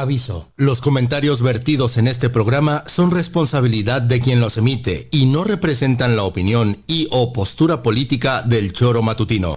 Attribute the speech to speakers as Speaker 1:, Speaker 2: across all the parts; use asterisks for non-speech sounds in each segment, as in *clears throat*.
Speaker 1: Aviso. Los comentarios vertidos en este programa son responsabilidad de quien los emite y no representan la opinión y o postura política del choro matutino.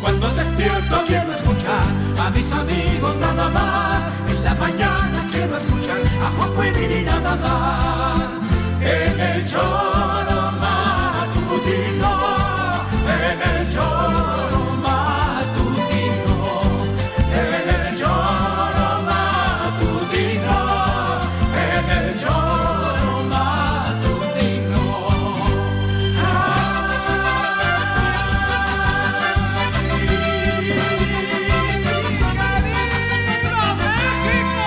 Speaker 2: Cuando despierto quiero escuchar a mis amigos nada más. En la mañana quiero escuchar a Juanjo y Lili nada más. En el choro matutino, en el choro matutino, en el choro matutino, en el choro matutino.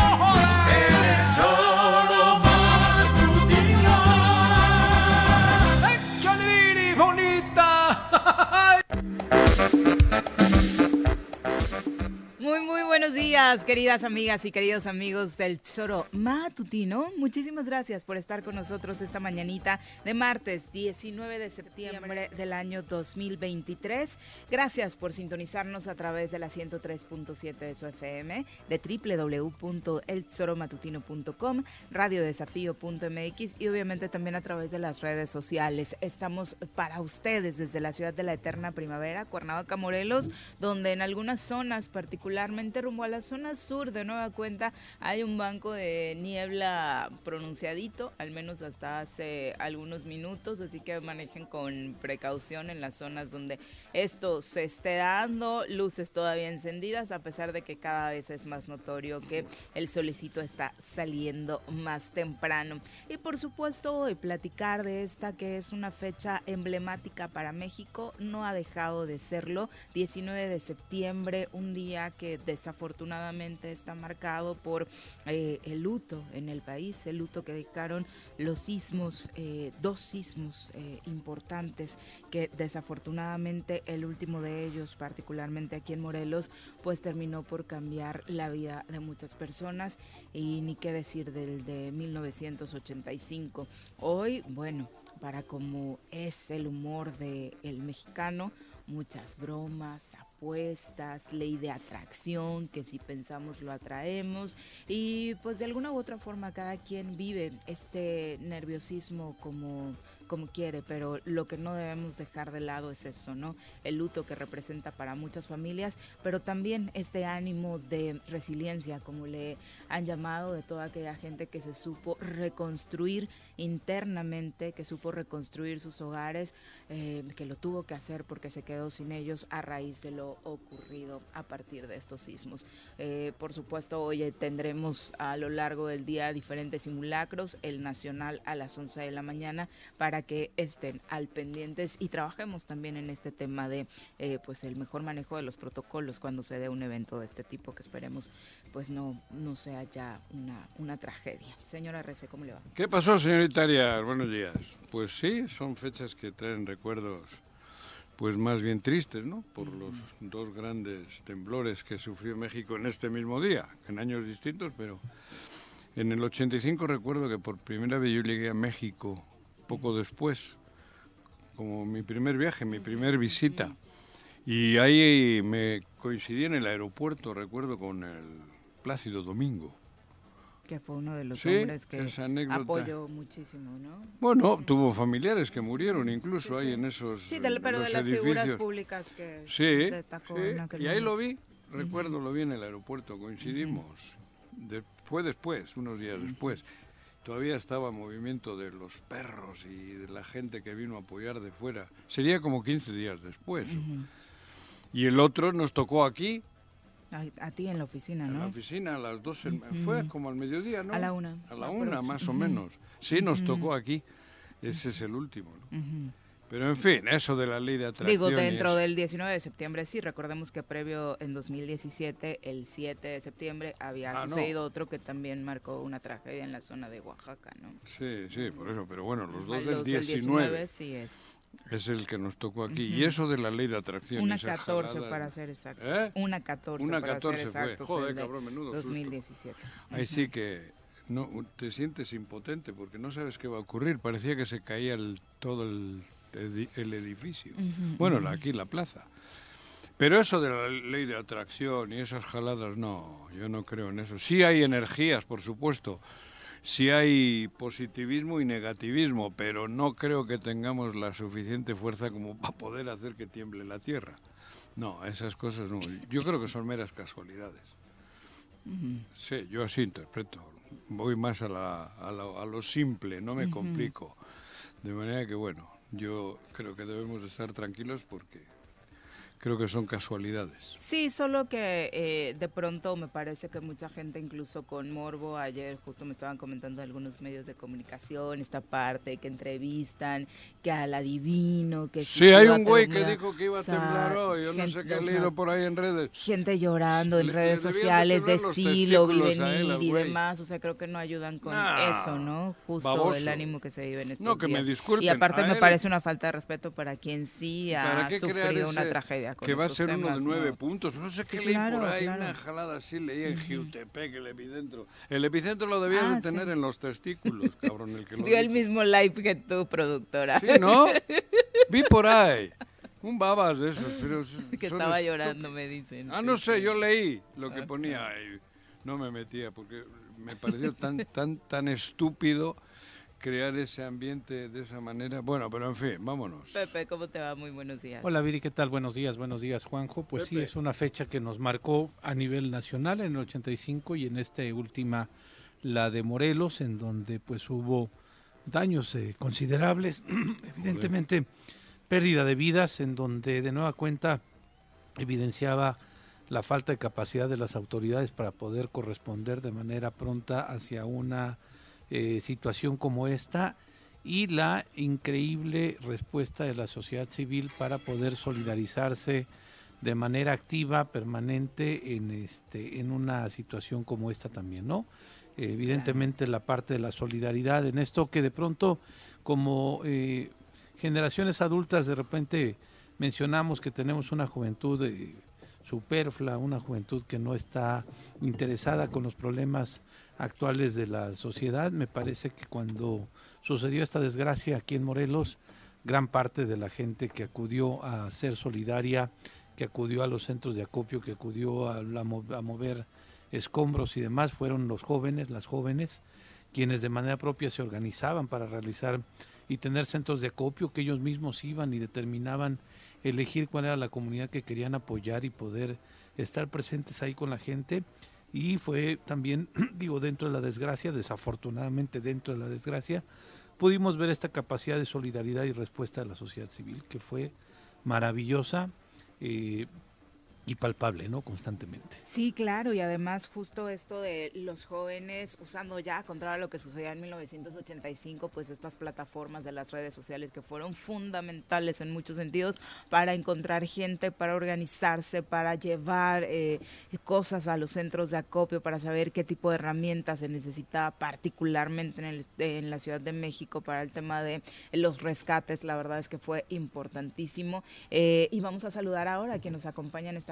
Speaker 2: El choro matutino.
Speaker 3: ¡Échale, bonita!
Speaker 4: Muy, muy buenos días, queridas amigas y queridos amigos del Choro Matutino. Muchísimas gracias por estar con nosotros esta mañanita de martes 19 de septiembre del año 2023. Gracias por sintonizarnos a través de la 103.7 de su FM, de www.elchoromatutino.com, radiodesafío.mx y obviamente también a través de las redes sociales. Estamos para ustedes desde la ciudad de la eterna primavera, Cuernavaca, Morelos, donde en algunas zonas, particularmente rumbo a la zona sur de Nueva Cuenta, hay un banco de niebla pronunciadito, al menos hasta hace algunos minutos, así que manejen con precaución en las zonas donde esto se esté dando, luces todavía encendidas, a pesar de que cada vez es más notorio que el solecito está saliendo más temprano. Y por supuesto, hoy platicar de esta que es una fecha emblemática para México, no ha dejado de serlo. 19 de septiembre, un día que desafortunadamente está marcado por eh, el luto en el país, el luto que dedicaron los sismos, eh, dos sismos eh, importantes que desafortunadamente el último de ellos, particularmente aquí en Morelos, pues terminó por cambiar la vida de muchas personas y ni qué decir del de 1985. Hoy, bueno, para como es el humor del el mexicano, muchas bromas, apuestas, ley de atracción, que si pensamos lo atraemos y pues de alguna u otra forma cada quien vive este nerviosismo como como quiere, pero lo que no debemos dejar de lado es eso, ¿no? El luto que representa para muchas familias, pero también este ánimo de resiliencia, como le han llamado, de toda aquella gente que se supo reconstruir internamente, que supo reconstruir sus hogares, eh, que lo tuvo que hacer porque se quedó sin ellos a raíz de lo ocurrido a partir de estos sismos. Eh, por supuesto, hoy eh, tendremos a lo largo del día diferentes simulacros, el nacional a las 11 de la mañana, para que estén al pendientes y trabajemos también en este tema de eh, pues el mejor manejo de los protocolos cuando se dé un evento de este tipo, que esperemos pues no, no sea ya una, una tragedia. Señora Rece, ¿cómo le va?
Speaker 5: ¿Qué pasó, señorita Arias? Buenos días. Pues sí, son fechas que traen recuerdos, pues más bien tristes, ¿no? Por los dos grandes temblores que sufrió México en este mismo día, en años distintos, pero en el 85 recuerdo que por primera vez yo llegué a México poco después, como mi primer viaje, mi primer visita. Y ahí me coincidí en el aeropuerto, recuerdo, con el Plácido Domingo.
Speaker 4: Que fue uno de los
Speaker 5: Sí,
Speaker 4: hombres que
Speaker 5: esa anécdota.
Speaker 4: apoyó muchísimo, ¿no?
Speaker 5: Bueno, tuvo familiares que murieron incluso ahí en esos
Speaker 4: Sí, del-
Speaker 5: eh,
Speaker 4: pero de
Speaker 5: los
Speaker 4: las figuras
Speaker 5: edificios.
Speaker 4: públicas que
Speaker 5: Sí,
Speaker 4: destacó
Speaker 5: sí,
Speaker 4: en aquel
Speaker 5: y ahí lo
Speaker 4: momento.
Speaker 5: vi, recuerdo, lo vi en el aeropuerto, coincidimos. De- fue después, unos días después. Todavía estaba movimiento de los perros y de la gente que vino a apoyar de fuera. Sería como 15 días después. Y el otro nos tocó aquí,
Speaker 4: A, a ti en la oficina,
Speaker 5: en la
Speaker 4: ¿no?
Speaker 5: oficina, a las 12. Fue como al mediodía, ¿no?
Speaker 4: A la una.
Speaker 5: A la
Speaker 4: Aprox.
Speaker 5: una, más o
Speaker 4: Ujú.
Speaker 5: menos. Sí, nos tocó aquí. Ese es el último. ¿no? Pero en fin, eso de la ley de atracción.
Speaker 4: Digo,
Speaker 5: y
Speaker 4: dentro
Speaker 5: eso.
Speaker 4: del 19 de septiembre, sí, recordemos que previo en 2017, el 7 de septiembre, había
Speaker 5: Ah, no.
Speaker 4: sucedido otro que también marcó una tragedia en la zona de Oaxaca, ¿no?
Speaker 5: Sí, sí, por eso. Pero bueno, los dos
Speaker 4: Al
Speaker 5: del
Speaker 4: dos del
Speaker 5: 19
Speaker 4: sí es.
Speaker 5: es el que nos tocó aquí. Y
Speaker 4: Ujú.
Speaker 5: eso de la ley de atracción.
Speaker 4: Una
Speaker 5: esas
Speaker 4: 14
Speaker 5: jaladas,
Speaker 4: para
Speaker 5: ¿no?
Speaker 4: ser exactos.
Speaker 5: ¿Eh?
Speaker 4: Una 14
Speaker 5: Una
Speaker 4: para
Speaker 5: 14
Speaker 4: ser
Speaker 5: fue.
Speaker 4: exactos.
Speaker 5: Joder,
Speaker 4: el de
Speaker 5: cabrón, menudo susto.
Speaker 4: 2017.
Speaker 5: Ahí sí que no, te sientes impotente porque no sabes qué va a ocurrir. Parecía que se caía el- todo el, edi- el edificio.
Speaker 4: Ujú,
Speaker 5: bueno,
Speaker 4: ujú.
Speaker 5: la- aquí la plaza. Pero eso de la ley de atracción y esas jaladas, no, yo no creo en eso. Sí hay energías, por supuesto. Sí hay positivismo y negativismo, pero no creo que tengamos la suficiente fuerza como para poder hacer que tiemble la tierra. No, esas cosas no. Yo creo que son meras casualidades. Sí, yo así interpreto. Voy más a, la- a lo, a lo simple, no me
Speaker 4: Ujú.
Speaker 5: complico. De manera que, bueno, yo creo que debemos de estar tranquilos porque creo que son casualidades.
Speaker 4: Sí, solo que eh, de pronto me parece que mucha gente, incluso con morbo, ayer justo me estaban comentando algunos medios de comunicación esta parte, que entrevistan, que al adivino, que... si
Speaker 5: Sí, hay
Speaker 4: iba a
Speaker 5: un güey que
Speaker 4: temblar.
Speaker 5: dijo que iba
Speaker 4: O
Speaker 5: a
Speaker 4: sea,
Speaker 5: temblar hoy. Yo no
Speaker 4: gen-
Speaker 5: sé qué
Speaker 4: o
Speaker 5: he
Speaker 4: sea,
Speaker 5: leído por ahí en redes.
Speaker 4: Gente llorando en
Speaker 5: Le- le
Speaker 4: redes
Speaker 5: debían de
Speaker 4: sociales de
Speaker 5: temblar los
Speaker 4: sí, lo
Speaker 5: testículos a él,
Speaker 4: venir
Speaker 5: al
Speaker 4: y
Speaker 5: güey.
Speaker 4: demás, o sea, creo que no ayudan con
Speaker 5: Nah,
Speaker 4: eso, ¿no? Justo el
Speaker 5: baboso.
Speaker 4: ánimo que se vive en estos
Speaker 5: No, que me
Speaker 4: días.
Speaker 5: disculpen,
Speaker 4: Y aparte
Speaker 5: a
Speaker 4: me
Speaker 5: él-
Speaker 4: parece una falta de respeto para quien sí
Speaker 5: ¿Para
Speaker 4: ha
Speaker 5: qué crear
Speaker 4: sufrido una
Speaker 5: ese
Speaker 4: tragedia con
Speaker 5: que va a
Speaker 4: estos
Speaker 5: ser uno
Speaker 4: temas,
Speaker 5: de
Speaker 4: ¿no?
Speaker 5: nueve puntos. No sé
Speaker 4: Sí,
Speaker 5: qué leí
Speaker 4: claro,
Speaker 5: por ahí,
Speaker 4: claro.
Speaker 5: una jalada así leí en Jiutepec, el epicentro. El epicentro lo debías
Speaker 4: Ah,
Speaker 5: de tener
Speaker 4: sí.
Speaker 5: en los testículos, cabrón,
Speaker 4: *laughs*
Speaker 5: el que lo
Speaker 4: Dio el
Speaker 5: dijo.
Speaker 4: mismo live que tu productora.
Speaker 5: Sí, ¿no? Vi por ahí un babas de esos, pero s-
Speaker 4: que
Speaker 5: son
Speaker 4: estaba
Speaker 5: estúpidos.
Speaker 4: llorando, me dicen.
Speaker 5: Ah,
Speaker 4: sí, Ah.
Speaker 5: no sé,
Speaker 4: sí.
Speaker 5: yo leí lo que ponía. Ay, no me metía porque me pareció
Speaker 4: *laughs*
Speaker 5: tan, tan, tan estúpido crear ese ambiente de esa manera. Bueno, pero en fin, vámonos.
Speaker 4: *laughs* Pepe, ¿cómo te va? Muy buenos días.
Speaker 6: Hola Viri, ¿qué tal? Buenos días, buenos días Juanjo. Pues sí,
Speaker 5: Pepe.
Speaker 6: es una fecha que nos marcó a nivel nacional en el 85 y en esta última, la de Morelos, en donde pues hubo daños eh, considerables, *clears throat* evidentemente pérdida de vidas, en donde de nueva cuenta evidenciaba la falta de capacidad de las autoridades para poder corresponder de manera pronta hacia una eh, situación como esta y la increíble respuesta de la sociedad civil para poder solidarizarse de manera activa, permanente en este en una situación como esta también, ¿no? Eh, Evidentemente la parte de la solidaridad en esto que de pronto como eh, generaciones adultas de repente mencionamos que tenemos una juventud eh, superflua, una juventud que no está interesada con los problemas actuales de la sociedad. Me parece que cuando sucedió esta desgracia aquí en Morelos, gran parte de la gente que acudió a ser solidaria, que acudió a los centros de acopio, que acudió a, la mo- a mover escombros y demás, fueron los jóvenes, las jóvenes, quienes de manera propia se organizaban para realizar y tener centros de acopio que ellos mismos iban y determinaban elegir cuál era la comunidad que querían apoyar y poder estar presentes ahí con la gente. Y fue también, *clears throat* digo, dentro de la desgracia, desafortunadamente dentro de la desgracia, pudimos ver esta capacidad de solidaridad y respuesta de la sociedad civil, que fue maravillosa eh, y palpable, ¿no? Constantemente.
Speaker 4: Sí, claro, y además justo esto de los jóvenes usando ya, contra lo que sucedía en 1985, pues estas plataformas de las redes sociales que fueron fundamentales en muchos sentidos para encontrar gente, para organizarse, para llevar eh, cosas a los centros de acopio, para saber qué tipo de herramientas se necesitaba particularmente en, el, est- en la Ciudad de México para el tema de los rescates, la verdad es que fue importantísimo. Eh, y vamos a saludar ahora a quien nos acompaña en esta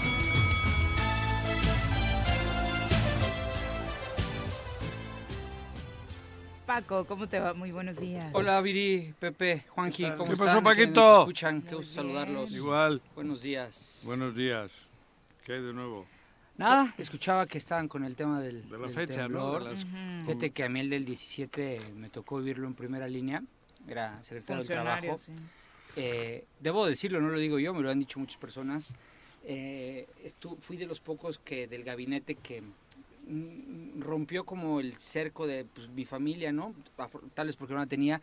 Speaker 4: Paco, ¿cómo te va? Muy buenos días.
Speaker 7: Hola Viri, Pepe, Juanji, ¿cómo
Speaker 5: ¿Qué pasó,
Speaker 7: están?
Speaker 5: Paquito?
Speaker 7: ¿Quiénes nos escuchan, qué
Speaker 4: Muy
Speaker 7: gusto saludarlos.
Speaker 4: bien.
Speaker 5: Igual,
Speaker 7: Buenos días.
Speaker 5: buenos días. ¿Qué hay de nuevo?
Speaker 7: Nada, escuchaba que estaban con el tema del,
Speaker 5: De la
Speaker 7: del
Speaker 5: fecha, ¿no?
Speaker 7: temblor.
Speaker 5: De las-
Speaker 7: Fíjate que a mí el del 17 me tocó vivirlo en primera línea. Era secretario del
Speaker 4: Funcionario,
Speaker 7: Trabajo.
Speaker 4: sí.
Speaker 7: eh, debo decirlo, no lo digo yo, me lo han dicho muchas personas. eh, estu- fui de los pocos que del gabinete que mm, rompió como el cerco de pues, mi familia, ¿no? Afor- Tal vez porque no la tenía.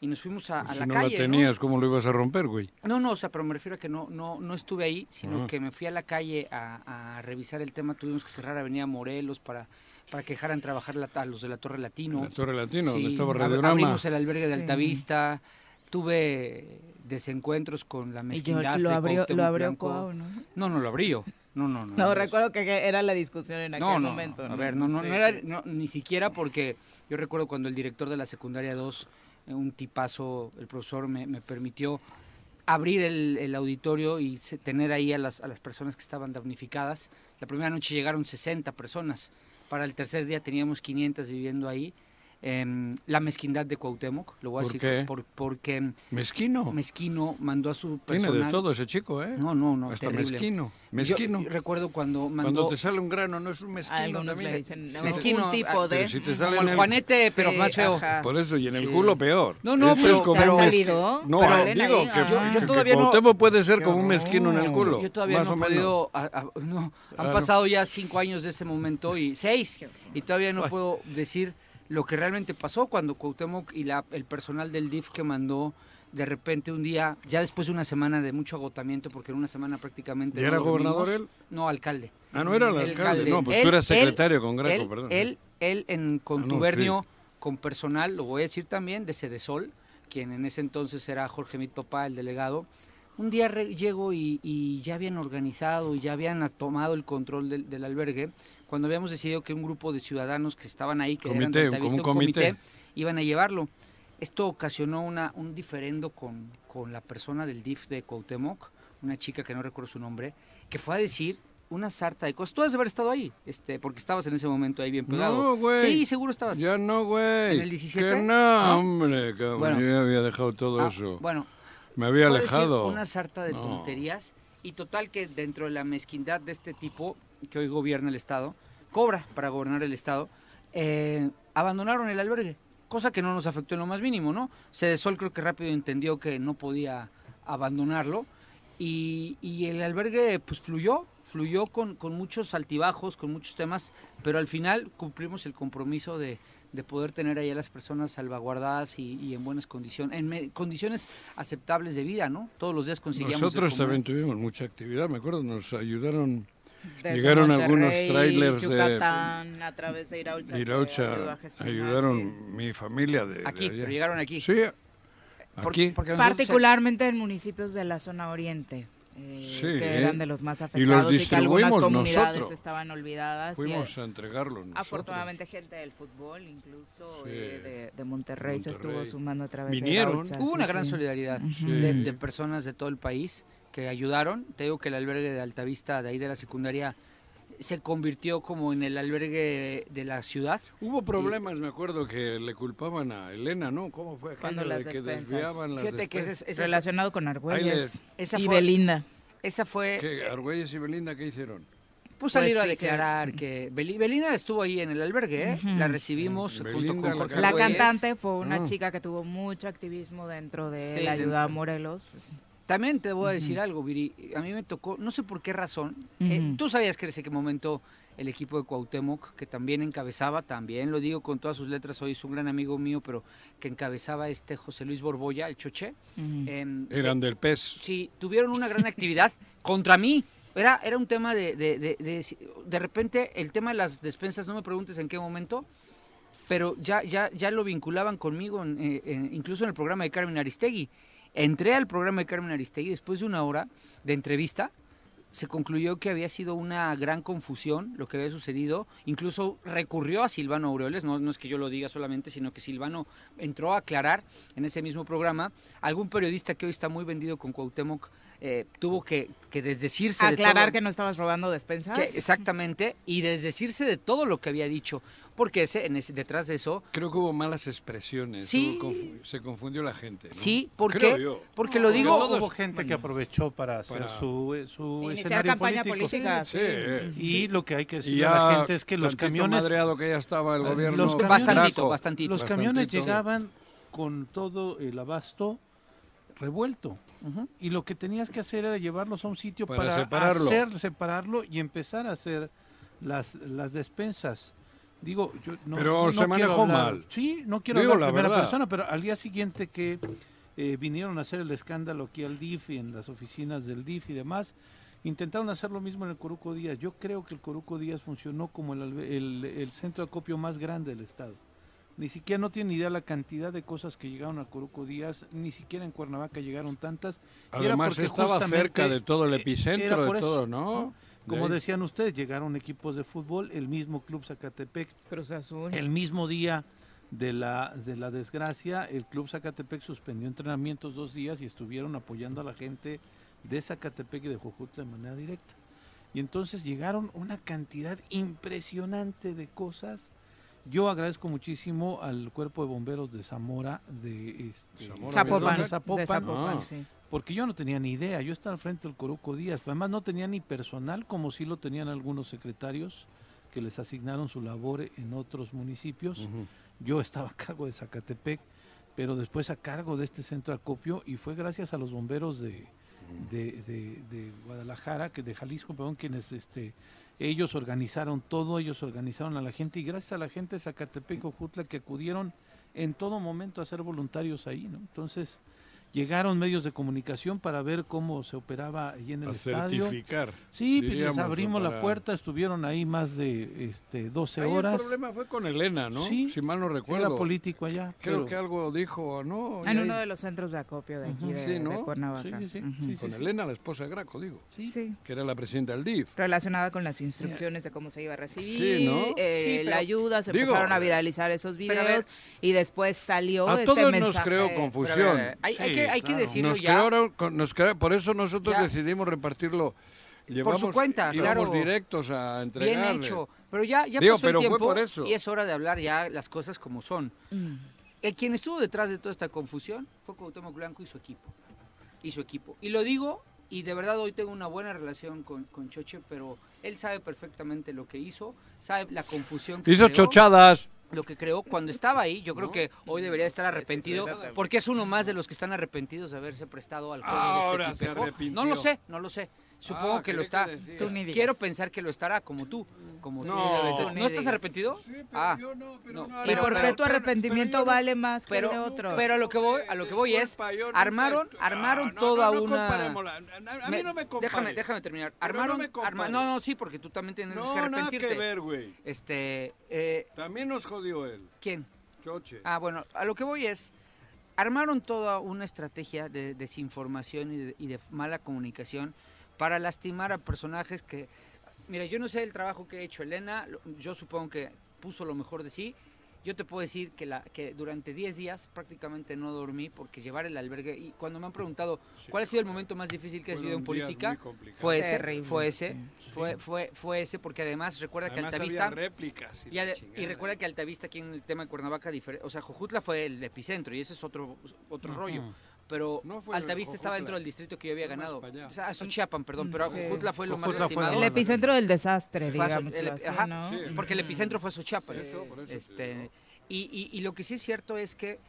Speaker 7: Y nos fuimos a, a
Speaker 5: Pues si
Speaker 7: la
Speaker 5: no
Speaker 7: calle.
Speaker 5: la
Speaker 7: ¿no?
Speaker 5: tenías, ¿cómo lo ibas a romper, güey?
Speaker 7: No, no, o sea, pero me refiero a que no, no, no estuve ahí, sino
Speaker 5: Ah.
Speaker 7: que me fui a la calle a, a revisar el tema. Tuvimos que cerrar Avenida Morelos para, para que dejaran trabajar la- a los de la Torre Latino.
Speaker 5: La Torre Latino, donde
Speaker 7: Sí,
Speaker 5: estaba
Speaker 7: ab-
Speaker 5: Radiorama.
Speaker 7: Abrimos el albergue de
Speaker 4: Sí.
Speaker 7: Altavista. Tuve desencuentros con la
Speaker 4: Y yo-
Speaker 7: mezquindad.
Speaker 4: lo
Speaker 7: de
Speaker 4: abrió,
Speaker 7: Cuauhtémoc
Speaker 4: lo abrió
Speaker 7: Blanco.
Speaker 4: Cuau, ¿no?
Speaker 7: No, no lo abrió. No, no, no.
Speaker 4: No,
Speaker 7: no,
Speaker 4: recuerdo que que era la discusión en aquel
Speaker 7: no, no,
Speaker 4: momento.
Speaker 7: no, A ver, no, no,
Speaker 4: Sí,
Speaker 7: no era
Speaker 4: sí.
Speaker 7: no, ni siquiera porque yo recuerdo cuando el director de la secundaria 2, eh, un tipazo, el profesor, me, me permitió abrir el, el auditorio y se- tener ahí a las, a las personas que estaban damnificadas. La primera noche llegaron 60 personas. Para el tercer día teníamos 500 viviendo ahí. Em, la mezquindad de Cuauhtémoc, lo voy a
Speaker 5: ¿Por
Speaker 7: decir,
Speaker 5: qué?
Speaker 7: por- porque
Speaker 5: Mezquino.
Speaker 7: Mezquino mandó a su
Speaker 5: Tiene
Speaker 7: personal.
Speaker 5: de todo ese chico, ¿eh?
Speaker 7: No, no, no,
Speaker 5: Hasta
Speaker 7: terrible.
Speaker 5: mezquino.
Speaker 7: Yo-
Speaker 5: Mezquino.
Speaker 7: yo recuerdo cuando mandó
Speaker 5: Cuando te sale un grano, no es un mezquino.
Speaker 4: Algunos
Speaker 5: también.
Speaker 4: le dicen
Speaker 5: Sí.
Speaker 4: no,
Speaker 7: Mezquino,
Speaker 4: un tipo
Speaker 7: ah,
Speaker 4: de...
Speaker 5: Pero si te sale
Speaker 7: Como
Speaker 5: en
Speaker 7: el
Speaker 5: el-
Speaker 7: Juanete, pero
Speaker 4: Sí,
Speaker 7: más feo.
Speaker 4: ajá.
Speaker 5: Por eso, y en el
Speaker 7: Sí.
Speaker 5: culo peor.
Speaker 7: No, no,
Speaker 5: Este
Speaker 7: pero-
Speaker 5: es como-
Speaker 4: ¿Te han
Speaker 7: pero-
Speaker 4: salido?
Speaker 5: No,
Speaker 4: Salen
Speaker 5: digo
Speaker 4: ahí,
Speaker 5: que,
Speaker 4: ah.
Speaker 7: Yo- yo
Speaker 5: que
Speaker 7: todavía no-
Speaker 5: Cuauhtémoc puede ser como un
Speaker 7: Yo-
Speaker 5: mezquino en el culo.
Speaker 7: Yo todavía
Speaker 5: más
Speaker 7: no
Speaker 5: o
Speaker 7: he
Speaker 5: menos.
Speaker 7: podido. a- a- no, han
Speaker 5: no.
Speaker 7: pasado ya cinco años de ese momento y seis. Y todavía no puedo decir lo que realmente pasó cuando Cuauhtémoc y la- el personal del DIF que mandó de repente un día, ya después de una semana de mucho agotamiento, porque en una semana prácticamente.
Speaker 5: ¿Ya
Speaker 7: no
Speaker 5: era gobernador
Speaker 7: dormimos. No, alcalde.
Speaker 5: Ah, no era el alcalde. No, pues tú eras secretario con Graco,
Speaker 7: él-
Speaker 5: perdón.
Speaker 7: Él, él
Speaker 5: Ah,
Speaker 7: en contubernio con personal, lo voy a decir también, de Cedesol, quien en ese entonces era Jorge Mit Papá, el delegado. Un día re- llego y, y ya habían organizado y ya habían a- tomado el control del, del albergue, cuando habíamos decidido que un grupo de ciudadanos que estaban ahí, que eran
Speaker 5: Comité,
Speaker 7: de Altavista,
Speaker 5: como un comité.
Speaker 7: iban a llevarlo. Esto ocasionó una, un diferendo con, con la persona del DIF de Cuauhtémoc, una chica que no recuerdo su nombre, que fue a decir una sarta de cosas. Tú has de haber estado ahí, este, porque estabas en ese momento ahí bien pegado.
Speaker 5: No, güey.
Speaker 7: Sí, seguro estabas.
Speaker 5: Ya no, güey.
Speaker 7: ¿En el 17?
Speaker 5: Que no,
Speaker 7: Ah.
Speaker 5: hombre, cabrón.
Speaker 7: Bueno.
Speaker 5: Yo ya había dejado todo
Speaker 7: Ah,
Speaker 5: eso.
Speaker 7: Bueno,
Speaker 5: Me había
Speaker 7: fue a decir
Speaker 5: alejado.
Speaker 7: Una sarta de
Speaker 5: No.
Speaker 7: tonterías y total que dentro de la mezquindad de este tipo que hoy gobierna el Estado, cobra para gobernar el Estado, eh, abandonaron el albergue, cosa que no nos afectó en lo más mínimo, ¿no? Cedesol creo que rápido entendió que no podía abandonarlo y, y el albergue pues fluyó, fluyó con, con muchos altibajos, con muchos temas, pero al final cumplimos el compromiso de, de poder tener ahí a las personas salvaguardadas y, y en buenas condiciones, en me- condiciones aceptables de vida, ¿no? Todos los días conseguíamos... de
Speaker 5: Nosotros
Speaker 7: comer.
Speaker 5: también tuvimos mucha actividad, me acuerdo, nos ayudaron
Speaker 4: Desde
Speaker 5: Llegaron algunos
Speaker 4: Monterrey,
Speaker 5: trailers de-
Speaker 4: Yucatán, a través de Iraucha. que ayudó
Speaker 5: Iraucha,
Speaker 4: a gestionar, sí.
Speaker 5: ayudaron mi familia de de
Speaker 7: Aquí,
Speaker 5: allá.
Speaker 7: pero llegaron aquí.
Speaker 5: Sí,
Speaker 7: Por-
Speaker 5: aquí.
Speaker 7: porque nosotros-
Speaker 4: Particularmente en municipios de la zona oriente. eh,
Speaker 5: Sí.
Speaker 4: que eran de los más
Speaker 5: Y los
Speaker 4: afectados y, que algunas
Speaker 5: distribuimos
Speaker 4: comunidades
Speaker 5: nosotros.
Speaker 4: estaban olvidadas. y,
Speaker 5: Fuimos a entregarlos nosotros.
Speaker 4: Afortunadamente gente del fútbol, incluso
Speaker 5: Sí.
Speaker 4: eh, de, de Monterrey, se estuvo
Speaker 5: Monterrey.
Speaker 4: sumando a través
Speaker 5: Vinieron.
Speaker 4: de Iraucha,
Speaker 7: Hubo
Speaker 4: sí,
Speaker 7: una gran
Speaker 4: sí.
Speaker 7: solidaridad
Speaker 5: Sí.
Speaker 7: de, de personas de todo el país que ayudaron. Te digo que el albergue de Altavista, de ahí de la secundaria, se convirtió como en el albergue de, de la ciudad.
Speaker 5: Hubo problemas, me acuerdo, que le culpaban a Elena, ¿no? ¿Cómo fue? aquello
Speaker 4: Cuando
Speaker 5: de
Speaker 4: las
Speaker 5: que
Speaker 4: despensas.
Speaker 5: desviaban las
Speaker 7: Fíjate que ese
Speaker 5: despensas?
Speaker 7: es- ese fue-
Speaker 4: Relacionado con Argüelles
Speaker 7: Esa
Speaker 4: y
Speaker 7: fue-
Speaker 4: Belinda.
Speaker 7: esa fue eh,
Speaker 5: ¿Qué? ¿Argüelles y Belinda qué hicieron?
Speaker 7: Pues salir a
Speaker 4: sí, sí,
Speaker 7: declarar que Beli- Belinda estuvo ahí en el albergue, ¿eh? la recibimos junto
Speaker 5: Belinda,
Speaker 7: con
Speaker 5: la
Speaker 7: Jorge
Speaker 4: La
Speaker 7: Argüelles.
Speaker 4: cantante fue una
Speaker 5: Ah.
Speaker 4: chica que tuvo mucho activismo dentro de
Speaker 7: Sí,
Speaker 4: la ayuda a
Speaker 7: dentro.
Speaker 4: Morelos.
Speaker 7: También te voy a decir algo, Viri. A mí me tocó, no sé por qué razón. eh,
Speaker 2: Mm.
Speaker 4: Ujú.
Speaker 7: Tú sabías que en ese momento el equipo de Cuauhtémoc, que también encabezaba, también lo digo con todas sus letras, hoy es un gran amigo mío, pero que encabezaba este José Luis Borboya, el choche.
Speaker 4: Mm.
Speaker 5: Mm.
Speaker 7: em,
Speaker 5: Eran del pez.
Speaker 7: sí, tuvieron una gran actividad *laughs* contra mí. Era, era un tema de de, de, de... de repente, el tema de las despensas, no me preguntes en qué momento, pero ya, ya, ya lo vinculaban conmigo, en, eh, en- incluso en el programa de Carmen Aristegui. Entré al programa de Carmen Aristegui después de una hora de entrevista. Se concluyó que había sido una gran confusión lo que había sucedido. Incluso recurrió a Silvano Aureoles, no, no es que yo lo diga solamente, sino que Silvano entró a aclarar en ese mismo programa. Algún periodista que hoy está muy vendido con Cuauhtémoc eh, tuvo que, que desdecirse de
Speaker 4: Aclarar
Speaker 7: todo-
Speaker 4: que no estabas robando despensas.
Speaker 7: que- exactamente, y desdecirse de todo lo que había dicho, porque ese, en ese, detrás de eso,
Speaker 5: Creo que hubo malas expresiones.
Speaker 7: Sí.
Speaker 5: hubo confu- se confundió la gente. ¿no?
Speaker 7: sí, ¿por
Speaker 5: Creo
Speaker 7: qué?
Speaker 5: yo.
Speaker 7: Porque lo digo,
Speaker 5: todos-
Speaker 6: hubo gente que aprovechó para hacer
Speaker 5: Para-
Speaker 6: su, eh, su
Speaker 4: Iniciar
Speaker 6: escenario
Speaker 4: campaña
Speaker 6: político.
Speaker 4: política.
Speaker 5: Sí.
Speaker 6: Y lo que hay que
Speaker 5: Y
Speaker 6: decir
Speaker 5: ya
Speaker 6: a la gente es que los
Speaker 5: tantito
Speaker 6: camiones
Speaker 5: madreado que ya estaba el
Speaker 6: Eh,
Speaker 5: gobierno.
Speaker 6: los camiones-
Speaker 7: bastantito,
Speaker 5: Graco.
Speaker 7: bastantito.
Speaker 6: Los camiones
Speaker 5: Bastantito.
Speaker 6: llegaban con todo el abasto revuelto. Y lo que tenías que hacer era llevarlos a un sitio
Speaker 5: Para
Speaker 6: para,
Speaker 5: separarlo.
Speaker 6: hacer, separarlo y empezar a hacer las, las despensas. Digo, yo no,
Speaker 5: Pero
Speaker 6: no
Speaker 5: se manejó
Speaker 6: quiero hablar-
Speaker 5: mal.
Speaker 6: Sí, no quiero
Speaker 5: Digo
Speaker 6: hablar
Speaker 5: la
Speaker 6: en primera
Speaker 5: verdad.
Speaker 6: persona, pero al día siguiente que eh, vinieron a hacer el escándalo aquí al DIF y en las oficinas del DIF y demás, intentaron hacer lo mismo en el Coruco Díaz. Yo creo que el Coruco Díaz funcionó como el, albe- el- el centro de acopio más grande del Estado. Ni siquiera no tienen idea la cantidad de cosas que llegaron a Coruco Díaz, ni siquiera en Cuernavaca llegaron tantas. Y era
Speaker 5: Además,
Speaker 6: porque
Speaker 5: estaba
Speaker 6: justamente
Speaker 5: cerca de todo el
Speaker 6: eh, era
Speaker 5: epicentro, de
Speaker 6: por eso,
Speaker 5: todo, ¿no?
Speaker 6: Como
Speaker 5: De ahí.
Speaker 6: decían ustedes, llegaron equipos de fútbol, el mismo Club Zacatepec
Speaker 4: Cruz Azul.
Speaker 6: el mismo día de la, de la desgracia, el Club Zacatepec suspendió entrenamientos dos días y estuvieron apoyando a la gente de Zacatepec y de Jojutla de manera directa. Y entonces llegaron una cantidad impresionante de cosas. Yo agradezco muchísimo al cuerpo de bomberos de Zamora, de este,
Speaker 5: Zamora,
Speaker 4: Zapopan.
Speaker 6: de
Speaker 4: De
Speaker 6: Zapopan,
Speaker 4: Zapopan,
Speaker 5: Ah.
Speaker 4: sí.
Speaker 6: porque yo no tenía ni idea, yo estaba al frente del Coruco Díaz, además no tenía ni personal como sí lo tenían algunos secretarios que les asignaron su labor en otros municipios. Yo estaba a cargo de Zacatepec, pero después a cargo de este centro de acopio y fue gracias a los bomberos de, de, de- de Guadalajara, que de Jalisco, perdón, quienes este, ellos organizaron todo, ellos organizaron a la gente y gracias a la gente de Zacatepec Ojutla que acudieron en todo momento a ser voluntarios ahí, ¿no? Entonces llegaron medios de comunicación para ver cómo se operaba ahí en el
Speaker 5: A
Speaker 6: estadio.
Speaker 5: certificar.
Speaker 6: Sí, pues les
Speaker 5: diríamos,
Speaker 6: abrimos la
Speaker 5: para-
Speaker 6: puerta, estuvieron ahí más de este, 12
Speaker 5: Ahí
Speaker 6: horas.
Speaker 5: El problema fue con Elena, ¿no?
Speaker 6: Sí.
Speaker 5: si mal no
Speaker 6: Era
Speaker 5: recuerdo.
Speaker 6: político allá.
Speaker 5: Creo
Speaker 6: pero-
Speaker 5: que algo dijo, ¿no? Y
Speaker 7: Ah,
Speaker 4: En
Speaker 5: ahí-
Speaker 4: uno de los centros de acopio de aquí,
Speaker 5: Ujú.
Speaker 4: Ah, de,
Speaker 5: Sí, ¿no?
Speaker 4: de
Speaker 6: Sí,
Speaker 4: Cuernavaca.
Speaker 6: sí, sí,
Speaker 4: Ujú.
Speaker 6: sí, sí,
Speaker 5: Con
Speaker 6: sí.
Speaker 5: Elena, la esposa de Graco, digo,
Speaker 4: Sí.
Speaker 5: que era la presidenta del DIF.
Speaker 4: Relacionada con las instrucciones de cómo se iba a recibir,
Speaker 5: Sí, ¿no?
Speaker 4: eh,
Speaker 7: Sí, pero-
Speaker 4: la ayuda, se
Speaker 5: Digo,
Speaker 4: empezaron a viralizar esos
Speaker 7: a ver,
Speaker 4: videos y después salió
Speaker 5: a
Speaker 4: este
Speaker 5: todos nos
Speaker 4: mensaje.
Speaker 5: creó confusión.
Speaker 7: pero, hay- hay que- hay que decirlo
Speaker 5: nos
Speaker 7: ya.
Speaker 5: crearon con- nos crea- por eso nosotros
Speaker 7: Ya.
Speaker 5: decidimos repartirlo. Llevamos,
Speaker 7: su cuenta,
Speaker 5: íbamos
Speaker 7: claro.
Speaker 5: directos a
Speaker 7: Bien
Speaker 5: entregar.
Speaker 7: hecho. Pero ya, ya
Speaker 5: Digo,
Speaker 7: pasó
Speaker 5: pero
Speaker 7: el
Speaker 5: fue
Speaker 7: tiempo
Speaker 5: por eso.
Speaker 7: y es hora de hablar ya las cosas como son. El quien estuvo detrás de toda esta confusión fue Cuauhtémoc Blanco y su equipo. Y su equipo. Y lo digo, y de verdad hoy tengo una buena relación con, con Choche, pero él sabe perfectamente lo que hizo, sabe la confusión que
Speaker 5: Hizo
Speaker 7: creó,
Speaker 5: chochadas.
Speaker 7: lo que creó cuando estaba ahí. Yo creo que hoy debería estar arrepentido, porque es uno más de los que están arrepentidos de haberse prestado al juego de este
Speaker 5: Ahora se
Speaker 7: tipejo. No
Speaker 5: arrepintió.
Speaker 7: lo sé, no lo sé. Supongo
Speaker 5: Ah,
Speaker 7: que lo
Speaker 5: quería
Speaker 7: está.
Speaker 5: que decía.
Speaker 7: Entonces,
Speaker 4: Tú ni digas.
Speaker 7: quiero pensar que lo estará, como tú. Como
Speaker 5: No.
Speaker 7: tú. debes
Speaker 4: Tú
Speaker 7: estar.
Speaker 4: ni
Speaker 7: ¿No estás
Speaker 4: digas.
Speaker 7: arrepentido? Ah.
Speaker 5: no,
Speaker 7: no. no,
Speaker 4: ¿Y
Speaker 7: Pero-
Speaker 4: por qué
Speaker 7: pero-
Speaker 4: tu arrepentimiento vale más
Speaker 7: pero-
Speaker 4: que el de otros?
Speaker 7: pero- a lo que voy- a lo que voy es, armaron- armaron toda una-
Speaker 5: a mí
Speaker 7: Me-
Speaker 5: no me compares.
Speaker 7: déjame, déjame terminar.
Speaker 5: Pero
Speaker 7: Armaron,
Speaker 5: no me
Speaker 7: arma-
Speaker 5: compares.
Speaker 7: no, no, sí, porque tú también tienes que
Speaker 5: No, nada
Speaker 7: arrepentirte.
Speaker 5: que ver, güey.
Speaker 7: Este, eh,
Speaker 5: También nos jodió él,
Speaker 7: ¿quién?
Speaker 5: choche.
Speaker 7: Ah, bueno, a lo que voy es, armaron toda una estrategia de desinformación y de, y de mala comunicación para lastimar a personajes que, mira, yo no sé el trabajo que ha hecho Elena, lo- yo supongo que puso lo mejor de sí. Yo te puedo decir que, la, que durante 10 días prácticamente no dormí porque llevar el albergue, y cuando me han preguntado cuál ha sido el momento más difícil que has vivido
Speaker 5: Fueron
Speaker 7: en
Speaker 5: días
Speaker 7: política,
Speaker 5: muy complicados.
Speaker 7: fue ese,
Speaker 4: Terrible,
Speaker 7: fue ese,
Speaker 4: sí.
Speaker 7: Fue, fue, fue ese, porque además recuerda
Speaker 5: Además
Speaker 7: que
Speaker 5: había
Speaker 7: Altavista...
Speaker 5: réplicas.
Speaker 7: Y,
Speaker 5: la
Speaker 7: ade- y
Speaker 5: chingada.
Speaker 7: recuerda que Altavista aquí en el tema de Cuernavaca, difer- o sea, Jojutla fue el epicentro y ese es otro, otro rollo. Pero
Speaker 5: No fue
Speaker 7: Altavista estaba
Speaker 5: Jojutla.
Speaker 7: dentro del distrito que yo había
Speaker 5: Fue más
Speaker 7: ganado.
Speaker 5: para allá.
Speaker 7: O sea, Xochiapan, perdón, pero
Speaker 4: Sí.
Speaker 7: Jojutla fue lo
Speaker 6: Jojutla fue lo
Speaker 7: más lastimado.
Speaker 4: el
Speaker 6: más
Speaker 4: epicentro del desastre,
Speaker 7: Fue a Xo-
Speaker 4: digamos.
Speaker 7: el-
Speaker 4: así,
Speaker 7: ajá,
Speaker 4: ¿no?
Speaker 5: sí.
Speaker 7: porque el epicentro fue Xochiapan.
Speaker 5: Por eso, por eso te
Speaker 7: Este,
Speaker 5: digo.
Speaker 7: y, y- y lo que sí es cierto es que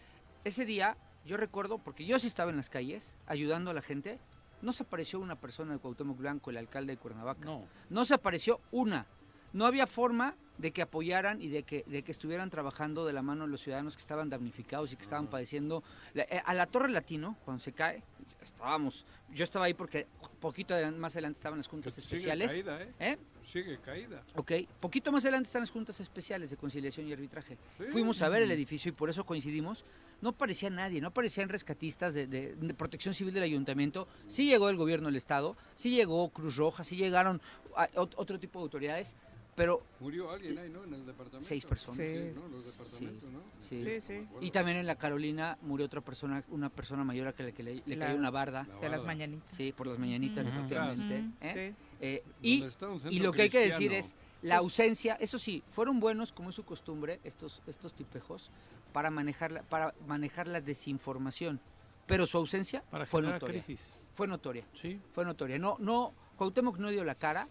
Speaker 7: ese día, yo recuerdo, porque yo sí estaba en las calles ayudando a la gente, no se apareció una persona de Cuauhtémoc Blanco, el alcalde de Cuernavaca.
Speaker 6: No.
Speaker 7: No se apareció una. No había forma de que apoyaran y de que, de que estuvieran trabajando de la mano los ciudadanos que estaban damnificados y que estaban padeciendo. La- eh, a la Torre Latino, cuando se cae, estábamos. Yo estaba ahí porque poquito adelan- más adelante estaban las
Speaker 5: Que
Speaker 7: juntas
Speaker 5: sigue
Speaker 7: especiales.
Speaker 5: caída, ¿eh?
Speaker 7: ¿Eh?
Speaker 5: Sigue caída.
Speaker 7: Ok, poquito más adelante están las juntas especiales de conciliación y arbitraje.
Speaker 5: Sí.
Speaker 7: Fuimos a ver el edificio y por eso coincidimos. No aparecía nadie, no aparecían rescatistas de, de- de protección civil del ayuntamiento. Sí llegó el gobierno del estado, sí llegó Cruz Roja, sí llegaron ah, ot- otro tipo de autoridades, pero
Speaker 5: Murió alguien ahí, ¿no? En el departamento.
Speaker 7: seis personas.
Speaker 4: Sí.
Speaker 5: ¿no? Los departamentos, ¿no?
Speaker 7: Sí.
Speaker 4: Sí, sí.
Speaker 7: Y también en la Carolina murió otra persona, una persona mayor a la que le, que le- le
Speaker 4: La-
Speaker 7: cayó una barda.
Speaker 4: De las
Speaker 5: Lavada.
Speaker 4: mañanitas.
Speaker 7: Sí, por las mañanitas, efectivamente. ¿eh?
Speaker 4: Sí.
Speaker 7: Eh,
Speaker 5: Donde
Speaker 7: y
Speaker 5: está un
Speaker 7: Y
Speaker 5: centro
Speaker 7: lo que hay que decir
Speaker 5: cristiano.
Speaker 7: es la ausencia, eso sí, fueron buenos, como es su costumbre, estos, estos tipejos, para manejar, la, para manejar la desinformación. Pero su ausencia
Speaker 6: Para
Speaker 7: fue
Speaker 6: generar
Speaker 7: notoria.
Speaker 6: crisis.
Speaker 7: Fue notoria,
Speaker 6: Sí.
Speaker 7: fue notoria. No, no, Cuauhtémoc no dio la cara.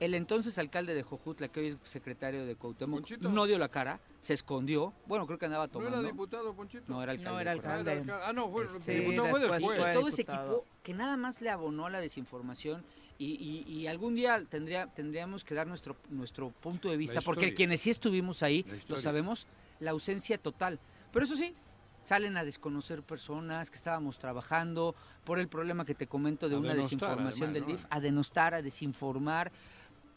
Speaker 7: El entonces alcalde de Jojutla, que hoy es secretario de Cuauhtémoc,
Speaker 5: Conchito.
Speaker 7: no dio la cara. se escondió. Bueno, creo que andaba tomando.
Speaker 5: ¿No era diputado, Ponchito?
Speaker 7: No, era alcalde.
Speaker 4: No, era
Speaker 7: perdón.
Speaker 4: alcalde.
Speaker 5: Ah, no, fue
Speaker 4: Este,
Speaker 5: diputado fue
Speaker 4: después
Speaker 5: después.
Speaker 4: fue-
Speaker 7: todo ese
Speaker 4: diputado.
Speaker 7: equipo que nada más le abonó a la desinformación y, y- y algún día tendría, tendríamos que dar nuestro, nuestro punto de vista, porque
Speaker 5: historia.
Speaker 7: quienes sí estuvimos ahí
Speaker 5: La
Speaker 7: lo
Speaker 5: historia.
Speaker 7: sabemos, la ausencia total. Pero eso sí, salen a desconocer personas que estábamos trabajando por el problema que te comento de
Speaker 5: A
Speaker 7: una
Speaker 5: denostar,
Speaker 7: desinformación
Speaker 5: además,
Speaker 7: del
Speaker 5: ¿no?
Speaker 7: DIF, a denostar, a desinformar.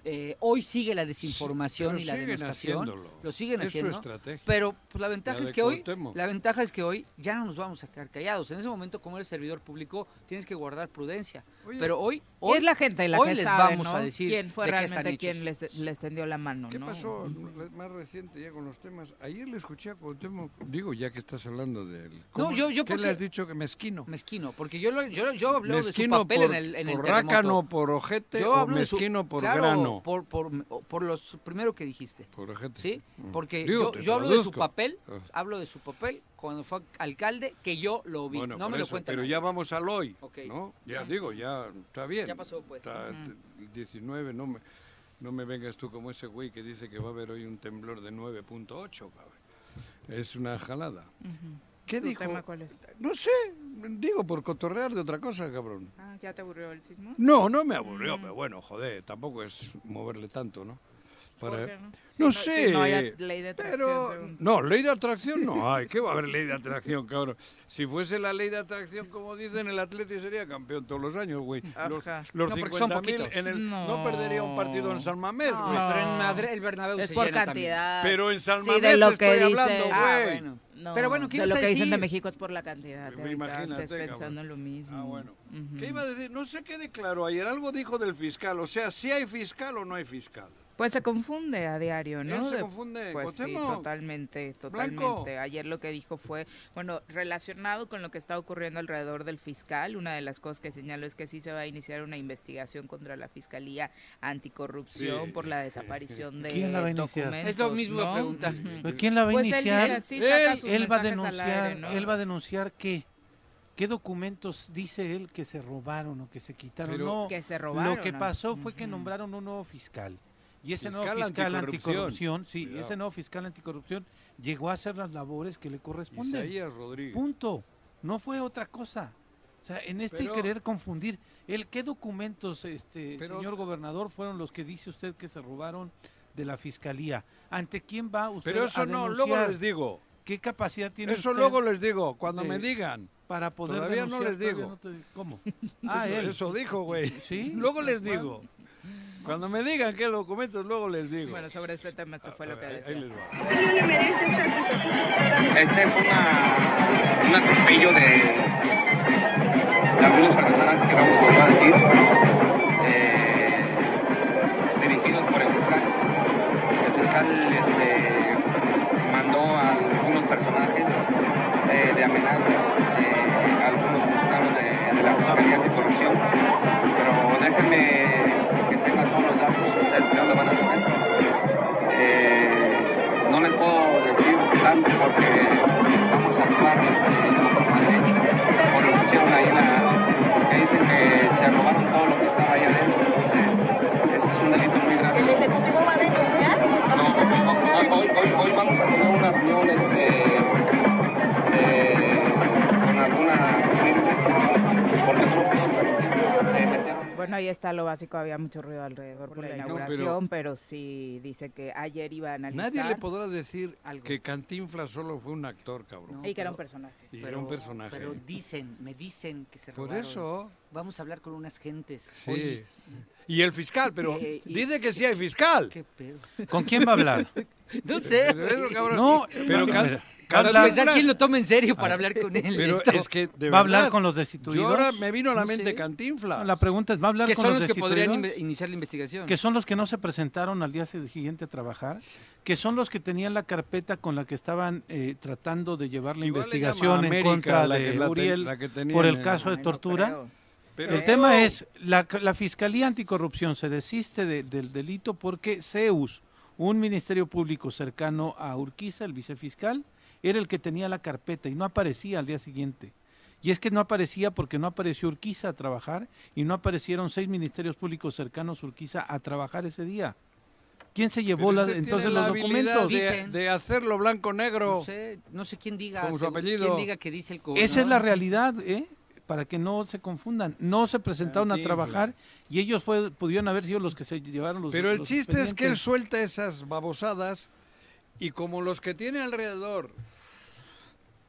Speaker 7: Eh, hoy sigue la
Speaker 5: pero
Speaker 7: desinformación y la
Speaker 5: siguen
Speaker 7: denostación.
Speaker 5: haciéndolo.
Speaker 7: Lo siguen
Speaker 5: Es su
Speaker 7: haciendo.
Speaker 5: estrategia.
Speaker 7: Pero pues, la ventaja
Speaker 5: La
Speaker 7: es
Speaker 5: de
Speaker 7: que hoy,
Speaker 5: Cuauhtémoc.
Speaker 7: la ventaja es que hoy ya no nos vamos a quedar callados. En ese momento, como eres servidor público, tienes que guardar prudencia.
Speaker 5: Oye,
Speaker 7: Pero hoy,
Speaker 4: Hoy
Speaker 7: hoy
Speaker 4: es la gente la
Speaker 7: hoy
Speaker 4: que
Speaker 7: les
Speaker 4: sabe,
Speaker 7: vamos
Speaker 4: ¿no?
Speaker 7: a decir
Speaker 4: quién fue
Speaker 7: de qué están
Speaker 4: realmente quien
Speaker 7: hechos.
Speaker 4: les, les tendió la mano,
Speaker 5: ¿Qué
Speaker 4: ¿no?
Speaker 5: pasó Lo más reciente ya con los temas? Ayer le escuché a Cuauhtémoc, digo, ya que estás hablando de él. ¿cómo-
Speaker 7: yo- yo
Speaker 5: ¿Qué
Speaker 7: porque-
Speaker 5: le has dicho que mezquino?
Speaker 7: Mezquino, porque yo, lo- yo, yo hablo de su
Speaker 5: mezquino
Speaker 7: papel
Speaker 5: por,
Speaker 7: en el, en el
Speaker 5: por
Speaker 7: terremoto.
Speaker 5: rácano, por ojete
Speaker 7: yo
Speaker 5: o
Speaker 7: hablo de su-
Speaker 5: mezquino por
Speaker 7: claro,
Speaker 5: grano.
Speaker 7: Por, por, por los primero que dijiste.
Speaker 5: Por ojete.
Speaker 7: ¿Sí?
Speaker 5: Mm.
Speaker 7: Porque
Speaker 5: Digo,
Speaker 7: yo,
Speaker 5: te
Speaker 7: yo hablo de su
Speaker 5: traduzco.
Speaker 7: papel,
Speaker 5: Ah.
Speaker 7: hablo de su papel cuando fue alcalde, que yo lo vi.
Speaker 5: Bueno,
Speaker 7: no
Speaker 5: por
Speaker 7: me lo
Speaker 5: eso,
Speaker 7: cuentan.
Speaker 5: Pero ya vamos al hoy,
Speaker 7: Ok.
Speaker 5: ¿no? Ya digo, ya está bien.
Speaker 7: Ya pasó, pues.
Speaker 5: Está el 19, no me, no me vengas tú como ese güey que dice que va a haber hoy un temblor de 9.8, cabrón. Es una jalada. ¿Qué
Speaker 4: ¿Tu
Speaker 5: dijo?
Speaker 4: tema cuál es?
Speaker 5: No sé, digo por cotorrear de otra cosa, cabrón.
Speaker 4: Ah, ¿ya te aburrió el sismo?
Speaker 5: No, no me aburrió, pero bueno, joder, tampoco es moverle tanto, ¿no?
Speaker 4: ¿Por
Speaker 5: Para-
Speaker 4: qué no? Si
Speaker 5: no
Speaker 4: no-
Speaker 5: sé.
Speaker 4: si no hay ley de atracción,
Speaker 5: pero...
Speaker 4: según tú.
Speaker 5: No, ley de atracción no hay. ¿Qué va a haber ley de atracción, cabrón? Si fuese la ley de atracción, como dicen, el Atleti sería campeón todos los años, güey. Los,
Speaker 4: Ajá.
Speaker 5: los
Speaker 7: No, porque son
Speaker 5: 50.000
Speaker 7: poquitos.
Speaker 5: en el... No.
Speaker 4: No.
Speaker 5: perdería un partido en San Mamés, güey.
Speaker 7: No, pero en Madrid el Bernabéu
Speaker 4: Es
Speaker 7: se
Speaker 4: por
Speaker 7: llena también.
Speaker 4: cantidad.
Speaker 5: Pero en San
Speaker 4: Sí,
Speaker 5: Mamés
Speaker 4: de lo
Speaker 5: estoy
Speaker 4: que dice.
Speaker 5: hablando, güey.
Speaker 7: Ah, bueno.
Speaker 4: No,
Speaker 7: pero bueno, ¿qué
Speaker 4: de
Speaker 7: ibas
Speaker 4: lo
Speaker 7: a
Speaker 4: que dicen de
Speaker 7: decir?
Speaker 4: México es por la cantidad.
Speaker 5: Me
Speaker 4: ahorita
Speaker 5: imagínate,
Speaker 4: Estás pensando
Speaker 5: cabrón.
Speaker 4: en lo mismo.
Speaker 5: Ah, bueno.
Speaker 4: Ujú.
Speaker 5: ¿Qué iba a decir? No sé qué declaró ayer. Algo dijo del fiscal. O sea, si hay fiscal o no hay fiscal.
Speaker 4: Pues se confunde a diario, ¿no?
Speaker 5: Él se
Speaker 4: De-
Speaker 5: confunde,
Speaker 4: Pues sí,
Speaker 5: Cuauhtémoc.
Speaker 4: totalmente, totalmente.
Speaker 5: Blanco.
Speaker 4: Ayer lo que dijo fue, bueno, relacionado con lo que está ocurriendo alrededor del fiscal, una de las cosas que señaló es que sí se va a iniciar una investigación contra la Fiscalía Anticorrupción
Speaker 5: Sí.
Speaker 4: por la desaparición de
Speaker 6: ¿Quién la va a iniciar?
Speaker 4: documentos,
Speaker 7: Es lo mismo
Speaker 4: ¿no?
Speaker 7: a preguntar.
Speaker 6: ¿Pero ¿Quién la va a
Speaker 4: Pues él,
Speaker 6: iniciar?
Speaker 4: dice, sí, saca
Speaker 5: Él-
Speaker 4: sus
Speaker 6: Él va a
Speaker 4: mensajes al
Speaker 6: denunciar,
Speaker 4: aire, ¿no?
Speaker 6: él va a denunciar qué, qué documentos dice él que se robaron o que se quitaron.
Speaker 5: Pero-
Speaker 6: no,
Speaker 4: Que se robaron,
Speaker 6: Lo que
Speaker 4: ¿no?
Speaker 6: pasó fue que
Speaker 4: Ujú.
Speaker 6: nombraron un nuevo fiscal y ese
Speaker 5: Fiscal
Speaker 6: nuevo fiscal
Speaker 5: anticorrupción.
Speaker 6: anticorrupción, sí,
Speaker 5: Cuidado.
Speaker 6: ese nuevo fiscal anticorrupción llegó a hacer las labores que le corresponden.
Speaker 5: Isaías Rodríguez.
Speaker 6: Punto. No fue otra cosa. O sea, en este
Speaker 5: Pero-
Speaker 6: querer confundir, el qué documentos, este
Speaker 5: Pero-
Speaker 6: señor gobernador, fueron los que dice usted que se robaron de la fiscalía. ¿Ante quién va usted
Speaker 5: Pero
Speaker 6: a
Speaker 5: eso no,
Speaker 6: denunciar?
Speaker 5: luego les digo.
Speaker 6: ¿Qué capacidad tiene
Speaker 5: Eso
Speaker 6: usted
Speaker 5: luego les digo, cuando
Speaker 6: de-
Speaker 5: me digan.
Speaker 6: para poder
Speaker 5: todavía no
Speaker 6: denunciar?
Speaker 5: les digo.
Speaker 6: Todavía no te- ¿Cómo? Ah,
Speaker 5: *laughs* eso,
Speaker 6: él.
Speaker 5: eso dijo, güey.
Speaker 6: Sí.
Speaker 5: *laughs* Luego les digo. Cuando me digan qué documentos, luego les digo.
Speaker 4: Bueno, sobre este tema esto fue lo que
Speaker 5: Ahí- ahí
Speaker 4: decía.
Speaker 5: les va.
Speaker 8: Este fue una, un atropello de, de algunas personas que vamos a decir, eh, dirigidos por el fiscal. El fiscal este, mandó a algunos personajes eh, de amenazas, eh, a algunos buscados de, de la Fiscalía de Corrupción, pero déjenme que tenga todos los datos, ustedes primero lo van a tener. Eh, no les puedo decir tanto porque vamos a actuar este, como han hecho, por lo que hicieron ahí, la- porque dicen que se robaron todo lo que estaba ahí adentro, entonces ese es un delito muy grave. ¿El Ejecutivo va a denunciar? No, hoy, hoy- hoy vamos a tener una reunión este, eh, con algunas gentes, porque no lo puedo permitir, se metieron.
Speaker 4: Bueno, ahí está lo básico, había mucho ruido alrededor por, la
Speaker 5: No, pero-
Speaker 4: inauguración, pero... sí dice que ayer iba a analizar
Speaker 5: Nadie le podrá decir
Speaker 7: Algo.
Speaker 5: que Cantinfla solo fue un actor, cabrón.
Speaker 7: No.
Speaker 4: y que era un personaje.
Speaker 5: Y era un personaje.
Speaker 7: Pero dicen, me dicen que se
Speaker 5: Por
Speaker 7: robaron.
Speaker 5: eso,
Speaker 7: Vamos a hablar con unas gentes.
Speaker 5: sí.
Speaker 7: Oye,
Speaker 5: Y el fiscal,
Speaker 7: *laughs*
Speaker 5: pero
Speaker 7: Eh, y-
Speaker 5: dice que sí hay fiscal.
Speaker 7: qué pedo.
Speaker 6: ¿Con quién va a hablar?
Speaker 7: *laughs* No sé.
Speaker 5: Pero eso, cabrón.
Speaker 6: no, mira,
Speaker 5: pero Can-
Speaker 7: Para
Speaker 5: Carla- Ah,
Speaker 7: empezar, pues, ¿quién lo toma en serio para hablar con él?
Speaker 5: Pero
Speaker 7: Esto.
Speaker 5: es que de
Speaker 6: ¿va a hablar
Speaker 5: verdad,
Speaker 6: con los
Speaker 5: Yo
Speaker 6: destituidos?
Speaker 5: ahora me vino a la
Speaker 7: No
Speaker 5: mente
Speaker 7: sé.
Speaker 5: Cantinfla.
Speaker 6: No, La pregunta es, ¿va a hablar
Speaker 7: que
Speaker 6: con
Speaker 7: son
Speaker 6: los,
Speaker 7: los que podrían
Speaker 6: destituidos?
Speaker 7: inve- iniciar la investigación.
Speaker 6: que son los que no se presentaron al día siguiente a trabajar, que son los que tenían la carpeta con la que estaban eh, tratando de llevar la
Speaker 5: Igual le llama
Speaker 6: investigación en
Speaker 5: América,
Speaker 6: contra
Speaker 5: la que
Speaker 6: de
Speaker 5: la ten-
Speaker 6: Uriel
Speaker 5: la que tenía
Speaker 6: por
Speaker 5: en
Speaker 6: el
Speaker 5: el-
Speaker 6: caso
Speaker 4: Ay,
Speaker 6: de
Speaker 4: no
Speaker 6: tortura.
Speaker 4: creo.
Speaker 5: Pero
Speaker 6: el tema es, la, la Fiscalía Anticorrupción se desiste de- del delito porque Zeus, un ministerio público cercano a Urquiza, el vicefiscal, era el que tenía la carpeta y no aparecía al día siguiente. Y es que no aparecía porque no apareció Urquiza a trabajar y no aparecieron seis ministerios públicos cercanos a Urquiza a trabajar ese día. ¿Quién se llevó la-
Speaker 5: Pero usted
Speaker 6: entonces
Speaker 5: tiene la
Speaker 6: los
Speaker 5: habilidad
Speaker 6: documentos?
Speaker 5: De,
Speaker 7: Dicen.
Speaker 5: de hacerlo blanco-negro.
Speaker 7: No sé, no sé quién diga.
Speaker 5: Como su
Speaker 7: según-
Speaker 5: apellido.
Speaker 7: quién diga que dice el co-
Speaker 6: Esa es
Speaker 7: ¿no?
Speaker 6: la realidad, ¿eh? Para que no se confundan. No se presentaron a
Speaker 5: Cantinflas.
Speaker 6: trabajar y ellos fue, pudieron haber sido los que se llevaron los
Speaker 5: Pero el
Speaker 6: los
Speaker 5: chiste es que él
Speaker 6: expedientes.
Speaker 5: suelta esas babosadas y como los que tiene alrededor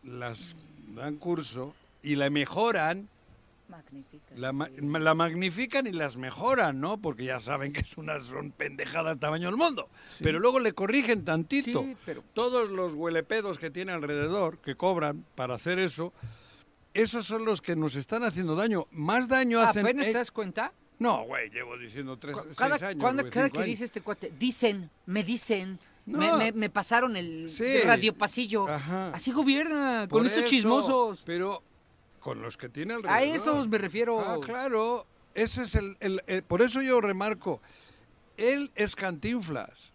Speaker 5: las dan curso y la mejoran,
Speaker 4: Magnífica.
Speaker 5: la, ma- la magnifican y las mejoran, ¿no? Porque ya saben que es una, son pendejadas tamaño del mundo. Pero luego le corrigen tantito.
Speaker 7: Sí, pero
Speaker 5: Todos los huelepedos que tiene alrededor, que cobran para hacer eso, esos son los que nos están haciendo daño. Más daño hacen...
Speaker 7: Ah, apenas
Speaker 5: eh,
Speaker 7: te das cuenta.
Speaker 5: No, güey, llevo diciendo tres,
Speaker 7: pues, Cu-
Speaker 5: cada,
Speaker 7: Cada,
Speaker 5: seis años.
Speaker 7: cuando-
Speaker 5: güey,
Speaker 7: cada
Speaker 5: cinco
Speaker 7: que
Speaker 5: años.
Speaker 7: dice este cuate, dicen, me dicen,
Speaker 5: No.
Speaker 7: me, me- me pasaron el
Speaker 5: Sí.
Speaker 7: radiopasillo.
Speaker 5: Ajá.
Speaker 7: Así gobierna,
Speaker 5: Por
Speaker 7: con estos
Speaker 5: eso,
Speaker 7: chismosos.
Speaker 5: Pero con los que tiene alrededor.
Speaker 7: A esos me refiero.
Speaker 5: Ah, claro. Ese es el, el- el- Por eso yo remarco. Él es cantinflas.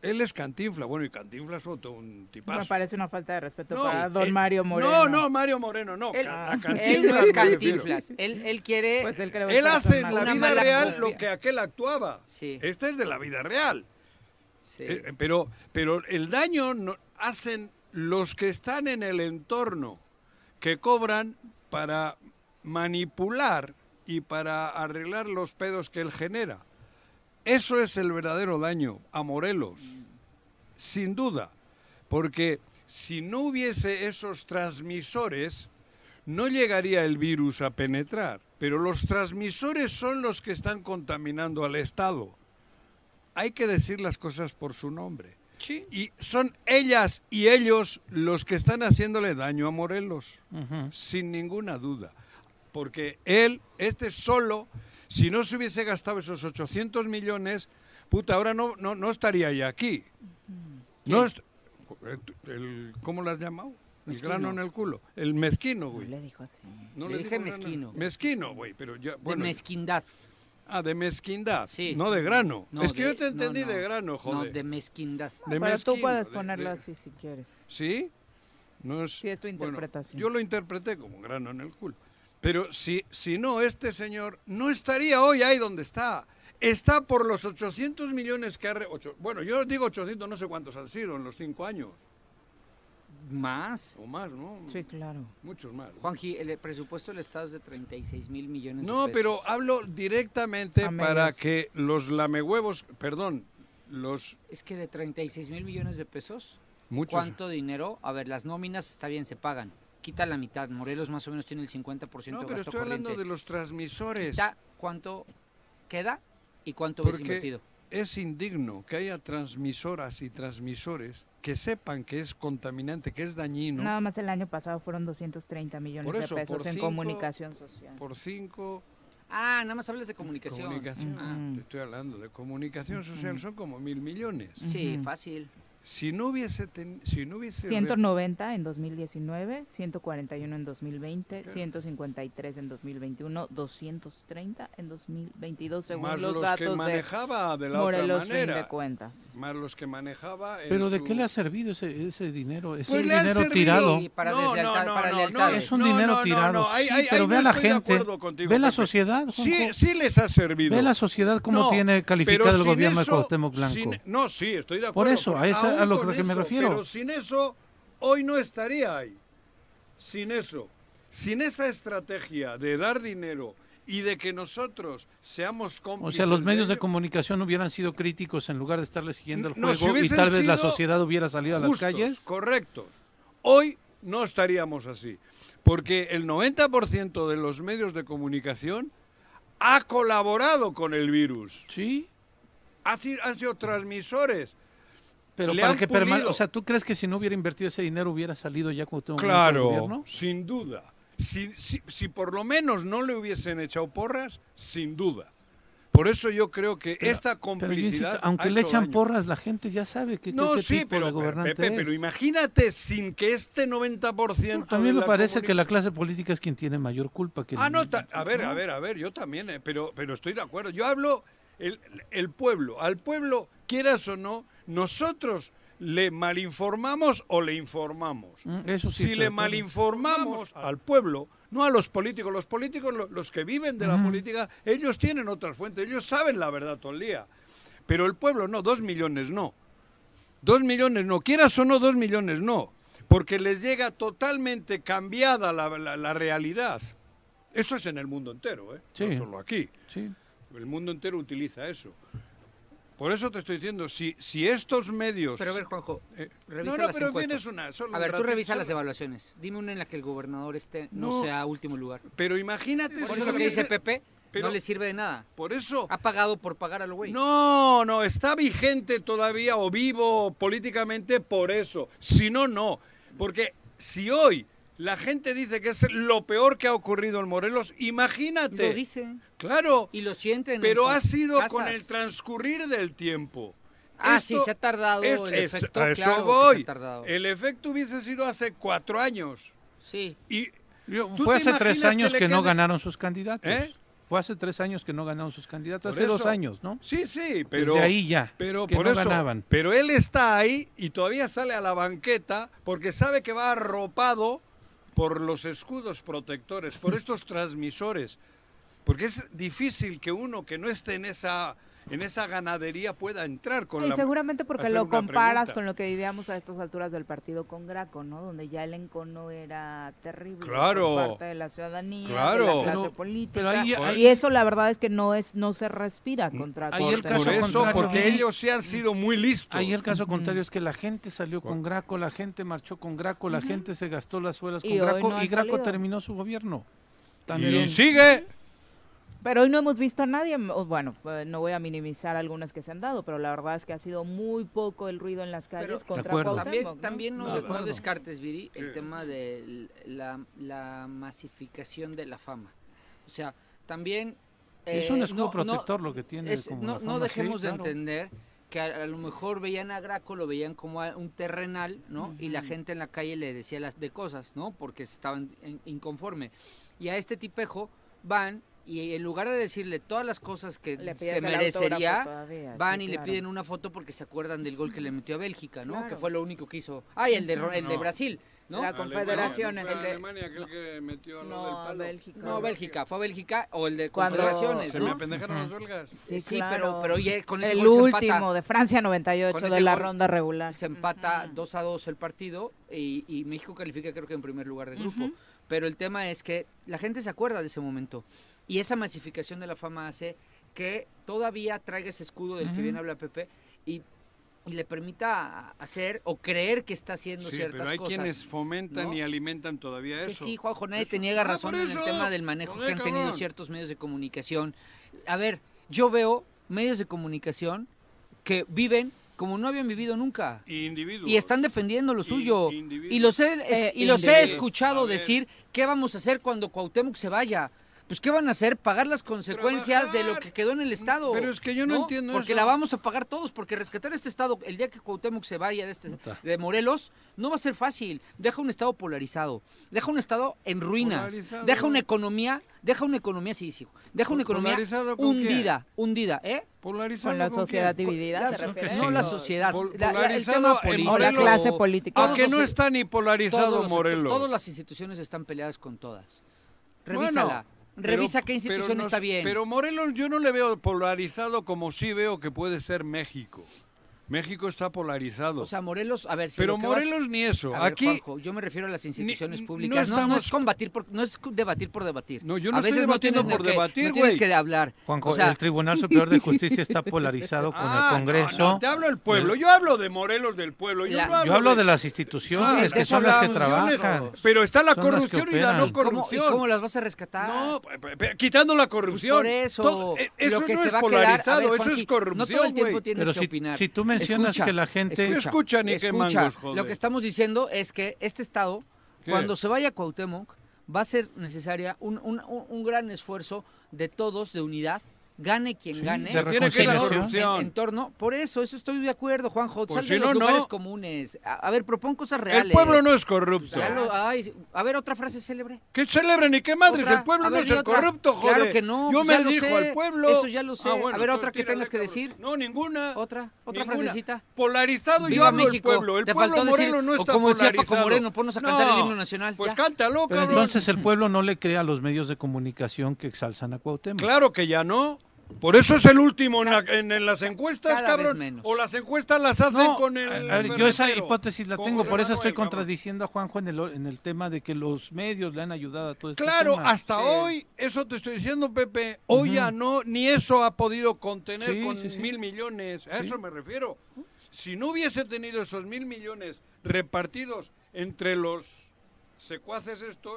Speaker 5: Él es cantinfla. Bueno, y cantinflas fue todo un tipazo.
Speaker 4: Me parece una falta de respeto
Speaker 5: No,
Speaker 4: para don
Speaker 5: eh,
Speaker 4: Mario Moreno.
Speaker 5: No, no, Mario Moreno, no.
Speaker 7: Él,
Speaker 5: a
Speaker 7: *laughs* él
Speaker 5: Cantinflas
Speaker 7: no es
Speaker 5: me refiero.
Speaker 7: cantinflas. Él, él quiere.
Speaker 4: Pues él creo que
Speaker 5: Él
Speaker 4: es
Speaker 5: hace en
Speaker 4: más-
Speaker 5: la
Speaker 7: una
Speaker 5: vida
Speaker 7: mala
Speaker 5: real
Speaker 7: copia.
Speaker 5: lo que aquel actuaba.
Speaker 7: Sí.
Speaker 5: Este es de la vida real.
Speaker 7: Sí.
Speaker 5: Eh, eh, pero, pero el daño no, hacen los que están en el entorno, que cobran para manipular y para arreglar los pedos que él genera. Eso es el verdadero daño a Morelos, sin duda, porque si no hubiese esos transmisores, no llegaría el virus a penetrar, pero los transmisores son los que están contaminando al Estado hay que decir las cosas por su nombre.
Speaker 7: Sí.
Speaker 5: Y son ellas y ellos los que están haciéndole daño a Morelos, sin ninguna duda. Porque él, este solo, si no se hubiese gastado esos 800 millones, puta, ahora no, no, no estaría ya aquí. No est- el- ¿Cómo lo has llamado? El
Speaker 7: Mezquino.
Speaker 5: grano en el culo. El mezquino, güey.
Speaker 4: No le dijo así.
Speaker 5: No digo
Speaker 7: Le
Speaker 5: grano
Speaker 7: dije
Speaker 5: en-
Speaker 7: mezquino.
Speaker 5: Mezquino, güey, pero ya, bueno,
Speaker 7: de mezquindad.
Speaker 5: Ah, de mezquindad.
Speaker 7: Sí.
Speaker 5: No de grano.
Speaker 7: No,
Speaker 5: es que
Speaker 7: de-
Speaker 5: yo te
Speaker 7: no,
Speaker 5: entendí
Speaker 7: no.
Speaker 5: de grano, joder.
Speaker 7: No, de mezquindad.
Speaker 5: De
Speaker 4: Pero tú
Speaker 5: mezquino,
Speaker 4: puedes
Speaker 5: de-
Speaker 4: ponerlo
Speaker 5: de-
Speaker 4: así si quieres.
Speaker 5: ¿Sí? No es,
Speaker 4: Sí, es tu
Speaker 5: bueno,
Speaker 4: interpretación.
Speaker 5: yo lo interpreté como un grano en el culo. Pero si, si no, este señor no estaría hoy ahí donde está. Está por los 800 millones que ha... re- ocho- bueno, yo digo 800, no sé cuántos han sido en los cinco años.
Speaker 7: Más.
Speaker 5: O más, ¿no?
Speaker 4: Sí, claro.
Speaker 5: Muchos más.
Speaker 7: Juanji, el presupuesto del Estado es de 36 mil millones de
Speaker 5: No,
Speaker 7: pesos.
Speaker 5: pero hablo directamente
Speaker 4: A
Speaker 5: para
Speaker 4: medias.
Speaker 5: que los lamehuevos, perdón, los
Speaker 7: Es que de 36 mil millones de pesos,
Speaker 5: muchos...
Speaker 7: ¿cuánto dinero? A ver, las nóminas está bien, se pagan. Quita la mitad. Morelos más o menos tiene el 50%
Speaker 5: No,
Speaker 7: de
Speaker 5: pero
Speaker 7: gasto
Speaker 5: estoy
Speaker 7: corriente.
Speaker 5: hablando de los transmisores.
Speaker 7: Quita cuánto queda y cuánto ves
Speaker 5: Porque
Speaker 7: invertido.
Speaker 5: es indigno que haya transmisoras y transmisores que sepan que es contaminante, que es dañino.
Speaker 4: Nada más el año pasado fueron 230 millones
Speaker 5: Por eso,
Speaker 4: de
Speaker 5: por
Speaker 4: pesos en
Speaker 5: cinco-
Speaker 4: comunicación social.
Speaker 5: Por cinco,
Speaker 7: Ah, nada más hablas de comunicación.
Speaker 5: comunicación.
Speaker 4: Mm.
Speaker 7: Ah,
Speaker 5: Te estoy hablando de comunicación social, son como mil millones.
Speaker 7: Sí,
Speaker 4: Ujú.
Speaker 7: fácil.
Speaker 5: Si no hubiese... ten- si no hubiese
Speaker 4: 190 en 2019, 141 en 2020,
Speaker 5: Claro.
Speaker 4: 153 en 2021, 230 en 2022, según
Speaker 5: más
Speaker 4: los,
Speaker 5: los, que
Speaker 4: datos de
Speaker 5: manejaba de la
Speaker 4: Morelos
Speaker 5: otra
Speaker 4: Fin de
Speaker 5: manera.
Speaker 4: Cuentas.
Speaker 5: Más los que manejaba... en
Speaker 6: Pero ¿de
Speaker 5: su-
Speaker 6: qué le ha servido ese, ese dinero? Es
Speaker 5: Pues
Speaker 6: un
Speaker 5: le han
Speaker 6: dinero
Speaker 5: servido.
Speaker 6: tirado.
Speaker 7: Sí, para deslealtad- para lealtades.
Speaker 6: Es un dinero tirado, sí, pero ve a la
Speaker 5: estoy de
Speaker 6: gente,
Speaker 5: acuerdo contigo,
Speaker 6: ve la
Speaker 5: Pepe.
Speaker 6: sociedad,
Speaker 5: Sí,
Speaker 6: Juanjo.
Speaker 5: sí les ha servido.
Speaker 6: Ve la sociedad cómo
Speaker 5: No,
Speaker 6: tiene
Speaker 5: pero
Speaker 6: calificado el
Speaker 5: sin
Speaker 6: gobierno
Speaker 5: eso,
Speaker 6: de Cuauhtémoc Blanco.
Speaker 5: sin- no, sí, estoy de acuerdo.
Speaker 6: Por eso, a esa-
Speaker 5: aún
Speaker 6: a lo
Speaker 5: con
Speaker 6: que me
Speaker 5: eso,
Speaker 6: refiero.
Speaker 5: Pero sin eso, hoy no estaría ahí. Sin eso. Sin esa estrategia de dar dinero y de que nosotros seamos
Speaker 6: O
Speaker 5: cómplices.
Speaker 6: sea, los medios de
Speaker 5: ello,
Speaker 6: comunicación hubieran sido críticos en lugar de estarle siguiendo el
Speaker 5: No, si
Speaker 6: juego y
Speaker 5: hubiesen
Speaker 6: tal vez la
Speaker 5: sido
Speaker 6: sociedad hubiera salido a las
Speaker 5: justos,
Speaker 6: calles.
Speaker 5: Correctos. Hoy no estaríamos así. Porque el 90% de los medios de comunicación ha colaborado con el virus.
Speaker 6: Sí,
Speaker 5: Ha si- han sido transmisores.
Speaker 6: pero
Speaker 5: Le
Speaker 6: para
Speaker 5: han
Speaker 6: que perma-
Speaker 5: pulido.
Speaker 6: O sea, ¿tú crees que si no hubiera invertido ese dinero hubiera salido ya Cuauhtémoc Blanco del
Speaker 5: Claro,
Speaker 6: gobierno?
Speaker 5: sin duda. Si, si- si por lo menos no le hubiesen echado porras, sin duda. Por eso yo creo que esta
Speaker 6: Pero yo insisto,
Speaker 5: complicidad. ha
Speaker 6: aunque le
Speaker 5: hecho
Speaker 6: echan
Speaker 5: daño.
Speaker 6: porras, la gente ya sabe que
Speaker 5: No,
Speaker 6: qué
Speaker 5: sí,
Speaker 6: tipo de
Speaker 5: pero, pero,
Speaker 6: gobernante
Speaker 5: Pepe, pero
Speaker 6: es.
Speaker 5: imagínate sin que este 90%.
Speaker 6: a mí
Speaker 5: de
Speaker 6: me
Speaker 5: la
Speaker 6: parece que
Speaker 5: comuni-
Speaker 6: la clase política es quien tiene mayor culpa. Que
Speaker 5: Ah,
Speaker 6: el-
Speaker 5: no, ta- a ver, a ver, a ver, yo también, eh, pero, pero estoy de acuerdo. Yo hablo el, el pueblo, al pueblo, quieras o no, nosotros le malinformamos o le informamos.
Speaker 6: Mm, eso sí
Speaker 5: si
Speaker 6: estoy de
Speaker 5: le
Speaker 6: acuerdo.
Speaker 5: malinformamos al pueblo, no a los políticos, los políticos, lo- los que viven de la política, ellos tienen otras fuentes, ellos saben la verdad todo el día. Pero el pueblo no, dos millones no. Dos millones no, quieras o no, dos millones no. Porque les llega totalmente cambiada la, la- la realidad. Eso es en el mundo entero, ¿eh?
Speaker 6: Sí.
Speaker 5: No solo aquí.
Speaker 6: Sí.
Speaker 5: El mundo entero utiliza eso. Por eso te estoy diciendo, si, si estos medios...
Speaker 7: Pero a ver, Juanjo,
Speaker 5: Eh,
Speaker 7: revisa
Speaker 5: no, no,
Speaker 7: las
Speaker 5: pero
Speaker 7: encuestas.
Speaker 5: tienes una... solo
Speaker 7: a
Speaker 5: un
Speaker 7: ver, tú
Speaker 5: ratito,
Speaker 7: revisa
Speaker 5: solo-
Speaker 7: las evaluaciones. Dime una en la que el gobernador esté no,
Speaker 5: No.
Speaker 7: sea último lugar.
Speaker 5: Pero imagínate...
Speaker 7: Por
Speaker 5: si
Speaker 7: eso que
Speaker 5: ese-
Speaker 7: dice Pepe,
Speaker 5: pero-
Speaker 7: no le sirve de nada.
Speaker 5: Por eso...
Speaker 7: Ha pagado por pagar a lo güey.
Speaker 5: No, no, está vigente todavía o vivo políticamente por eso. Si no, no. Porque si hoy la gente dice que es lo peor que ha ocurrido en Morelos, imagínate.
Speaker 7: Lo dicen
Speaker 5: Claro,
Speaker 7: y lo sienten.
Speaker 5: pero ha sido con el
Speaker 7: tránsito.
Speaker 5: transcurrir del tiempo.
Speaker 7: Ah,
Speaker 5: Esto-
Speaker 7: sí, se ha tardado
Speaker 5: es-
Speaker 7: el
Speaker 5: es-
Speaker 7: efecto.
Speaker 5: a eso
Speaker 7: claro que se
Speaker 5: voy.
Speaker 7: ha tardado.
Speaker 5: El efecto hubiese sido hace cuatro años.
Speaker 7: Sí,
Speaker 5: Y
Speaker 6: Yo-
Speaker 5: ¿Tú
Speaker 6: fue
Speaker 5: te
Speaker 6: hace tres
Speaker 5: imaginas
Speaker 6: años
Speaker 5: que
Speaker 6: que,
Speaker 5: le
Speaker 6: no
Speaker 5: quede-
Speaker 6: ganaron sus candidatos.
Speaker 5: ¿Eh?
Speaker 6: Fue hace tres años que no ganaron sus candidatos.
Speaker 5: Por
Speaker 6: hace dos
Speaker 5: eso.
Speaker 6: años, ¿no?
Speaker 5: Sí, sí, pero.
Speaker 6: Desde ahí ya,
Speaker 5: Pero
Speaker 6: que
Speaker 5: por
Speaker 6: no
Speaker 5: eso.
Speaker 6: ganaban.
Speaker 5: Pero él está ahí y todavía sale a la banqueta porque sabe que va arropado por los escudos
Speaker 6: *laughs*
Speaker 5: protectores, por estos transmisores. Porque es difícil que uno que no esté en esa, en esa ganadería pueda entrar con
Speaker 4: Y
Speaker 5: la.
Speaker 4: seguramente porque
Speaker 5: hacer
Speaker 4: lo
Speaker 5: una
Speaker 4: comparas
Speaker 5: pregunta.
Speaker 4: con lo que vivíamos a estas alturas del partido con Graco, ¿no? Donde ya el encono era terrible
Speaker 5: Claro.
Speaker 4: por parte de la ciudadanía,
Speaker 5: Claro.
Speaker 4: de la clase
Speaker 6: Pero-
Speaker 4: política.
Speaker 6: pero ahí- ahí-
Speaker 4: y eso la verdad es que no es no se respira contra
Speaker 6: ahí el
Speaker 4: Cortes.
Speaker 6: caso
Speaker 5: Mm. Por eso,
Speaker 6: contrario.
Speaker 5: porque ellos sí han sido muy listos.
Speaker 6: Ahí el caso contrario es que la gente salió con Graco, la gente marchó con Graco, la gente se gastó las suelas con
Speaker 4: Y hoy
Speaker 6: Graco
Speaker 4: no ha
Speaker 6: y Graco
Speaker 4: salido.
Speaker 6: terminó su gobierno. También.
Speaker 5: y sigue.
Speaker 4: Pero hoy no hemos visto a nadie, o bueno, eh, no voy a minimizar algunas que se han dado, pero la verdad es que ha sido muy poco el ruido en las calles
Speaker 7: De
Speaker 4: contra
Speaker 6: acuerdo.
Speaker 4: Cuauhtémoc,
Speaker 7: También,
Speaker 4: ¿no?
Speaker 7: también no,
Speaker 6: De
Speaker 7: no
Speaker 6: acuerdo.
Speaker 7: descartes, Viri, el tema de l- la, la masificación de la fama. O sea, también...
Speaker 6: es
Speaker 7: eh,
Speaker 6: un escudo
Speaker 7: no- no-
Speaker 6: protector lo que tiene.
Speaker 7: es-
Speaker 6: como
Speaker 7: no,
Speaker 6: la
Speaker 7: no
Speaker 6: fama, sí,
Speaker 7: dejemos de
Speaker 6: claro.
Speaker 7: entender que a, a lo mejor veían a Graco, lo veían como a- un terrenal, ¿no? Y la gente en la calle le decía las de cosas, ¿no? Porque estaban en- inconforme. Y a este tipejo van y en lugar de decirle todas las cosas que
Speaker 4: Le pides
Speaker 7: se
Speaker 4: el autógrafo
Speaker 7: merecería,
Speaker 4: todavía, sí,
Speaker 7: van y le
Speaker 4: claro.
Speaker 7: piden una foto porque se acuerdan del gol que le metió a Bélgica, ¿no? Que
Speaker 4: Claro.
Speaker 7: fue lo único que hizo. Ay, el de, Ro- el de Brasil, ¿no?
Speaker 4: La este, Confederaciones.
Speaker 5: Alemania, ¿no fue
Speaker 7: El de-
Speaker 5: Alemania aquel que metió a lo del
Speaker 4: No,
Speaker 5: palo?
Speaker 4: Bélgica.
Speaker 7: No, Bélgica, fue a Bélgica o el de
Speaker 4: Cuando-
Speaker 7: Confederaciones,
Speaker 5: Se
Speaker 7: ¿no?
Speaker 5: me pendejaron las huelgas.
Speaker 4: Sí,
Speaker 7: Sí,
Speaker 4: claro.
Speaker 7: pero- pero oye, con ese
Speaker 4: el
Speaker 7: gol se empata.
Speaker 4: último de Francia 98
Speaker 7: Con
Speaker 4: de
Speaker 7: ese
Speaker 4: la
Speaker 7: gol
Speaker 4: ronda regular.
Speaker 7: Se empata 2 a 2 el partido y, y México califica creo que en primer lugar del grupo. Pero el tema es que la gente se acuerda de ese momento y esa masificación de la fama hace que todavía traiga ese escudo del que bien habla Pepe y, y le permita hacer o creer que está haciendo
Speaker 5: Sí,
Speaker 7: ciertas
Speaker 5: pero hay
Speaker 7: cosas.
Speaker 5: quienes fomentan
Speaker 7: ¿no?
Speaker 5: y alimentan todavía
Speaker 7: Que
Speaker 5: eso.
Speaker 7: sí, Juanjo, nadie
Speaker 5: Eso.
Speaker 7: te niega
Speaker 5: Ah, por
Speaker 7: razón en el
Speaker 5: eso.
Speaker 7: tema del manejo
Speaker 5: Joder,
Speaker 7: que han tenido
Speaker 5: cabrón.
Speaker 7: ciertos medios de comunicación. A ver, yo veo medios de comunicación que viven como no habían vivido nunca.
Speaker 5: Y individuos.
Speaker 7: Y están defendiendo lo suyo.
Speaker 5: individuos.
Speaker 7: Y los he, es-
Speaker 4: Eh,
Speaker 7: y los he
Speaker 4: individuos.
Speaker 7: escuchado
Speaker 5: A ver.
Speaker 7: decir, ¿qué vamos a hacer cuando Cuauhtémoc se vaya? Pues, ¿qué van a hacer? Pagar las consecuencias de lo
Speaker 5: Trabajar.
Speaker 7: que quedó en el Estado.
Speaker 5: Pero es que yo no entiendo
Speaker 7: Porque
Speaker 5: eso.
Speaker 7: la vamos a pagar todos, porque rescatar este Estado, el día que Cuauhtémoc se vaya de, este, de Morelos, no va a ser fácil. Deja un Estado polarizado, deja un Estado en ruinas,
Speaker 5: Polarizado.
Speaker 7: deja una economía, deja una economía, sí, sí, deja una economía
Speaker 5: ¿Polarizado con
Speaker 7: hundida, hundida, ¿eh?
Speaker 5: Polarizado
Speaker 4: con la
Speaker 5: quién?
Speaker 4: sociedad dividida,
Speaker 7: La
Speaker 4: ¿te
Speaker 7: so-
Speaker 4: refieres?
Speaker 7: No
Speaker 6: Sí.
Speaker 7: la sociedad,
Speaker 5: Pol-
Speaker 7: la- la- el
Speaker 5: polarizado
Speaker 7: tema
Speaker 5: en
Speaker 7: político.
Speaker 4: O la
Speaker 5: Morelos.
Speaker 4: clase política.
Speaker 5: ¿A
Speaker 7: Todos
Speaker 5: que
Speaker 7: los-
Speaker 5: no está ni polarizado
Speaker 7: Todos los-
Speaker 5: Morelos?
Speaker 7: Todas las instituciones están peleadas con todas.
Speaker 5: Bueno,
Speaker 7: Revísala.
Speaker 5: pero-
Speaker 7: Revisa qué
Speaker 5: pero
Speaker 7: institución
Speaker 5: no-
Speaker 7: está bien.
Speaker 5: Pero Morelos yo no le veo polarizado como sí veo que puede ser México. México está polarizado.
Speaker 7: o sea, Morelos, a ver, si
Speaker 5: pero
Speaker 7: lo que
Speaker 5: Morelos
Speaker 7: vas-
Speaker 5: ni eso.
Speaker 7: A ver,
Speaker 5: Aquí
Speaker 7: Juanjo, yo me refiero a las instituciones
Speaker 5: ni-
Speaker 7: públicas.
Speaker 5: no
Speaker 7: No, no es
Speaker 5: estamos-
Speaker 7: combatir por, no es debatir por debatir.
Speaker 5: No, yo no
Speaker 7: a
Speaker 5: estoy
Speaker 7: veces
Speaker 5: debatiendo
Speaker 7: tienes
Speaker 5: por
Speaker 7: que-
Speaker 5: debatir,
Speaker 7: No
Speaker 5: güey.
Speaker 7: tienes que hablar.
Speaker 6: Juanjo,
Speaker 7: o sea,
Speaker 6: el Tribunal Superior de Justicia
Speaker 4: *laughs*
Speaker 6: está polarizado con
Speaker 5: Ah,
Speaker 6: el Congreso.
Speaker 5: No, no, te hablo del pueblo. Yo hablo de Morelos del pueblo. Yo,
Speaker 7: La-
Speaker 5: no hablo,
Speaker 6: Yo hablo
Speaker 5: de-
Speaker 6: de las
Speaker 5: Sí,
Speaker 6: instituciones
Speaker 5: de
Speaker 6: que
Speaker 5: eso
Speaker 6: son las que
Speaker 5: hablábamos.
Speaker 6: trabajan.
Speaker 5: Pero está la
Speaker 6: Son las que
Speaker 5: corrupción y la
Speaker 6: operan.
Speaker 5: no
Speaker 6: ¿Y
Speaker 7: ¿y cómo, y
Speaker 5: corrupción.
Speaker 7: cómo las vas a rescatar? Pues
Speaker 5: No, pe- pe- pe- quitando la corrupción.
Speaker 7: Por eso,
Speaker 5: Todo- e- eso
Speaker 7: lo que
Speaker 5: no
Speaker 7: se
Speaker 5: es
Speaker 7: va a quedar- a ver,
Speaker 5: polarizado, eso
Speaker 7: Juanji,
Speaker 5: es
Speaker 7: No todo el
Speaker 5: corrupción,
Speaker 7: tiempo
Speaker 5: güey.
Speaker 7: tienes
Speaker 6: Pero
Speaker 7: que
Speaker 6: si-
Speaker 7: opinar.
Speaker 6: si tú mencionas que la gente-
Speaker 5: No escucha ni qué mangos, joder.
Speaker 7: Lo que estamos diciendo es que este Estado,
Speaker 5: ¿Qué?
Speaker 7: cuando se vaya a Cuauhtémoc, va a ser necesaria un, un- un- un gran esfuerzo de todos, de unidad, gane quien
Speaker 6: de
Speaker 7: gane.
Speaker 5: Tiene que ir la
Speaker 6: reconciliación.
Speaker 7: En, en
Speaker 5: corrupción.
Speaker 7: torno, por eso, eso estoy de acuerdo, Juanjo.
Speaker 5: Pues
Speaker 7: Sal
Speaker 5: si
Speaker 7: de los
Speaker 5: no, no.
Speaker 7: lugares comunes. A, a ver, propón cosas reales.
Speaker 5: El pueblo no es corrupto.
Speaker 7: Ya lo- ay, a ver, otra frase célebre.
Speaker 5: Que celebren y qué madres,
Speaker 7: Otra,
Speaker 5: el pueblo
Speaker 7: a
Speaker 5: no
Speaker 7: ver,
Speaker 5: es
Speaker 7: y
Speaker 5: el
Speaker 7: otra.
Speaker 5: corrupto, joder.
Speaker 7: Claro que no,
Speaker 5: Yo
Speaker 7: pues
Speaker 5: me
Speaker 7: ya lo
Speaker 5: dedico
Speaker 7: sé,
Speaker 5: al pueblo. Ah,
Speaker 7: eso ya lo sé. A ver,
Speaker 5: entonces
Speaker 7: otra que
Speaker 5: tírale,
Speaker 7: tengas que
Speaker 5: cabrón.
Speaker 7: decir.
Speaker 5: No, ninguna.
Speaker 7: Otra, otra
Speaker 5: Ninguna.
Speaker 7: frasecita.
Speaker 5: Polarizado yo
Speaker 7: Viva
Speaker 5: hablo del
Speaker 7: México.
Speaker 5: pueblo. El
Speaker 7: Te
Speaker 5: pueblo
Speaker 7: faltó decir,
Speaker 5: moreno no
Speaker 7: o
Speaker 5: está
Speaker 7: como decía Paco
Speaker 5: polarizado.
Speaker 7: Moreno, ponnos a cantar el himno nacional,
Speaker 5: Pues
Speaker 7: ya.
Speaker 5: cántalo,
Speaker 6: Pero
Speaker 5: cabrón.
Speaker 6: entonces el pueblo no le cree a los medios de comunicación que exalzan a Cuauhtémoc.
Speaker 5: Claro que ya no. Por eso es el último en, la- en- en las encuestas,
Speaker 7: cada vez
Speaker 5: cabrón.
Speaker 7: menos.
Speaker 5: O las encuestas las hacen
Speaker 6: No,
Speaker 5: con el.
Speaker 6: a ver, yo esa
Speaker 5: ferretero.
Speaker 6: hipótesis la
Speaker 5: Con
Speaker 6: tengo, por eso
Speaker 5: Manuel,
Speaker 6: estoy
Speaker 5: cabrón.
Speaker 6: contradiciendo a Juanjo en el, en el tema de que los medios le han ayudado a todo este esto.
Speaker 5: Claro, hasta
Speaker 7: Sí.
Speaker 5: hoy, eso te estoy diciendo, Pepe, hoy ya no, ni eso ha podido contener
Speaker 6: Sí,
Speaker 5: con
Speaker 6: sí, sí.
Speaker 5: mil millones, a eso me refiero. Si no hubiese tenido esos mil millones repartidos entre los secuaces estos,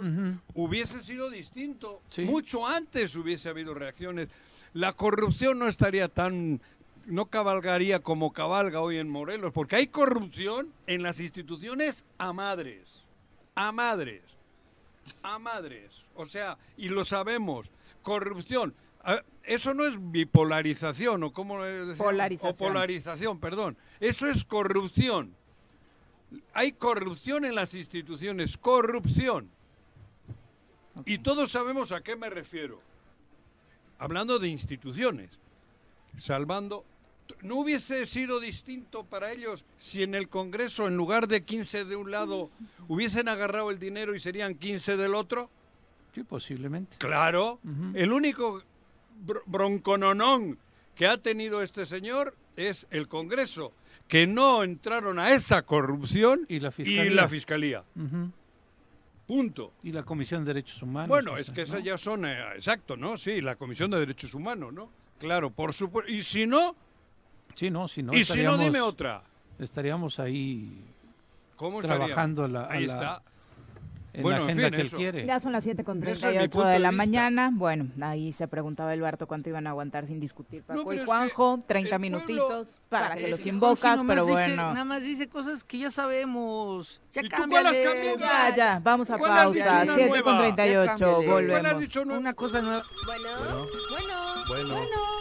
Speaker 5: hubiese sido distinto.
Speaker 6: Sí.
Speaker 5: Mucho antes hubiese habido reacciones. La corrupción no estaría tan... No cabalgaría como cabalga hoy en Morelos, porque hay corrupción en las instituciones a madres. A madres a madres. O sea, y lo sabemos. Corrupción. A- Eso no es bipolarización, o como
Speaker 4: Polarización.
Speaker 5: polarización, perdón. Eso es corrupción. Hay corrupción en las instituciones, corrupción. Y todos sabemos a qué me refiero. Hablando de instituciones, salvando. ¿No hubiese sido distinto para ellos si en el Congreso, en lugar de 15 de un lado, hubiesen agarrado el dinero y serían 15 del otro?
Speaker 6: Sí, posiblemente.
Speaker 5: Claro, el único br- broncononón que ha tenido este señor es el Congreso, que no entraron a esa corrupción
Speaker 6: Y la
Speaker 5: y
Speaker 6: fiscalía.
Speaker 5: la fiscalía.
Speaker 6: Ujú.
Speaker 5: Punto.
Speaker 6: Y la Comisión de Derechos Humanos.
Speaker 5: Bueno,
Speaker 6: o
Speaker 5: es
Speaker 6: sea,
Speaker 5: que
Speaker 6: Ah, ¿no?
Speaker 5: esas ya son, eh, exacto, ¿no? Sí, la Comisión de Derechos Humanos, ¿no? Claro, por supuesto. Y si no,
Speaker 6: Sí, no, si no.
Speaker 5: y si no,
Speaker 6: estaríamos-
Speaker 5: dime otra.
Speaker 6: Estaríamos ahí
Speaker 5: ¿Cómo estaría?
Speaker 6: trabajando a la, a
Speaker 5: Ahí
Speaker 6: la-
Speaker 5: está.
Speaker 6: en
Speaker 5: Bueno,
Speaker 6: la
Speaker 5: en
Speaker 6: agenda
Speaker 5: fin,
Speaker 6: que él
Speaker 5: eso.
Speaker 6: quiere.
Speaker 4: Ya son las 7 con
Speaker 5: Ese es mi
Speaker 4: 38
Speaker 5: punto
Speaker 4: de
Speaker 5: de
Speaker 4: la
Speaker 5: vista.
Speaker 4: mañana. Bueno, ahí se preguntaba Alberto cuánto iban a aguantar sin discutir
Speaker 5: No,
Speaker 4: Paco
Speaker 5: pero
Speaker 4: y
Speaker 5: es que
Speaker 4: Juanjo.
Speaker 5: el
Speaker 4: 30
Speaker 5: pueblo-
Speaker 4: minutitos para que
Speaker 7: Es
Speaker 4: los
Speaker 7: que
Speaker 4: invocas,
Speaker 7: Jorge
Speaker 4: pero
Speaker 7: nomás dice- nada
Speaker 4: bueno.
Speaker 7: más dice cosas que ya sabemos. Ya
Speaker 5: ¿Y tú cuál has
Speaker 7: cámbiale,
Speaker 5: cambiado?
Speaker 4: Ya, ya, vamos a
Speaker 5: ¿Cuál has dicho
Speaker 4: pausa.
Speaker 5: una
Speaker 4: 7 con
Speaker 5: nueva?
Speaker 4: 38,
Speaker 7: Ya cámbiale.
Speaker 5: ¿Cuál has
Speaker 4: volvemos.
Speaker 5: dicho? No,
Speaker 7: Una cosa nueva.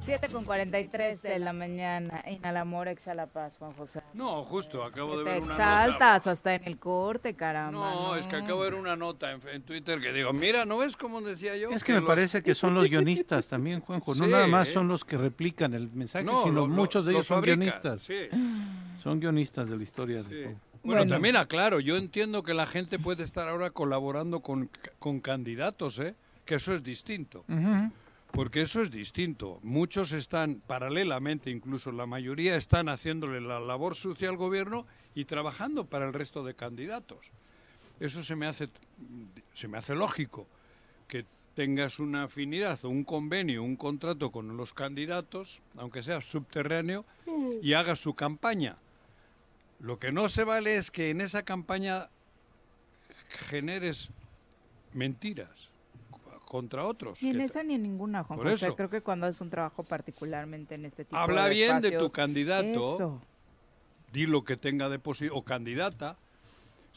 Speaker 4: Siete con 43 de la mañana. Inhala amor, exhala paz, Juan José.
Speaker 5: No, justo, acabo de
Speaker 4: Te
Speaker 5: ver una nota.
Speaker 4: exaltas hasta en el corte, caramba.
Speaker 5: No, es que acabo de ver una nota en, en Twitter que digo, mira, ¿no ves cómo decía yo?
Speaker 6: Es que me
Speaker 5: los-
Speaker 6: parece que son los guionistas también, Juanjo. No
Speaker 5: Sí,
Speaker 6: nada más
Speaker 5: ¿eh?
Speaker 6: son los que replican el mensaje,
Speaker 5: No,
Speaker 6: sino
Speaker 5: lo- lo-
Speaker 6: muchos de
Speaker 5: lo
Speaker 6: ellos son
Speaker 5: fabrica,
Speaker 6: guionistas.
Speaker 5: sí,
Speaker 6: Son guionistas de la historia
Speaker 5: sí.
Speaker 6: de
Speaker 5: *laughs* Bueno,
Speaker 6: Juanjo.
Speaker 4: Bueno.
Speaker 5: también aclaro, yo entiendo que la gente puede estar ahora colaborando con, con candidatos, ¿eh? que eso es distinto,
Speaker 6: Ujú.
Speaker 5: porque eso es distinto. Muchos están, paralelamente incluso la mayoría, están haciéndole la labor sucia al gobierno y trabajando para el resto de candidatos. Eso se me hace, se me hace lógico, que tengas una afinidad o un convenio, un contrato con los candidatos, aunque sea subterráneo, y hagas su campaña. Lo que no se vale es que en esa campaña generes mentiras contra otros.
Speaker 4: Ni en
Speaker 5: que
Speaker 4: esa ni en ninguna, Juan
Speaker 5: Por
Speaker 4: José.
Speaker 5: eso.
Speaker 4: Creo que cuando haces un trabajo particularmente en este tipo
Speaker 5: Habla
Speaker 4: de
Speaker 5: bien de
Speaker 4: espacios,
Speaker 5: tu candidato,
Speaker 4: Eso,
Speaker 5: di lo que tenga de posible, o candidata.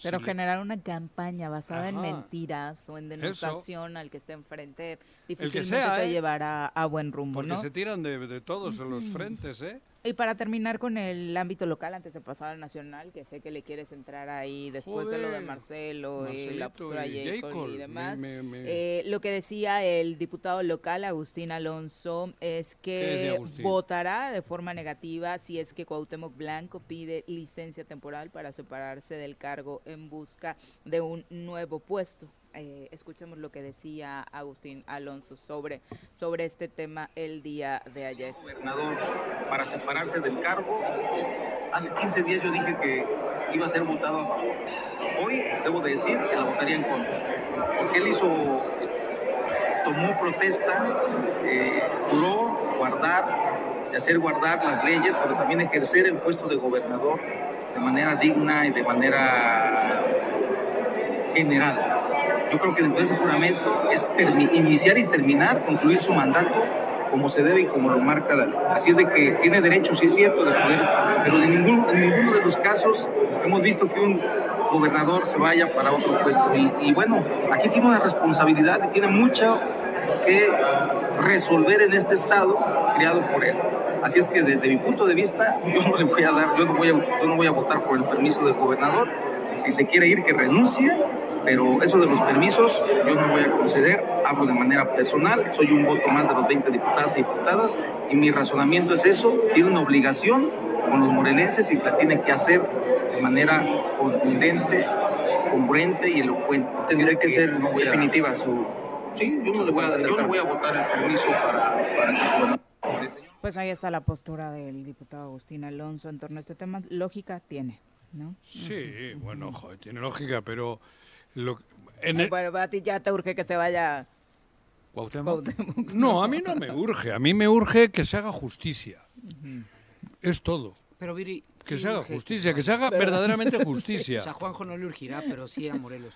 Speaker 4: pero
Speaker 5: si le-
Speaker 4: generar una campaña basada en
Speaker 5: Ajá.
Speaker 4: mentiras o en denostación al que está enfrente difícilmente
Speaker 5: sea,
Speaker 4: te
Speaker 5: ¿eh?
Speaker 4: llevará a buen rumbo,
Speaker 5: porque
Speaker 4: ¿no?
Speaker 5: se tiran de, de todos en los frentes, ¿eh?
Speaker 4: Y para terminar con el ámbito local, antes de pasar al nacional, que sé que le quieres entrar ahí después de lo de
Speaker 5: Joder,
Speaker 4: Marcelo y
Speaker 5: Marcelito
Speaker 4: la postura
Speaker 5: y
Speaker 4: de Jacob
Speaker 5: Jacob,
Speaker 4: y
Speaker 5: me-
Speaker 4: demás,
Speaker 5: me- me-
Speaker 4: eh, lo que decía el diputado local, Agustín Alonso, es
Speaker 5: ¿Qué decía
Speaker 4: que
Speaker 5: Agustín?
Speaker 4: votará de forma negativa si es que Cuauhtémoc Blanco pide licencia temporal para separarse del cargo en busca de un nuevo puesto. Eh, escuchemos lo que decía Agustín Alonso sobre, sobre este tema el día de ayer.
Speaker 8: gobernador para separarse del cargo. Hace 15 días yo dije que iba a ser votado a favor. Hoy debo de decir que la votaría en contra, porque él hizo, tomó protesta, eh, juró guardar y hacer guardar las leyes, pero también ejercer el puesto de gobernador de manera digna y de manera general. Yo creo que dentro de ese juramento es termi- iniciar y terminar, concluir su mandato como se debe y como lo marca la ley. Así es de que tiene derecho, sí es cierto, de poder, pero en ninguno, en ninguno de los casos hemos visto que un gobernador se vaya para otro puesto. Y, y bueno, aquí tiene una responsabilidad y tiene mucho que resolver en este estado creado por él. Así es que desde mi punto de vista, yo no le voy a dar, yo no voy a, yo no voy a votar por el permiso del gobernador. Si se quiere ir, que renuncie, pero eso de los permisos yo no voy a conceder, hablo de manera personal, soy un voto más de los 20 diputadas y diputadas y mi razonamiento es eso, tiene una obligación con los morelenses y la tiene que hacer de manera contundente, congruente y elocuente. Tendría que ser definitiva su... Sí, yo no, le voy a, yo no voy a votar el permiso para, para que gobernador
Speaker 4: Pues ahí está la postura del diputado Agustín Alonso en torno a este tema. Lógica tiene, ¿no?
Speaker 5: Sí, bueno, joder, tiene lógica, pero lo, en el-
Speaker 4: Eh, Bueno, a ti ya te urge que se vaya.
Speaker 5: No, a mí no me urge, a mí me urge que se haga justicia. Es todo.
Speaker 7: Pero Viri,
Speaker 5: Que
Speaker 7: sí
Speaker 5: se haga
Speaker 7: urge
Speaker 5: justicia, que se haga
Speaker 7: Pero-
Speaker 5: verdaderamente
Speaker 7: *laughs*
Speaker 5: justicia.
Speaker 7: O sea, Juanjo no le urgirá, pero sí a Morelos,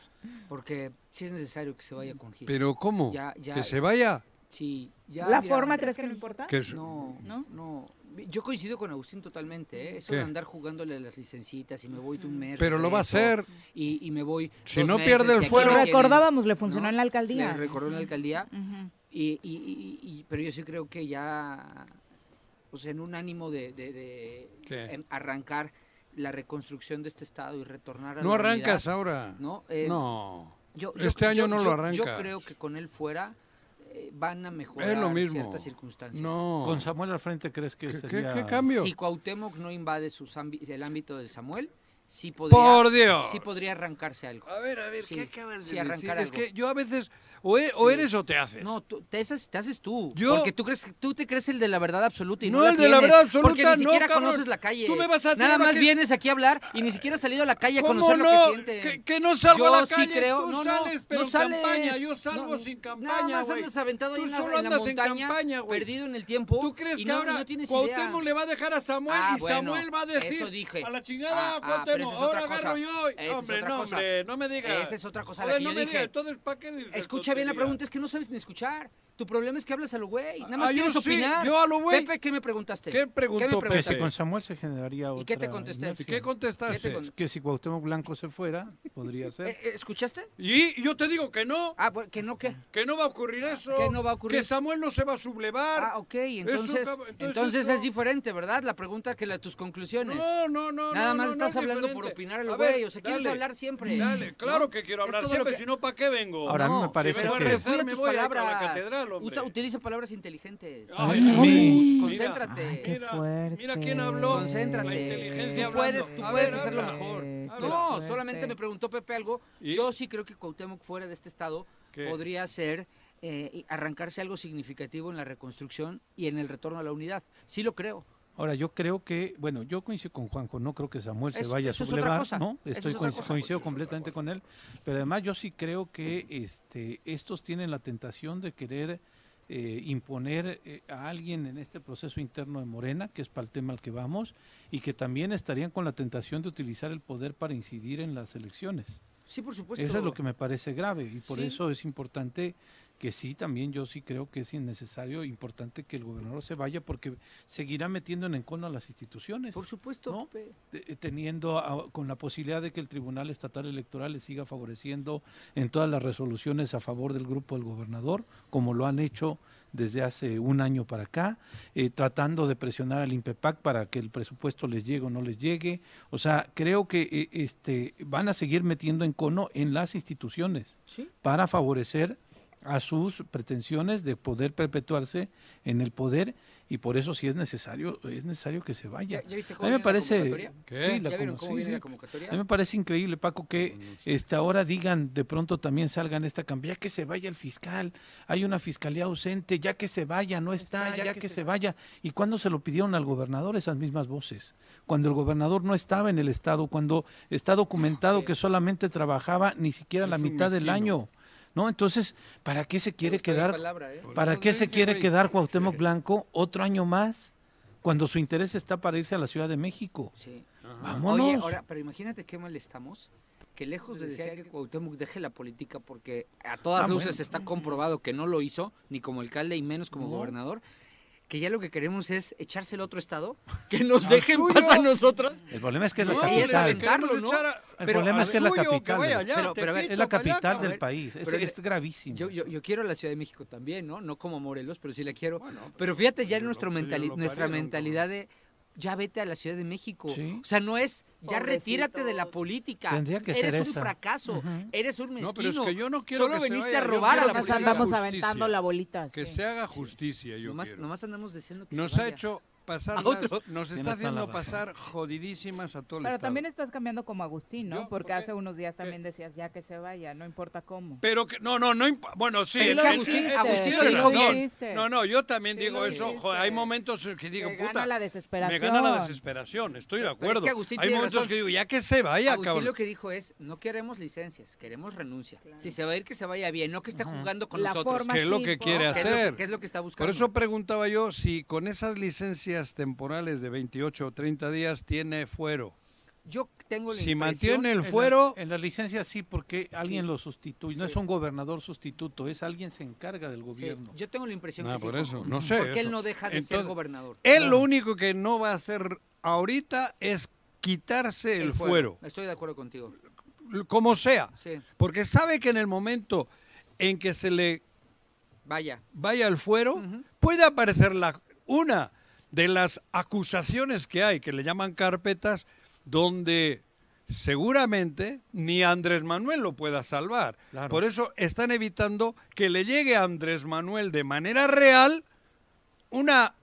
Speaker 7: porque sí es necesario que se vaya con gira.
Speaker 5: Pero ¿cómo?
Speaker 7: Ya- ya-
Speaker 5: ¿Que se vaya?
Speaker 7: Sí. ya,
Speaker 4: ¿La
Speaker 7: mira,
Speaker 4: forma crees que no importa?
Speaker 5: Que es-
Speaker 7: No, no, Yo coincido con Agustín totalmente, ¿eh? Eso
Speaker 5: ¿Qué?
Speaker 7: de andar jugándole a las licencitas y me voy
Speaker 4: Mm.
Speaker 7: de un mes.
Speaker 5: Pero lo va a
Speaker 7: regreso,
Speaker 5: hacer.
Speaker 7: Y, y me voy.
Speaker 5: Si
Speaker 7: dos
Speaker 5: no
Speaker 7: meses,
Speaker 5: pierde el
Speaker 7: y aquí
Speaker 5: fuero-
Speaker 7: me tienen,
Speaker 4: Recordábamos, le funcionó en la alcaldía.
Speaker 7: Le recordó en la
Speaker 4: Ujú.
Speaker 7: alcaldía.
Speaker 4: Ujú.
Speaker 7: y, y- y- y- pero yo sí creo que ya, o sea, en un ánimo de, de- de
Speaker 5: ¿Qué?
Speaker 7: em, arrancar la reconstrucción de este estado y retornar a
Speaker 5: No
Speaker 7: la
Speaker 5: arrancas
Speaker 7: unidad,
Speaker 5: ahora.
Speaker 7: No. Eh,
Speaker 5: No.
Speaker 7: yo- yo-
Speaker 5: este año
Speaker 7: yo-
Speaker 5: no
Speaker 7: yo-
Speaker 5: lo arrancas.
Speaker 7: Yo creo que con él fuera eh, van a mejorar
Speaker 5: mismo.
Speaker 7: ciertas circunstancias.
Speaker 5: No.
Speaker 6: Con Samuel al frente, ¿crees que
Speaker 5: ¿Qué- qué-
Speaker 6: sería...?
Speaker 5: qué cambio?
Speaker 7: Si Cuauhtémoc no invade sus ámbi- el ámbito de Samuel, sí podría,
Speaker 5: ¡Por Dios!
Speaker 7: sí podría arrancarse algo. A
Speaker 5: ver, a ver,
Speaker 7: ¿qué
Speaker 5: acabas
Speaker 7: sí,
Speaker 5: de
Speaker 7: arrancar
Speaker 5: decir? Es que
Speaker 7: algo.
Speaker 5: yo a veces, o, e- o eres o te haces.
Speaker 7: No, tú- te, haces, te haces tú.
Speaker 5: Yo-
Speaker 7: Porque tú, crees, tú te crees el de la verdad absoluta y no,
Speaker 5: No,
Speaker 7: la
Speaker 5: el de la
Speaker 7: tienes,
Speaker 5: verdad absoluta,
Speaker 7: Porque ni
Speaker 5: no,
Speaker 7: siquiera
Speaker 5: cabrón.
Speaker 7: conoces la calle.
Speaker 5: Tú me vas a
Speaker 7: Nada
Speaker 5: tener
Speaker 7: más
Speaker 5: aquí-
Speaker 7: vienes aquí a hablar y ni siquiera has salido a la calle a
Speaker 5: ¿Cómo
Speaker 7: conocer
Speaker 5: no?
Speaker 7: lo que sienten.
Speaker 5: Que- que no salgo a la
Speaker 7: Yo
Speaker 5: calle,
Speaker 7: sí creo.
Speaker 5: tú
Speaker 7: no, no,
Speaker 5: sales, pero
Speaker 7: no
Speaker 5: en
Speaker 7: sales.
Speaker 5: campaña, yo salgo
Speaker 7: No,
Speaker 5: sin
Speaker 7: Nada
Speaker 5: campaña,
Speaker 7: más
Speaker 5: güey.
Speaker 7: andas aventado ahí
Speaker 5: Tú
Speaker 7: en la,
Speaker 5: solo
Speaker 7: en la
Speaker 5: andas en
Speaker 7: montaña,
Speaker 5: campaña, güey.
Speaker 7: perdido en el tiempo.
Speaker 5: ¿Tú crees
Speaker 7: y
Speaker 5: que
Speaker 7: no,
Speaker 5: ahora
Speaker 7: no tienes idea.
Speaker 5: Cuauhtémoc le va a dejar a Samuel
Speaker 7: Ah,
Speaker 5: y
Speaker 7: bueno,
Speaker 5: Samuel va a decir
Speaker 7: eso dije.
Speaker 5: a la chingada
Speaker 7: Ah, ah, pero
Speaker 5: Cuauhtémoc,
Speaker 7: esa es
Speaker 5: ahora
Speaker 7: otra
Speaker 5: agarro
Speaker 7: cosa.
Speaker 5: yo.
Speaker 7: Esa es
Speaker 5: hombre,
Speaker 7: otra
Speaker 5: no,
Speaker 7: cosa.
Speaker 5: hombre, no me digas.
Speaker 7: Esa es otra cosa
Speaker 5: A
Speaker 7: la
Speaker 5: ver,
Speaker 7: que
Speaker 5: no
Speaker 7: yo
Speaker 5: me
Speaker 7: dije.
Speaker 5: digas, entonces, ¿para qué dices
Speaker 7: Escucha bien la
Speaker 5: tonterías?
Speaker 7: pregunta, es que no sabes ni escuchar. Tu problema es que hablas a lo güey. Nada más
Speaker 5: Ah, yo
Speaker 7: quieres
Speaker 5: sí,
Speaker 7: opinar.
Speaker 5: yo a lo güey.
Speaker 7: Pepe, ¿qué me preguntaste?
Speaker 5: ¿Qué preguntó
Speaker 7: me
Speaker 6: Que
Speaker 7: preguntaste?
Speaker 6: si con Samuel se generaría otra...
Speaker 7: ¿Y qué te contesté?
Speaker 6: inercia.
Speaker 7: ¿Y qué contestaste? ¿Qué te con-
Speaker 6: Que si Cuauhtémoc Blanco se fuera,
Speaker 7: *laughs*
Speaker 6: podría ser.
Speaker 7: Eh, eh, ¿Escuchaste?
Speaker 5: Y yo te digo que no.
Speaker 7: Ah, bueno, que no, ¿qué?
Speaker 5: Que no va a ocurrir eso.
Speaker 7: ¿Qué no va a ocurrir?
Speaker 5: Que Samuel no se va a sublevar.
Speaker 7: Ah, ok, entonces,
Speaker 5: cab-
Speaker 7: entonces,
Speaker 5: entonces
Speaker 7: es
Speaker 5: no.
Speaker 7: diferente, ¿verdad? La pregunta que la, tus conclusiones.
Speaker 5: No, no, no.
Speaker 7: Nada
Speaker 5: no,
Speaker 7: más
Speaker 5: no,
Speaker 7: estás
Speaker 5: no es
Speaker 7: hablando por
Speaker 5: diferente.
Speaker 7: opinar al
Speaker 5: A
Speaker 7: güey,
Speaker 5: ver,
Speaker 7: o sea, quieres
Speaker 5: dale,
Speaker 7: hablar siempre.
Speaker 5: Dale,
Speaker 7: ¿no?
Speaker 5: claro que quiero
Speaker 7: Es
Speaker 5: hablar
Speaker 7: todo lo
Speaker 5: siempre,
Speaker 7: que-
Speaker 5: si no, ¿para qué vengo?
Speaker 6: Ahora, a mí me
Speaker 5: No, si
Speaker 6: parece
Speaker 5: voy a
Speaker 6: que-
Speaker 5: rezar,
Speaker 7: Cuida
Speaker 5: me
Speaker 7: tus
Speaker 5: voy a la-
Speaker 7: palabras.
Speaker 5: a la catedral, hombre.
Speaker 7: Uta- utiliza palabras inteligentes.
Speaker 5: Ay,
Speaker 7: Focus,
Speaker 5: mira,
Speaker 7: concéntrate.
Speaker 5: Ay, qué Mira, fuerte. mira quién habló.
Speaker 7: Concéntrate.
Speaker 5: La inteligencia
Speaker 7: tú puedes,
Speaker 5: hablando.
Speaker 7: tú
Speaker 5: A
Speaker 7: puedes
Speaker 5: ver,
Speaker 7: hacerlo
Speaker 5: habla.
Speaker 7: mejor.
Speaker 5: Habla.
Speaker 7: No,
Speaker 5: Fuerte.
Speaker 7: solamente me preguntó Pepe algo. Yo sí creo que Cuauhtémoc fuera de este estado
Speaker 5: ¿Qué?
Speaker 7: podría ser eh, y arrancarse algo significativo en la reconstrucción y en el retorno a la unidad. Sí lo creo.
Speaker 6: Ahora, yo creo que, bueno, yo coincido con Juanjo, no creo que Samuel se
Speaker 7: Eso-
Speaker 6: vaya a
Speaker 7: eso es otra
Speaker 6: sublevar,
Speaker 7: cosa.
Speaker 6: ¿no?
Speaker 7: Eso
Speaker 6: Estoy
Speaker 7: es otra
Speaker 6: coinc-
Speaker 7: cosa.
Speaker 6: coincido completamente con él, pero además yo sí creo que este estos tienen la tentación de querer eh, imponer eh, a alguien en este proceso interno de Morena, que es para el tema al que vamos, y que también estarían con la tentación de utilizar el poder para incidir en las elecciones.
Speaker 7: Sí, por supuesto.
Speaker 6: Eso es lo que me parece grave y por
Speaker 7: Sí.
Speaker 6: eso es importante que sí, también yo sí creo que es innecesario, importante que el gobernador se vaya porque seguirá metiendo en encono a las instituciones.
Speaker 7: Por supuesto, Pepe.
Speaker 6: Te- eh, teniendo a- con la posibilidad de que el Tribunal Estatal Electoral le siga favoreciendo en todas las resoluciones a favor del grupo del gobernador, como lo han hecho desde hace un año para acá, eh, tratando de presionar al INPEPAC para que el presupuesto les llegue o no les llegue. O sea, creo que eh, este, van a seguir metiendo en cono en las instituciones
Speaker 7: Sí.
Speaker 6: para favorecer a sus pretensiones de poder perpetuarse en el poder y por eso si es necesario es necesario que se vaya.
Speaker 7: ¿Ya- ya viste cómo
Speaker 6: a mí me
Speaker 7: viene la
Speaker 6: parece
Speaker 7: convocatoria? ¿Qué?
Speaker 6: sí,
Speaker 7: ¿Ya vieron
Speaker 6: convo-
Speaker 7: cómo
Speaker 6: sí,
Speaker 7: viene la
Speaker 6: sí.
Speaker 7: convocatoria?
Speaker 6: A mí me parece increíble Paco que este, ahora digan de pronto también salgan esta cambia que se vaya el fiscal, hay una fiscalía ausente, ya que se vaya, no está, ya, que, se vaya. ¿Y cuándo se lo pidieron al gobernador esas mismas voces? Cuando el gobernador no estaba en el estado, cuando está documentado que solamente trabajaba ni siquiera la
Speaker 7: Es un
Speaker 6: mitad del
Speaker 7: mezquino.
Speaker 6: año. ¿No? Entonces, ¿para qué se quiere
Speaker 7: gusta mi
Speaker 6: quedar?
Speaker 7: palabra, ¿eh? Por
Speaker 6: ¿Para
Speaker 5: Pues
Speaker 7: eso
Speaker 6: qué
Speaker 7: dije,
Speaker 6: se quiere
Speaker 7: güey.
Speaker 6: quedar Cuauhtémoc Blanco otro año más cuando su interés está para irse a la Ciudad de México?
Speaker 7: Sí.
Speaker 6: Vámonos.
Speaker 7: Oye, ahora, pero imagínate qué mal estamos. Que lejos de desear que Cuauhtémoc deje la política, porque a todas
Speaker 6: Ah,
Speaker 7: luces
Speaker 6: bueno.
Speaker 7: está comprobado que no lo hizo, ni como alcalde y menos como
Speaker 6: No.
Speaker 7: gobernador, que ya lo que queremos es echárselo a otro estado,
Speaker 6: *laughs*
Speaker 7: que nos dejen pasar a nosotros.
Speaker 6: El problema es que es la
Speaker 7: No,
Speaker 6: capital.
Speaker 7: y es aventarlo, ¿no?
Speaker 6: El problema es que es la capital. del-
Speaker 7: Pero- pero a ver,
Speaker 6: es la capital del país. Es,
Speaker 7: Pero-
Speaker 6: es gravísimo.
Speaker 7: Yo, yo, yo quiero la Ciudad de México también, ¿no? No como Morelos, pero sí la quiero. pero fíjate ya en nuestra, mentali- nuestra
Speaker 6: parieron,
Speaker 7: mentalidad de ya vete a la Ciudad de México.
Speaker 6: Sí.
Speaker 7: O sea, no es ya
Speaker 6: Pobrecitos.
Speaker 7: retírate de la política.
Speaker 6: Tendría que
Speaker 7: Eres
Speaker 6: ser
Speaker 7: un
Speaker 6: esa.
Speaker 7: fracaso. Eres un mezquino.
Speaker 5: No, pero es que yo no quiero
Speaker 7: Solo
Speaker 5: que se
Speaker 7: veniste
Speaker 5: vaya,
Speaker 7: a
Speaker 5: yo
Speaker 7: robar a
Speaker 5: quiero
Speaker 7: la
Speaker 5: que se
Speaker 7: política.
Speaker 5: haga Andamos justicia. aventando la
Speaker 9: bolita.
Speaker 5: Que se haga justicia, yo
Speaker 7: Nomás,
Speaker 5: quiero.
Speaker 7: nomás andamos diciendo que se
Speaker 5: nos ha
Speaker 7: vaya.
Speaker 5: hecho
Speaker 7: *laughs*
Speaker 5: pasar,
Speaker 7: A
Speaker 5: las-
Speaker 7: otro.
Speaker 5: nos
Speaker 7: Tienes
Speaker 5: está
Speaker 7: toda
Speaker 5: haciendo
Speaker 7: la razón.
Speaker 5: pasar jodidísimas a todo el
Speaker 4: Pero
Speaker 5: estado.
Speaker 4: también estás cambiando como Agustín, ¿no? Porque hace unos días también decías ya que se vaya, no importa cómo.
Speaker 5: Pero que, no, no, no, imp- bueno, sí,
Speaker 4: Pero
Speaker 5: es
Speaker 4: lo
Speaker 5: que
Speaker 4: dijiste,
Speaker 5: tienes
Speaker 4: Agustín lo
Speaker 5: razón.
Speaker 4: dijo bien.
Speaker 5: No, no, yo también
Speaker 4: Sí,
Speaker 5: digo
Speaker 4: lo
Speaker 5: eso.
Speaker 4: dijiste.
Speaker 5: jo, hay momentos que digo,
Speaker 4: Me
Speaker 5: puta.
Speaker 4: gana la
Speaker 5: Me gana la
Speaker 4: desesperación.
Speaker 5: desesperación, estoy de
Speaker 7: Pero es que
Speaker 5: acuerdo.
Speaker 7: Agustín
Speaker 5: hay
Speaker 7: tiene
Speaker 5: momentos
Speaker 7: razón.
Speaker 5: que digo, ya que se vaya,
Speaker 7: Agustín
Speaker 5: cabrón.
Speaker 7: lo que dijo es, no queremos licencias, queremos renuncia. Si se va a ir, que se vaya bien, no que esté jugando con
Speaker 5: La
Speaker 7: nosotros.
Speaker 5: forma ¿Qué es lo sí, que po. quiere
Speaker 7: ¿Qué es lo-
Speaker 5: hacer?
Speaker 7: ¿Qué es lo que está buscando?
Speaker 5: Por eso preguntaba yo si con esas licencias temporales de 28 o 30 días tiene fuero.
Speaker 7: Yo tengo la
Speaker 5: Si
Speaker 7: impresión-
Speaker 5: mantiene el
Speaker 6: la-
Speaker 5: fuero,
Speaker 6: en la licencia sí, porque alguien
Speaker 7: Sí.
Speaker 6: lo sustituye. No
Speaker 7: Sí.
Speaker 6: es un gobernador sustituto, es alguien se encarga del gobierno.
Speaker 7: yo tengo la impresión
Speaker 5: Ah,
Speaker 7: que sí,
Speaker 5: por
Speaker 7: Juanjo.
Speaker 5: eso, no sé.
Speaker 7: Porque
Speaker 5: eso.
Speaker 7: él no deja de ser
Speaker 5: Entonces,
Speaker 7: gobernador.
Speaker 5: Él lo único que no va a hacer ahorita es quitarse el, fuero,
Speaker 7: Estoy de acuerdo contigo.
Speaker 5: como sea.
Speaker 7: Sí.
Speaker 5: Porque sabe que en el momento en que se le
Speaker 7: Vaya.
Speaker 5: vaya el fuero, puede aparecer la, una de las acusaciones que hay, que le llaman carpetas, donde seguramente ni Andrés Manuel lo pueda salvar. Por eso están evitando que le llegue a Andrés Manuel de manera real una,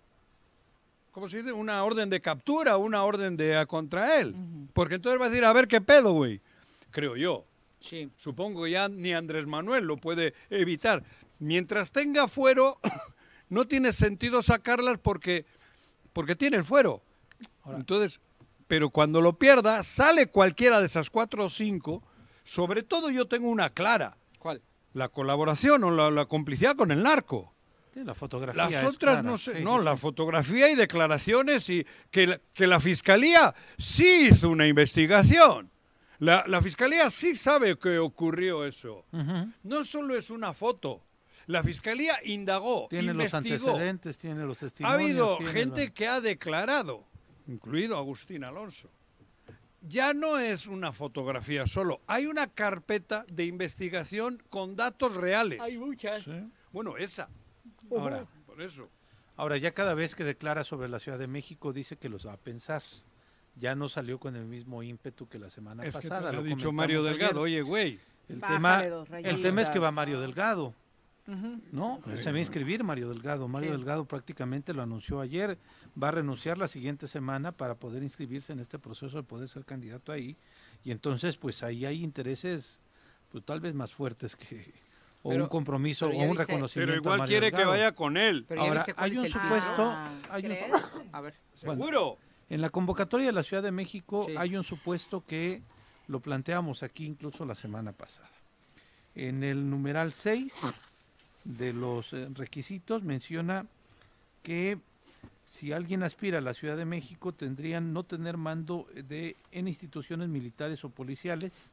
Speaker 5: ¿cómo se dice? Una orden de captura, una orden de a contra él. Porque entonces va a decir, a ver qué pedo, güey. Creo yo.
Speaker 7: Sí.
Speaker 5: Supongo ya ni Andrés Manuel lo puede evitar. Mientras tenga fuero, *coughs* no tiene sentido sacarlas porque, porque tiene el fuero. Entonces, pero cuando lo pierda, sale cualquiera de esas cuatro o cinco. Sobre todo yo tengo una clara.
Speaker 7: ¿Cuál?
Speaker 5: La colaboración o la, la complicidad con el narco.
Speaker 6: Sí, la fotografía.
Speaker 5: Las
Speaker 6: es
Speaker 5: otras
Speaker 6: clara,
Speaker 5: no sé.
Speaker 6: sí,
Speaker 5: no,
Speaker 6: sí,
Speaker 5: la
Speaker 6: sí.
Speaker 5: fotografía y declaraciones y que la, que la fiscalía sí hizo una investigación. La, la fiscalía sí sabe que ocurrió eso.
Speaker 6: Ujú.
Speaker 5: No solo es una foto. La fiscalía indagó,
Speaker 6: Tiene los
Speaker 5: investigó.
Speaker 6: antecedentes, tiene los
Speaker 5: ha
Speaker 6: testimonios.
Speaker 5: habido
Speaker 6: tiene
Speaker 5: gente
Speaker 6: la-
Speaker 5: que ha declarado, incluido Agustín Alonso. Ya no es una fotografía solo, hay una carpeta de investigación con datos reales.
Speaker 7: Hay muchas.
Speaker 5: Bueno, esa.
Speaker 6: Ahora.
Speaker 5: Por eso.
Speaker 6: Ahora, ya cada vez que declara sobre la Ciudad de México, dice que los va a pensar. Ya no salió con el mismo ímpetu que la semana
Speaker 5: Es que te
Speaker 6: pasada.
Speaker 5: lo ha
Speaker 6: lo
Speaker 5: dicho
Speaker 6: comentamos
Speaker 5: Mario
Speaker 6: ayer.
Speaker 5: Delgado, oye, güey.
Speaker 6: El
Speaker 5: Bájale
Speaker 6: tema,
Speaker 5: dos
Speaker 6: el tema es que
Speaker 5: rayitas.
Speaker 6: va Mario Delgado.
Speaker 7: Ujú.
Speaker 6: No, se va a inscribir Mario Delgado. Mario
Speaker 7: Sí.
Speaker 6: Delgado prácticamente lo anunció ayer. Va a renunciar la siguiente semana para poder inscribirse en este proceso de poder ser candidato ahí. Y entonces, pues ahí hay intereses, pues tal vez más fuertes que o
Speaker 5: Pero-
Speaker 6: un compromiso o
Speaker 5: pero ya
Speaker 6: un
Speaker 5: viste-
Speaker 6: reconocimiento. a
Speaker 5: Pero igual
Speaker 6: Mario
Speaker 5: quiere que
Speaker 6: Delgado.
Speaker 5: vaya con él. Pero ya
Speaker 6: Ahora,
Speaker 5: viste cuál
Speaker 6: hay
Speaker 5: es
Speaker 6: un
Speaker 5: el
Speaker 6: supuesto. hay un-
Speaker 7: Ah, ¿Crees? A ver.
Speaker 6: bueno,
Speaker 5: Seguro.
Speaker 6: en la convocatoria de la Ciudad de México
Speaker 7: Sí.
Speaker 6: hay un supuesto que lo planteamos aquí incluso la semana pasada. En el numeral 6 de los eh, requisitos menciona que si alguien aspira a la Ciudad de México tendrían no tener mando de en instituciones militares o policiales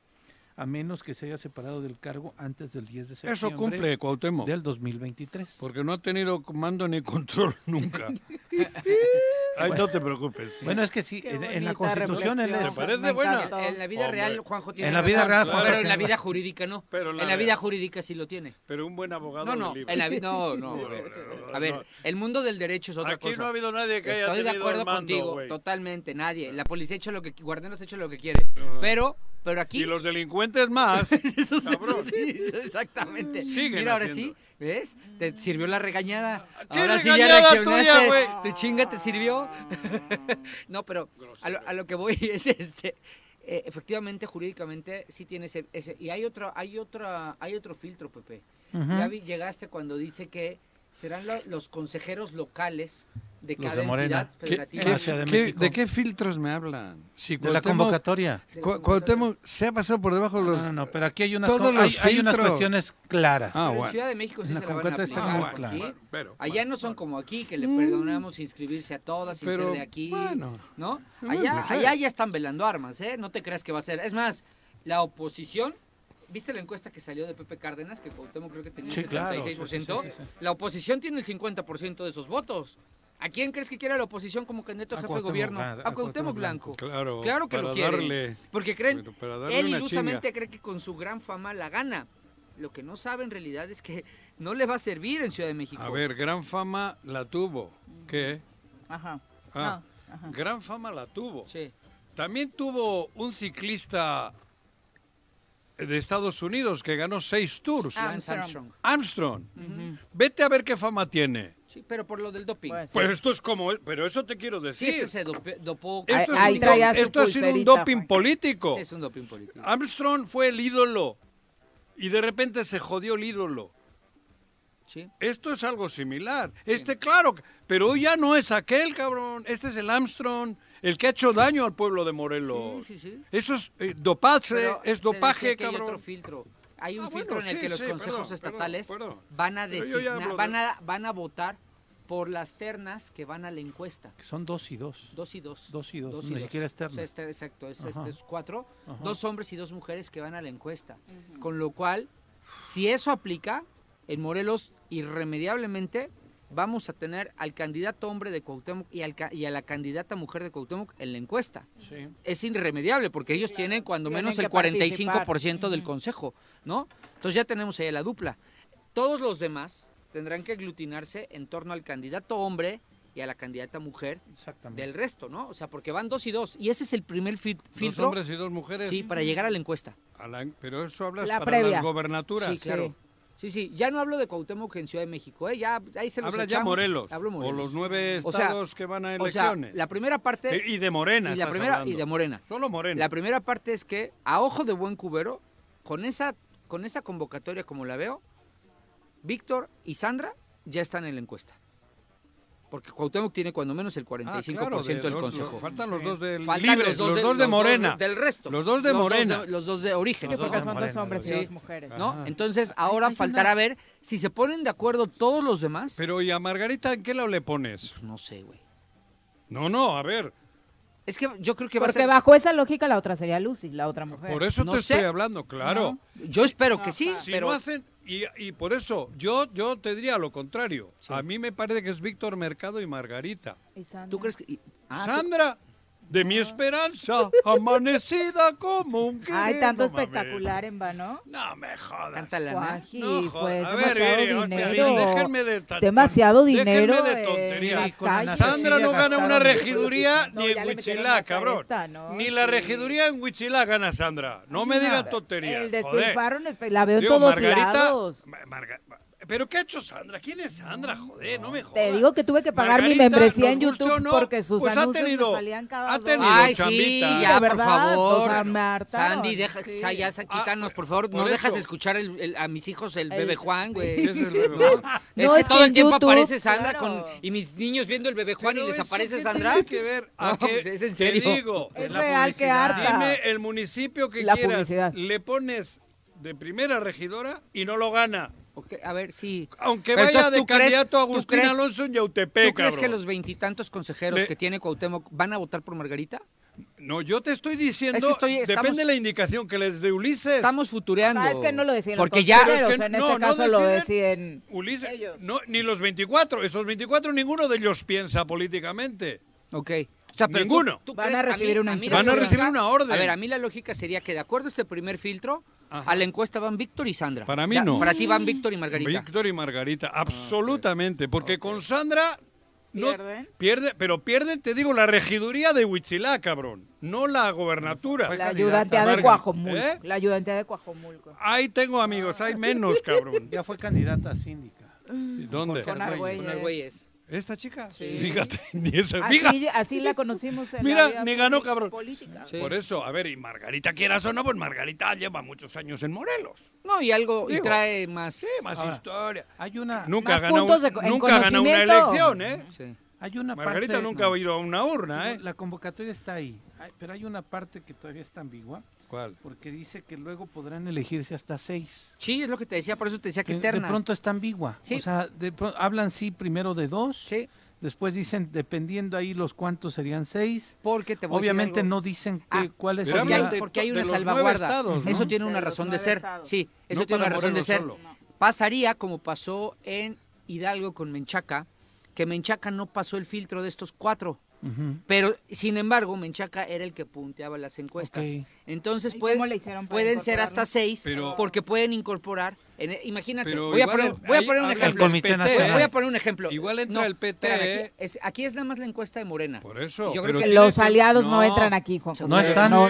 Speaker 6: a menos que se haya separado del cargo antes del 10 de septiembre.
Speaker 5: Eso
Speaker 6: *laughs*
Speaker 5: cumple Cuauhtémoc.
Speaker 6: Del 2023.
Speaker 5: Porque no ha tenido mando ni control *laughs* nunca. Ay, no te preocupes.
Speaker 6: Bueno, es que sí, en, en la Constitución él
Speaker 5: ¿Te
Speaker 6: es...
Speaker 5: parece buena?
Speaker 7: En, en la vida
Speaker 5: Hombre.
Speaker 7: real, Juanjo tiene
Speaker 6: En la vida
Speaker 7: razón,
Speaker 6: real, Juanjo
Speaker 7: Pero en la
Speaker 6: tiene
Speaker 7: vida
Speaker 6: razón.
Speaker 7: jurídica no.
Speaker 5: Pero la
Speaker 7: en la vida
Speaker 5: real.
Speaker 7: jurídica sí lo tiene.
Speaker 5: Pero un buen abogado
Speaker 7: No,
Speaker 5: lo
Speaker 7: no.
Speaker 5: libra.
Speaker 7: en la vi- no, no.
Speaker 5: *laughs* No,
Speaker 7: A ver, el mundo del derecho es otra
Speaker 5: Aquí
Speaker 7: cosa.
Speaker 5: no ha habido nadie que haya
Speaker 7: Estoy de
Speaker 5: tenido
Speaker 7: acuerdo
Speaker 5: el mando,
Speaker 7: contigo,
Speaker 5: güey. Ah.
Speaker 7: totalmente, nadie. La policía ha hecho lo que... Guardián ha hecho lo que quiere. Pero Pero aquí.
Speaker 5: Y los delincuentes más.
Speaker 7: *laughs* Eso sí,
Speaker 5: cabrón.
Speaker 7: sí, sí, exactamente.
Speaker 5: Siguen
Speaker 7: Mira, ahora
Speaker 5: haciendo.
Speaker 7: sí, ¿ves? Te sirvió la regañada.
Speaker 5: ¿Qué
Speaker 7: ahora
Speaker 5: regañada
Speaker 7: sí ya reaccionaste.
Speaker 5: tuya, güey?
Speaker 7: tu chinga te sirvió. no, pero a lo, a lo que voy *laughs* es este. eh, efectivamente, jurídicamente sí tiene ese, ese- y hay otro, hay otra, hay otro filtro, Pepe.
Speaker 6: Ujú.
Speaker 7: Ya vi- llegaste cuando dice que serán lo- los consejeros locales de
Speaker 6: Los
Speaker 7: cada
Speaker 6: de Morena.
Speaker 7: entidad
Speaker 6: ¿Qué-
Speaker 7: federativa.
Speaker 6: qué- Gracias, de
Speaker 5: ¿Qué-
Speaker 6: México.
Speaker 5: ¿De qué filtros me hablan? Si
Speaker 6: De la
Speaker 5: Cuauhtémoc-
Speaker 6: convocatoria.
Speaker 5: Cu- Cuauhtémoc se ha pasado por debajo de los.
Speaker 6: No, no, no, pero aquí hay unas,
Speaker 5: todos
Speaker 6: co-
Speaker 5: los
Speaker 6: hay, hay unas
Speaker 5: filtros.
Speaker 6: cuestiones claras.
Speaker 5: Ah,
Speaker 7: Pero en
Speaker 5: bueno.
Speaker 7: Ciudad de México sí
Speaker 6: La
Speaker 7: se la van a
Speaker 6: conquista está
Speaker 7: aplicar,
Speaker 6: muy
Speaker 7: aquí.
Speaker 6: clara. Mm.
Speaker 7: Allá no son como aquí, que le perdonamos inscribirse a todas sin
Speaker 5: Pero,
Speaker 7: ser de aquí.
Speaker 5: bueno.
Speaker 7: ¿no?
Speaker 6: Mm,
Speaker 5: Bueno,
Speaker 7: Allá,
Speaker 5: no sé.
Speaker 7: allá ya están velando armas, ¿eh? No te creas que va a ser. Es más, la oposición... ¿Viste la encuesta que salió de Pepe Cárdenas? Que Cuauhtémoc creo que tenía
Speaker 6: Sí,
Speaker 7: el 76%.
Speaker 6: claro, sí, sí, sí, sí.
Speaker 7: La oposición tiene el 50% de esos votos. ¿A quién crees que quiere la oposición como candidato a
Speaker 6: A
Speaker 7: jefe de
Speaker 6: Cuauhtémoc
Speaker 7: gobierno?
Speaker 6: Blan-
Speaker 7: a Cuauhtémoc Blanco.
Speaker 5: Claro,
Speaker 7: Claro que
Speaker 5: para
Speaker 7: lo quiere.
Speaker 5: darle-
Speaker 7: porque creen,
Speaker 5: pero para darle
Speaker 7: él
Speaker 5: una
Speaker 7: ilusamente cree que con su gran fama la gana. Lo que no sabe en realidad es que no le va a servir en Ciudad de México.
Speaker 5: A ver, gran fama la tuvo.
Speaker 7: Mm.
Speaker 5: ¿Qué?
Speaker 4: Ajá.
Speaker 5: Ah,
Speaker 4: No, ajá.
Speaker 5: Gran fama la tuvo.
Speaker 7: Sí.
Speaker 5: También tuvo un ciclista de Estados Unidos que ganó seis tours.
Speaker 7: Lance Ah, Armstrong.
Speaker 5: Armstrong. Vete a ver qué fama tiene.
Speaker 7: Sí, pero por lo del doping.
Speaker 5: Pues esto es como, pero eso te quiero
Speaker 7: Sí,
Speaker 5: decir.
Speaker 7: este se dope- dopó.
Speaker 5: Esto, es, un
Speaker 4: traías
Speaker 5: dop-
Speaker 4: tu
Speaker 5: esto ha sido un
Speaker 4: pulserita,
Speaker 5: doping
Speaker 4: Juan.
Speaker 5: político.
Speaker 7: Sí, es un doping político.
Speaker 5: Armstrong fue el ídolo y de repente se jodió el ídolo.
Speaker 7: Sí.
Speaker 5: Esto es algo similar. Este, claro, pero hoy ya no es aquel, cabrón. Este es el Armstrong, el que ha hecho daño al pueblo de Morelos.
Speaker 7: Sí, sí, sí.
Speaker 5: Eso es eh, dopaje,
Speaker 7: Pero
Speaker 5: es
Speaker 7: te decía
Speaker 5: dopaje,
Speaker 7: que hay
Speaker 5: cabrón.
Speaker 7: otro filtro. Hay un
Speaker 5: Ah,
Speaker 7: filtro
Speaker 5: bueno,
Speaker 7: en el
Speaker 5: sí,
Speaker 7: que los
Speaker 5: sí,
Speaker 7: consejos
Speaker 5: perdón,
Speaker 7: estatales
Speaker 5: perdón, perdón.
Speaker 7: van a
Speaker 5: Pero yo ya
Speaker 7: designar,
Speaker 5: hablo
Speaker 7: van
Speaker 5: de-
Speaker 7: a, van a votar por las ternas que van a la encuesta.
Speaker 6: Que Son dos y dos.
Speaker 7: Dos y dos.
Speaker 6: Dos y dos, ni siquiera es terna.
Speaker 7: O sea, este- exacto, es,
Speaker 6: Ajá.
Speaker 7: este es cuatro.
Speaker 6: Ajá.
Speaker 7: Dos hombres y dos mujeres que van a la encuesta. Con lo cual, si eso aplica, en Morelos, irremediablemente, vamos a tener al candidato hombre de Cuauhtémoc y, al ca- y a la candidata mujer de Cuauhtémoc en la encuesta.
Speaker 6: Sí.
Speaker 7: Es irremediable porque ellos tienen cuando
Speaker 4: Tienen
Speaker 7: menos
Speaker 4: que
Speaker 7: el 45% del
Speaker 4: participar.
Speaker 7: consejo, ¿no? Entonces ya tenemos ahí la dupla. Todos los demás tendrán que aglutinarse en torno al candidato hombre y a la candidata mujer
Speaker 6: Exactamente.
Speaker 7: del resto, ¿no? O sea, porque van dos y dos. Y ese es el primer fil-
Speaker 5: Dos
Speaker 7: filtro.
Speaker 5: hombres y dos mujeres.
Speaker 7: Sí, para llegar a la encuesta.
Speaker 5: Alan, pero eso hablas
Speaker 4: La
Speaker 5: para
Speaker 4: previa.
Speaker 5: las gobernaturas.
Speaker 7: Sí, claro. Sí, sí. Ya no hablo de Cuauhtémoc en Ciudad de México, ¿eh? Ya ahí se los
Speaker 5: Habla ya
Speaker 7: echamos.
Speaker 5: Morelos,
Speaker 7: Hablo Morelos.
Speaker 5: o los nueve
Speaker 7: O sea,
Speaker 5: estados que van a
Speaker 7: O sea,
Speaker 5: elecciones.
Speaker 7: la primera parte...
Speaker 5: Eh, y de Morena
Speaker 7: y la
Speaker 5: estás
Speaker 7: primera y
Speaker 5: hablando.
Speaker 7: de Morena.
Speaker 5: Solo Morena.
Speaker 7: La primera parte es que a ojo de buen cubero con esa con esa convocatoria como la veo, Víctor y Sandra ya están en la encuesta. Porque Cuauhtémoc tiene cuando menos el 45%
Speaker 5: Ah, de
Speaker 7: del
Speaker 5: los-
Speaker 7: consejo.
Speaker 5: los- faltan los dos de
Speaker 7: Faltan
Speaker 5: libres, los dos de, Morena.
Speaker 7: del resto.
Speaker 5: Los dos de Morena.
Speaker 7: los dos de origen.
Speaker 4: Sí,
Speaker 6: Los dos
Speaker 4: porque
Speaker 6: de
Speaker 4: son dos
Speaker 6: Morena,
Speaker 4: hombres y
Speaker 7: sí.
Speaker 4: dos mujeres.
Speaker 7: ¿no?
Speaker 5: Ajá.
Speaker 7: Entonces ahora
Speaker 6: hay una-
Speaker 7: faltará ver si se ponen de acuerdo todos los demás.
Speaker 5: Pero ¿y a Margarita en qué lado le pones?
Speaker 7: no sé, güey.
Speaker 5: No, no, a ver.
Speaker 7: Es que yo creo que va a
Speaker 4: Porque
Speaker 7: ser
Speaker 4: bajo esa lógica la otra sería Lucy, la otra mujer.
Speaker 5: Por eso
Speaker 7: no
Speaker 5: te
Speaker 7: sé.
Speaker 5: estoy hablando, claro.
Speaker 7: Yo espero que sí,
Speaker 5: Si
Speaker 7: pero
Speaker 5: no hacen, y, y por eso yo, yo te diría lo contrario. A mí me parece que es Víctor Mercado y Margarita.
Speaker 4: ¿Y Sandra?
Speaker 7: ¿tú crees que y- ah, tú- Ah.
Speaker 5: Sandra, de mi
Speaker 7: *laughs*
Speaker 5: esperanza, amanecida como un querer.
Speaker 4: Ay, tanto
Speaker 5: No mames.
Speaker 4: espectacular en vano.
Speaker 5: No me jodas.
Speaker 7: Tanta lana.
Speaker 4: Guaji,
Speaker 5: No,
Speaker 4: pues
Speaker 5: joder. A ver,
Speaker 4: demasiado
Speaker 5: Viri, hostia, Viri,
Speaker 4: dinero.
Speaker 5: déjenme de tan-
Speaker 4: demasiado
Speaker 5: déjenme
Speaker 4: dinero.
Speaker 5: de
Speaker 4: en
Speaker 5: tontería.
Speaker 4: las
Speaker 6: Y con la
Speaker 4: calles.
Speaker 5: Sandra no gana
Speaker 6: gastaron
Speaker 5: una
Speaker 6: mucho.
Speaker 5: regiduría
Speaker 4: No,
Speaker 5: ni
Speaker 4: ya
Speaker 5: en
Speaker 4: le metieron
Speaker 5: Huichilá,
Speaker 4: más a
Speaker 5: cabrón.
Speaker 4: esta, ¿no?
Speaker 5: Ni la
Speaker 4: Sí.
Speaker 5: regiduría en Huichilá gana Sandra. No me digan tonterías.
Speaker 4: El
Speaker 5: joder.
Speaker 4: despilfarro, en espe- la veo en
Speaker 5: Digo,
Speaker 4: todos
Speaker 5: Margarita-
Speaker 4: lados.
Speaker 5: Ma- Marga- ma- ¿Pero qué ha hecho Sandra? ¿Quién es Sandra? Joder, no me jodas.
Speaker 4: Te digo que tuve que pagar mi
Speaker 5: Margarita,
Speaker 4: membresía en
Speaker 5: nos guste
Speaker 4: YouTube
Speaker 5: o no,
Speaker 4: porque sus
Speaker 5: pues ha
Speaker 4: anuncios me
Speaker 5: tenido-
Speaker 4: salían cada
Speaker 5: ha
Speaker 4: dos.
Speaker 5: tenido
Speaker 7: Ay,
Speaker 5: chambita.
Speaker 7: sí,
Speaker 4: Sí,
Speaker 7: ya,
Speaker 4: de
Speaker 7: por
Speaker 4: verdad,
Speaker 7: favor.
Speaker 4: o sea, me hartaron,
Speaker 7: Sandy, deja,
Speaker 4: sí.
Speaker 7: sa- ya, sa- quítanos, por favor. no
Speaker 5: Ah, por
Speaker 7: dejas
Speaker 5: eso.
Speaker 7: escuchar el- el- a mis hijos el,
Speaker 4: El-
Speaker 7: bebé Juan, güey.
Speaker 5: ¿Qué es el bebé Juan?
Speaker 7: Es
Speaker 4: *laughs* No,
Speaker 7: que
Speaker 4: es
Speaker 7: todo
Speaker 4: que
Speaker 7: el
Speaker 4: en
Speaker 7: tiempo
Speaker 4: YouTube,
Speaker 7: aparece Sandra
Speaker 4: claro.
Speaker 7: con, y mis niños viendo el bebé Juan
Speaker 5: Pero
Speaker 7: y
Speaker 5: eso,
Speaker 7: desaparece
Speaker 5: ¿qué
Speaker 7: Sandra.
Speaker 5: tiene que ver a
Speaker 7: No,
Speaker 5: que-
Speaker 7: pues, es en
Speaker 5: te
Speaker 7: serio.
Speaker 5: digo,
Speaker 4: Es
Speaker 6: la
Speaker 4: real que
Speaker 6: publicidad.
Speaker 4: harta.
Speaker 5: Dime el municipio que
Speaker 4: La
Speaker 5: quieras.
Speaker 4: publicidad.
Speaker 5: Le pones de primera regidora y no lo gana.
Speaker 7: Ok, a ver, sí.
Speaker 5: Aunque
Speaker 7: Pero
Speaker 5: vaya
Speaker 7: entonces,
Speaker 5: de
Speaker 7: ¿tú crees-
Speaker 5: candidato
Speaker 7: tú
Speaker 5: Agustín
Speaker 7: crees-
Speaker 5: Alonso en
Speaker 7: ¿Tú
Speaker 5: Yautepec,
Speaker 7: crees que
Speaker 5: cabrón.
Speaker 7: los veintitantos consejeros
Speaker 5: Le-
Speaker 7: que tiene Cuauhtémoc van a votar por Margarita?
Speaker 5: No, yo te estoy diciendo,
Speaker 7: Es que estoy- estamos-
Speaker 5: depende de la indicación que les dé Ulises.
Speaker 7: Estamos futureando.
Speaker 4: Ah, es que no lo decían los
Speaker 7: Porque ya...
Speaker 4: consejeros.
Speaker 5: Pero es
Speaker 4: o sea, en
Speaker 5: no,
Speaker 4: este
Speaker 5: no
Speaker 4: caso lo
Speaker 5: deciden-
Speaker 4: deciden
Speaker 5: Ulises,
Speaker 4: ellos.
Speaker 5: no, ni los 24, esos 24 ninguno de ellos piensa políticamente.
Speaker 7: Ok. O sea, pero tú-
Speaker 5: Ninguno.
Speaker 7: tú
Speaker 4: Van
Speaker 7: crees-
Speaker 4: a recibir una
Speaker 7: la
Speaker 5: Van a
Speaker 7: lógica-
Speaker 5: recibir una orden.
Speaker 7: A ver, a mí la lógica sería que de acuerdo a este primer filtro,
Speaker 5: Ajá.
Speaker 7: a la encuesta van Víctor y Sandra.
Speaker 5: Para mí
Speaker 7: Ya,
Speaker 5: no.
Speaker 7: Para ti van Víctor y Margarita.
Speaker 5: Víctor y Margarita, absolutamente, porque con Sandra No,
Speaker 4: ¿Pierden?
Speaker 5: pierde, pero pierden, te digo, la regiduría de Huitzilá, cabrón. No la gobernatura.
Speaker 4: La ayudante de Cuajomulco.
Speaker 5: ¿Eh?
Speaker 4: La ayudante de Cuajomulco.
Speaker 5: Ahí tengo amigos, hay menos, cabrón.
Speaker 6: Ya fue candidata a síndica.
Speaker 5: dónde?
Speaker 4: Con Argüelles.
Speaker 5: Con Argüelles. ¿Esta chica?
Speaker 4: Sí.
Speaker 5: Fíjate, *laughs* ni
Speaker 7: Ah,
Speaker 5: esa. Mira,
Speaker 4: Así, así la conocimos en
Speaker 5: Mira,
Speaker 4: la vida
Speaker 5: ni ganó,
Speaker 4: poli-
Speaker 5: cabrón.
Speaker 4: política.
Speaker 5: Por eso, a ver, y Margarita, quieras o no, pues Margarita lleva muchos años en Morelos.
Speaker 7: No, y algo, y
Speaker 5: Digo,
Speaker 7: trae más. Sí,
Speaker 5: más
Speaker 7: historia.
Speaker 6: Hay una.
Speaker 5: Nunca ha ganado, nunca ha ganado una elección, ¿eh?
Speaker 6: Hay una
Speaker 5: Margarita
Speaker 6: parte-
Speaker 5: nunca
Speaker 6: no.
Speaker 5: ha ido a una urna, ¿eh?
Speaker 6: La convocatoria está ahí, Ay, pero hay una parte que todavía está ambigua.
Speaker 5: ¿Cuál?
Speaker 6: Porque dice que luego podrán elegirse hasta seis.
Speaker 7: Sí, es lo que te decía, por eso te decía que
Speaker 6: De- de
Speaker 7: eterna.
Speaker 6: pronto está ambigua.
Speaker 7: Sí.
Speaker 6: O sea, de pro- hablan sí primero de dos. Después dicen, dependiendo ahí los cuantos serían seis.
Speaker 7: Porque te voy a decir
Speaker 6: Obviamente
Speaker 7: algo.
Speaker 6: no dicen que,
Speaker 7: Ah,
Speaker 6: cuáles
Speaker 7: porque
Speaker 6: serían.
Speaker 7: hay, porque hay una salvaguarda. Eso tiene una razón de ser. Sí, eso
Speaker 6: No
Speaker 7: tiene una
Speaker 6: para
Speaker 7: razón de
Speaker 6: Morelos
Speaker 7: ser.
Speaker 6: solo.
Speaker 7: Pasaría como pasó en Hidalgo con Menchaca, que Menchaca no pasó el filtro de estos cuatro. Pero, sin embargo, Menchaca era el que punteaba las encuestas.
Speaker 4: Ok.
Speaker 7: Entonces, pueden, pueden ser hasta seis,
Speaker 5: Pero-
Speaker 7: porque pueden incorporar. en- e- imagínate,
Speaker 5: Pero
Speaker 7: voy a,
Speaker 5: igual
Speaker 7: poner,
Speaker 5: el-
Speaker 7: voy a
Speaker 5: ahí
Speaker 7: poner un
Speaker 5: habla el
Speaker 7: ejemplo.
Speaker 5: Comité
Speaker 7: Voy a-
Speaker 5: Nacional.
Speaker 7: voy a poner un ejemplo.
Speaker 5: Igual entra el PT,
Speaker 7: espérame,
Speaker 5: ¿eh?
Speaker 7: aquí, es, aquí es nada más la encuesta de Morena.
Speaker 5: Por eso. pero
Speaker 7: Yo creo que
Speaker 5: tiene
Speaker 4: Los aliados no, entran aquí, Juan
Speaker 6: No
Speaker 4: José.
Speaker 6: están, no,
Speaker 4: No,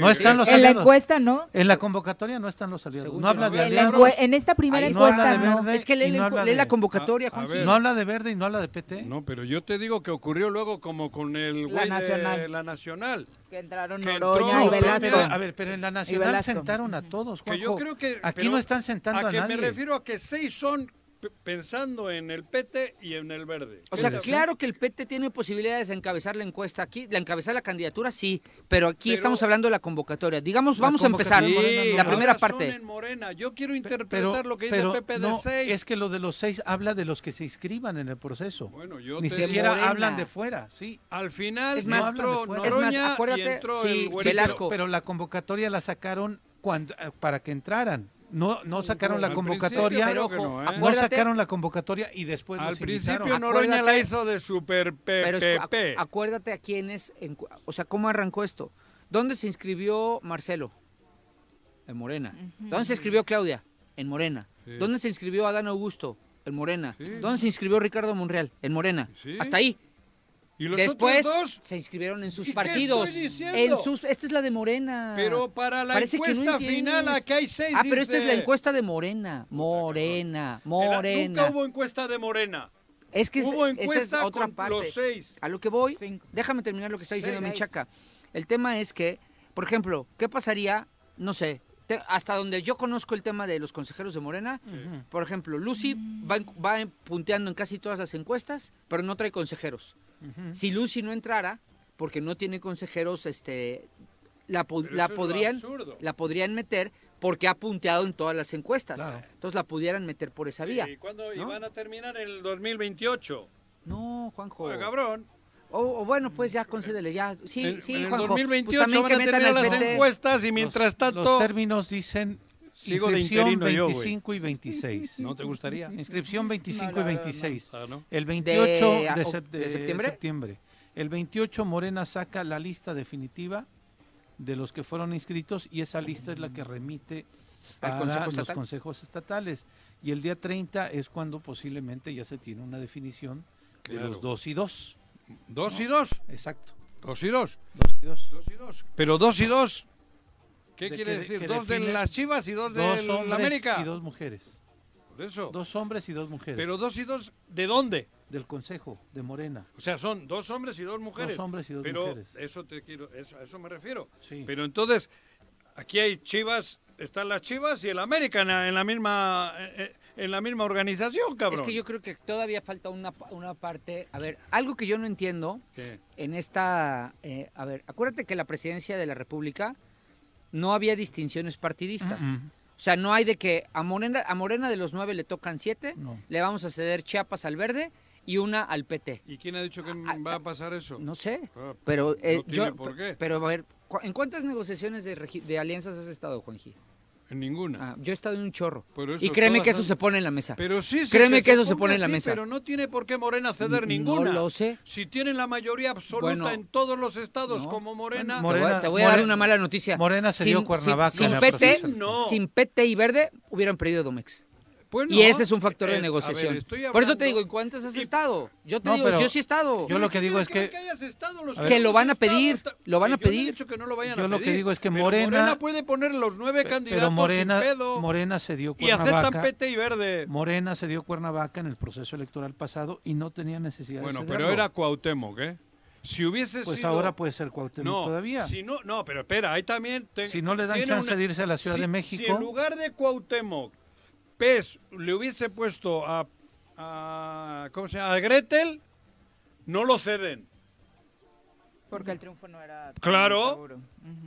Speaker 4: no.
Speaker 6: están los
Speaker 4: En la
Speaker 6: aliados.
Speaker 4: encuesta, ¿no.
Speaker 6: En la convocatoria no están los aliados.
Speaker 7: Según
Speaker 6: No
Speaker 7: yo,
Speaker 6: habla
Speaker 7: no.
Speaker 6: de
Speaker 7: En la
Speaker 6: aliados.
Speaker 7: encue- en esta primera
Speaker 6: Ahí
Speaker 7: encuesta,
Speaker 6: habla de
Speaker 7: no.
Speaker 6: verde
Speaker 7: Es que lee
Speaker 6: y
Speaker 7: la
Speaker 6: no
Speaker 7: encu-
Speaker 6: habla
Speaker 7: lee
Speaker 6: de- Ah,
Speaker 7: la convocatoria,
Speaker 6: A- a
Speaker 7: Juanji.
Speaker 6: ver. No habla de verde y no habla de PT.
Speaker 5: No, pero yo te digo que ocurrió luego como con el
Speaker 4: La
Speaker 5: güey de
Speaker 4: nacional.
Speaker 5: la Nacional.
Speaker 4: Que entraron
Speaker 5: Que
Speaker 4: Noroña
Speaker 5: entró-
Speaker 4: y Velasco.
Speaker 6: Pero, a ver, pero en la
Speaker 4: Y
Speaker 6: nacional
Speaker 4: Velasco.
Speaker 6: sentaron a todos,
Speaker 5: Que yo
Speaker 6: Juanjo.
Speaker 5: creo que...
Speaker 6: Aquí
Speaker 5: pero
Speaker 6: no están sentando a,
Speaker 5: que
Speaker 6: nadie.
Speaker 5: me refiero a que seis son p- pensando en el PT y en el verde.
Speaker 7: O sea,
Speaker 5: ¿Qué te-
Speaker 7: claro que el PT tiene posibilidades de encabezar la encuesta aquí, de encabezar la candidatura, sí, pero aquí
Speaker 5: Pero-
Speaker 7: estamos hablando de la convocatoria. Digamos,
Speaker 6: La
Speaker 7: vamos a empezar
Speaker 6: convocatoria de Morena,
Speaker 7: la
Speaker 6: no.
Speaker 7: primera
Speaker 6: Ahora
Speaker 5: Razón
Speaker 7: parte.
Speaker 5: en Morena. Yo quiero
Speaker 6: Pero,
Speaker 5: interpretar lo que dice
Speaker 6: pero
Speaker 5: Pepe de
Speaker 6: no,
Speaker 5: seis.
Speaker 6: es que lo de los seis habla de los que se inscriban en el proceso.
Speaker 5: Bueno, yo
Speaker 6: Ni
Speaker 5: te
Speaker 6: siquiera
Speaker 5: digo-
Speaker 6: hablan de fuera, sí.
Speaker 5: Al final
Speaker 6: Es más,
Speaker 5: entró
Speaker 6: es más,
Speaker 5: Noroña y
Speaker 7: acuérdate,
Speaker 5: entró
Speaker 7: sí,
Speaker 5: el
Speaker 7: sí,
Speaker 5: güerito.
Speaker 7: Velasco.
Speaker 6: Pero, pero la convocatoria la sacaron cuando, eh, para que entraran. No, no sacaron la
Speaker 5: Al
Speaker 6: convocatoria.
Speaker 5: principio
Speaker 6: No,
Speaker 5: creo que no, ¿eh?
Speaker 6: sacaron la convocatoria y después
Speaker 5: Al
Speaker 6: los
Speaker 5: principio
Speaker 6: invitaron.
Speaker 5: Noroña la
Speaker 7: pues, Acuérdate-
Speaker 5: hizo de super
Speaker 7: Pero es- acu-
Speaker 5: PPP.
Speaker 7: acuérdate a quiénes, encu- o sea, cómo arrancó esto. ¿Dónde se inscribió Marcelo? En Morena. ¿Dónde se inscribió Claudia? En Morena.
Speaker 5: Sí.
Speaker 7: ¿Dónde se inscribió Adán Augusto? En Morena. ¿Dónde se inscribió Ricardo Monreal? En Morena.
Speaker 5: Sí.
Speaker 7: Hasta ahí.
Speaker 5: ¿Y los
Speaker 7: Después
Speaker 5: otros dos?
Speaker 7: se inscribieron en sus
Speaker 5: ¿Y qué
Speaker 7: partidos.
Speaker 5: estoy diciendo?
Speaker 7: En sus, esta es la de Morena.
Speaker 5: Pero para la
Speaker 7: Parece que no
Speaker 5: encuesta final,
Speaker 7: entiendes.
Speaker 5: aquí hay seis,
Speaker 7: Ah, pero esta es la
Speaker 5: dice.
Speaker 7: encuesta de Morena. Morena.
Speaker 5: Era-
Speaker 7: Morena.
Speaker 5: Nunca hubo encuesta de Morena.
Speaker 7: Es que es-
Speaker 5: hubo
Speaker 7: esa es
Speaker 5: encuesta
Speaker 7: otra
Speaker 5: con
Speaker 7: parte.
Speaker 5: los seis.
Speaker 7: A lo que voy, déjame terminar lo que está diciendo
Speaker 5: Seis.
Speaker 7: Menchaca. El tema es que, por ejemplo, ¿qué pasaría? No sé, te- hasta donde yo conozco el tema de los consejeros de Morena, por ejemplo, Lucy va, en- va en- punteando en casi todas las encuestas, pero no trae consejeros. Si Lucy no entrara, porque no tiene consejeros, este, la, po-
Speaker 5: Pero
Speaker 7: la
Speaker 5: eso es lo
Speaker 7: podrían,
Speaker 5: absurdo.
Speaker 7: la podrían meter porque ha punteado en todas las encuestas.
Speaker 5: Claro.
Speaker 7: Entonces la pudieran meter por esa vía.
Speaker 5: ¿Y cuándo
Speaker 7: ¿no?
Speaker 5: iban a terminar en el 2028?
Speaker 7: No, Juanjo.
Speaker 5: Oye, cabrón.
Speaker 7: O, o bueno, pues ya concédele, ya. Sí,
Speaker 5: En-
Speaker 7: sí,
Speaker 5: en el
Speaker 7: Juanjo. Pues
Speaker 5: 2028
Speaker 7: también
Speaker 5: van a
Speaker 7: que metan
Speaker 5: terminar
Speaker 7: al
Speaker 5: las
Speaker 7: PT.
Speaker 5: encuestas y mientras
Speaker 6: los,
Speaker 5: tanto-
Speaker 6: los términos dicen
Speaker 5: Sigo de
Speaker 6: inscripción
Speaker 5: interino yo, güey.
Speaker 6: 25 y 26.
Speaker 5: ¿No te gustaría?
Speaker 6: Inscripción 25
Speaker 5: No, la
Speaker 6: y
Speaker 5: verdad,
Speaker 6: 26.
Speaker 5: no. Ah, ¿no?
Speaker 6: El 28 de,
Speaker 5: ¿De a-
Speaker 6: sep-
Speaker 5: de
Speaker 6: de
Speaker 5: septiembre?
Speaker 6: septiembre? El 28 Morena saca la lista definitiva de los que fueron inscritos y esa lista es la que remite
Speaker 7: Al
Speaker 6: para
Speaker 7: Consejo
Speaker 6: los
Speaker 7: Estatal.
Speaker 6: consejos estatales. Y el día 30 es cuando posiblemente ya se tiene una definición de
Speaker 5: Claro.
Speaker 6: los dos y dos.
Speaker 5: ¿Dos y dos?
Speaker 6: Exacto.
Speaker 5: ¿Dos y dos?
Speaker 6: Dos y dos.
Speaker 5: Dos y dos. Pero dos y dos. ¿Qué
Speaker 6: De
Speaker 5: quiere
Speaker 6: que-
Speaker 5: decir?
Speaker 6: que
Speaker 5: dos de
Speaker 6: define
Speaker 5: las Chivas y dos de
Speaker 6: dos
Speaker 5: la
Speaker 6: hombres
Speaker 5: América.
Speaker 6: Y dos mujeres.
Speaker 5: Por eso.
Speaker 6: Dos hombres y dos mujeres.
Speaker 5: Pero dos y dos, ¿de dónde?
Speaker 6: Del Consejo, de Morena.
Speaker 5: O sea, son dos hombres y dos mujeres.
Speaker 6: hombres y dos
Speaker 5: pero
Speaker 6: mujeres.
Speaker 5: eso te quiero, eso, a eso me refiero.
Speaker 6: Sí.
Speaker 5: Pero entonces, aquí hay Chivas, están las Chivas y el América en la, en la misma eh, eh, en la misma organización, cabrón.
Speaker 7: Es que yo creo que todavía falta una, pa- una parte. A ver, algo que yo no entiendo
Speaker 5: ¿Qué?
Speaker 7: en esta. eh, a ver, acuérdate que la presidencia de la República no había distinciones partidistas.
Speaker 6: Mm-mm.
Speaker 7: O sea, no hay de que a Morena, a Morena de los nueve le tocan siete,
Speaker 6: No.
Speaker 7: le vamos a ceder Chiapas al verde y una al PT.
Speaker 5: ¿Y quién ha dicho que va a pasar eso?
Speaker 7: ah, No sé.
Speaker 5: Ah,
Speaker 7: Pero eh,
Speaker 5: no tiene
Speaker 7: yo.
Speaker 5: por qué.
Speaker 7: Pero a ver, ¿cu- ¿en cuántas negociaciones de, regi- de alianzas has estado, Juanji?
Speaker 5: En ninguna.
Speaker 7: yo he estado en un chorro.
Speaker 5: Por eso
Speaker 7: y créeme
Speaker 5: todas
Speaker 7: que eso
Speaker 5: han-
Speaker 7: se pone en la mesa.
Speaker 5: Pero sí, sí,
Speaker 7: Créeme que, eso se
Speaker 5: ponga
Speaker 7: pone en la
Speaker 5: así,
Speaker 7: mesa.
Speaker 5: Pero no tiene por qué Morena ceder
Speaker 7: No
Speaker 5: ninguna.
Speaker 7: lo sé.
Speaker 5: Si tienen la mayoría absoluta
Speaker 7: Bueno,
Speaker 5: en todos los estados, como Morena.
Speaker 7: Te voy a- te voy a dar una mala noticia.
Speaker 6: Morena se dio Cuernavaca
Speaker 7: sin,
Speaker 6: en la
Speaker 7: PT,
Speaker 6: procesión.
Speaker 5: No.
Speaker 7: sin PT y Verde hubieran perdido Domex.
Speaker 5: Pues
Speaker 7: y
Speaker 5: no.
Speaker 7: ese es un factor
Speaker 5: Eh,
Speaker 7: de
Speaker 5: a
Speaker 7: negociación.
Speaker 5: ver, estoy
Speaker 7: Por eso
Speaker 5: hablando-
Speaker 7: te digo, ¿en cuántas has
Speaker 5: Y-
Speaker 7: estado? Yo te
Speaker 6: No,
Speaker 7: digo,
Speaker 6: pero
Speaker 7: yo sí he estado.
Speaker 6: yo lo que digo es que-
Speaker 7: que, lo van a pedir, lo van a pedir.
Speaker 6: Yo lo que digo es que
Speaker 7: Pero
Speaker 6: Morena,
Speaker 9: Morena puede poner los nueve candidatos
Speaker 6: pero Morena,
Speaker 9: sin pedo.
Speaker 6: Morena se dio
Speaker 9: Y aceptan
Speaker 6: Cuernavaca.
Speaker 9: pete y verde.
Speaker 6: Morena se dio Cuernavaca en el proceso electoral pasado y no tenía necesidad
Speaker 9: Bueno,
Speaker 6: de
Speaker 9: pero
Speaker 6: cederlo.
Speaker 9: era Cuauhtémoc, ¿eh? Si hubiese
Speaker 6: Pues
Speaker 9: sido-
Speaker 6: ahora puede ser Cuauhtémoc
Speaker 9: no,
Speaker 6: todavía.
Speaker 9: Si no, no, pero espera, ahí también... te-
Speaker 6: Si no le dan
Speaker 9: tiene
Speaker 6: chance de irse a la Ciudad
Speaker 9: si-
Speaker 6: de México.
Speaker 9: Si en lugar de Cuauhtémoc, PES le hubiese puesto a... a- ¿Cómo se llama? A Gretel, no lo ceden.
Speaker 4: Porque el triunfo no era. tan
Speaker 9: Claro,
Speaker 4: seguro.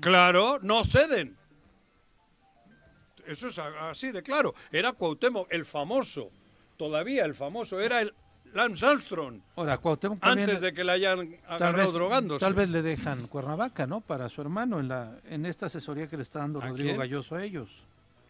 Speaker 9: claro, no ceden. Eso es a- así de claro. Era Cuauhtémoc, el famoso, todavía el famoso, era el Lance Armstrong,
Speaker 6: Ahora, Cuauhtémoc también-
Speaker 9: antes de que le hayan
Speaker 6: tal
Speaker 9: agarrado
Speaker 6: vez,
Speaker 9: drogándose.
Speaker 6: tal vez le dejan Cuernavaca, ¿no? Para su hermano en la en esta asesoría que le está dando Rodrigo
Speaker 9: quién?
Speaker 6: Galloso a ellos.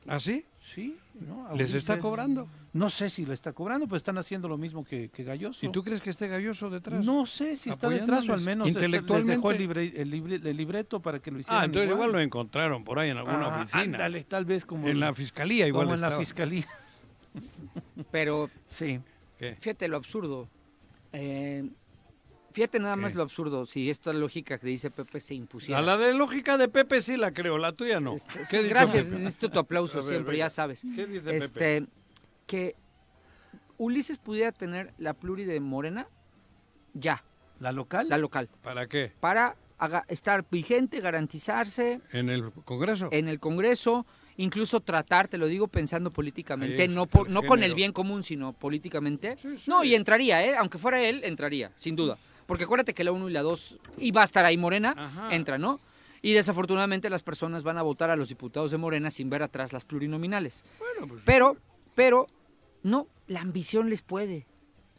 Speaker 9: ¿Ah, sí?
Speaker 6: Sí. ¿no? A
Speaker 9: ¿Les está
Speaker 6: Ulises.
Speaker 9: cobrando?
Speaker 6: No sé si le está cobrando, pues están haciendo lo mismo que, que Galloso.
Speaker 9: ¿Y tú crees que esté Galloso detrás?
Speaker 6: No sé si está detrás o al
Speaker 9: Apoyándoles.
Speaker 6: menos está- les dejó el,
Speaker 9: Intelectualmente.
Speaker 6: libre- el libre- el libreto para que lo hicieran.
Speaker 9: Ah, entonces igual. lo encontraron por ahí en alguna
Speaker 6: Ah,
Speaker 9: oficina.
Speaker 6: ándale, tal vez como
Speaker 9: en
Speaker 6: el-
Speaker 9: la fiscalía igual
Speaker 6: como en la
Speaker 9: estaba.
Speaker 6: fiscalía.
Speaker 7: *laughs* Pero
Speaker 6: sí.
Speaker 7: fíjate lo absurdo. Eh, fíjate nada más lo absurdo. Si esta lógica que dice Pepe se impusiera.
Speaker 9: A la de lógica de Pepe sí la creo, la tuya no.
Speaker 7: Este, Pues Sí,
Speaker 9: ha dicho
Speaker 7: gracias,
Speaker 9: Pepe?
Speaker 7: necesito tu aplauso
Speaker 9: A ver,
Speaker 7: siempre,
Speaker 9: venga.
Speaker 7: ya sabes.
Speaker 9: ¿Qué dice Pepe?
Speaker 7: Este, Que Ulises pudiera tener la pluri de Morena ya.
Speaker 6: ¿La local?
Speaker 7: La local.
Speaker 9: ¿Para qué?
Speaker 7: Para aga- estar vigente, garantizarse
Speaker 9: ¿En el Congreso?
Speaker 7: en el Congreso, incluso tratar, te lo digo pensando políticamente,
Speaker 9: Ahí,
Speaker 7: no, po-
Speaker 9: el
Speaker 7: no con el
Speaker 9: género.
Speaker 7: bien común, sino políticamente. No, y entraría, ¿eh? aunque fuera él, entraría, sin duda. Porque acuérdate que la 1 y la 2 iba a estar ahí Morena,
Speaker 9: Ajá.
Speaker 7: entra, ¿no? Y desafortunadamente las personas van a votar a los diputados de Morena sin ver atrás las plurinominales.
Speaker 9: Pues
Speaker 7: Pero, pero, no, la ambición les puede.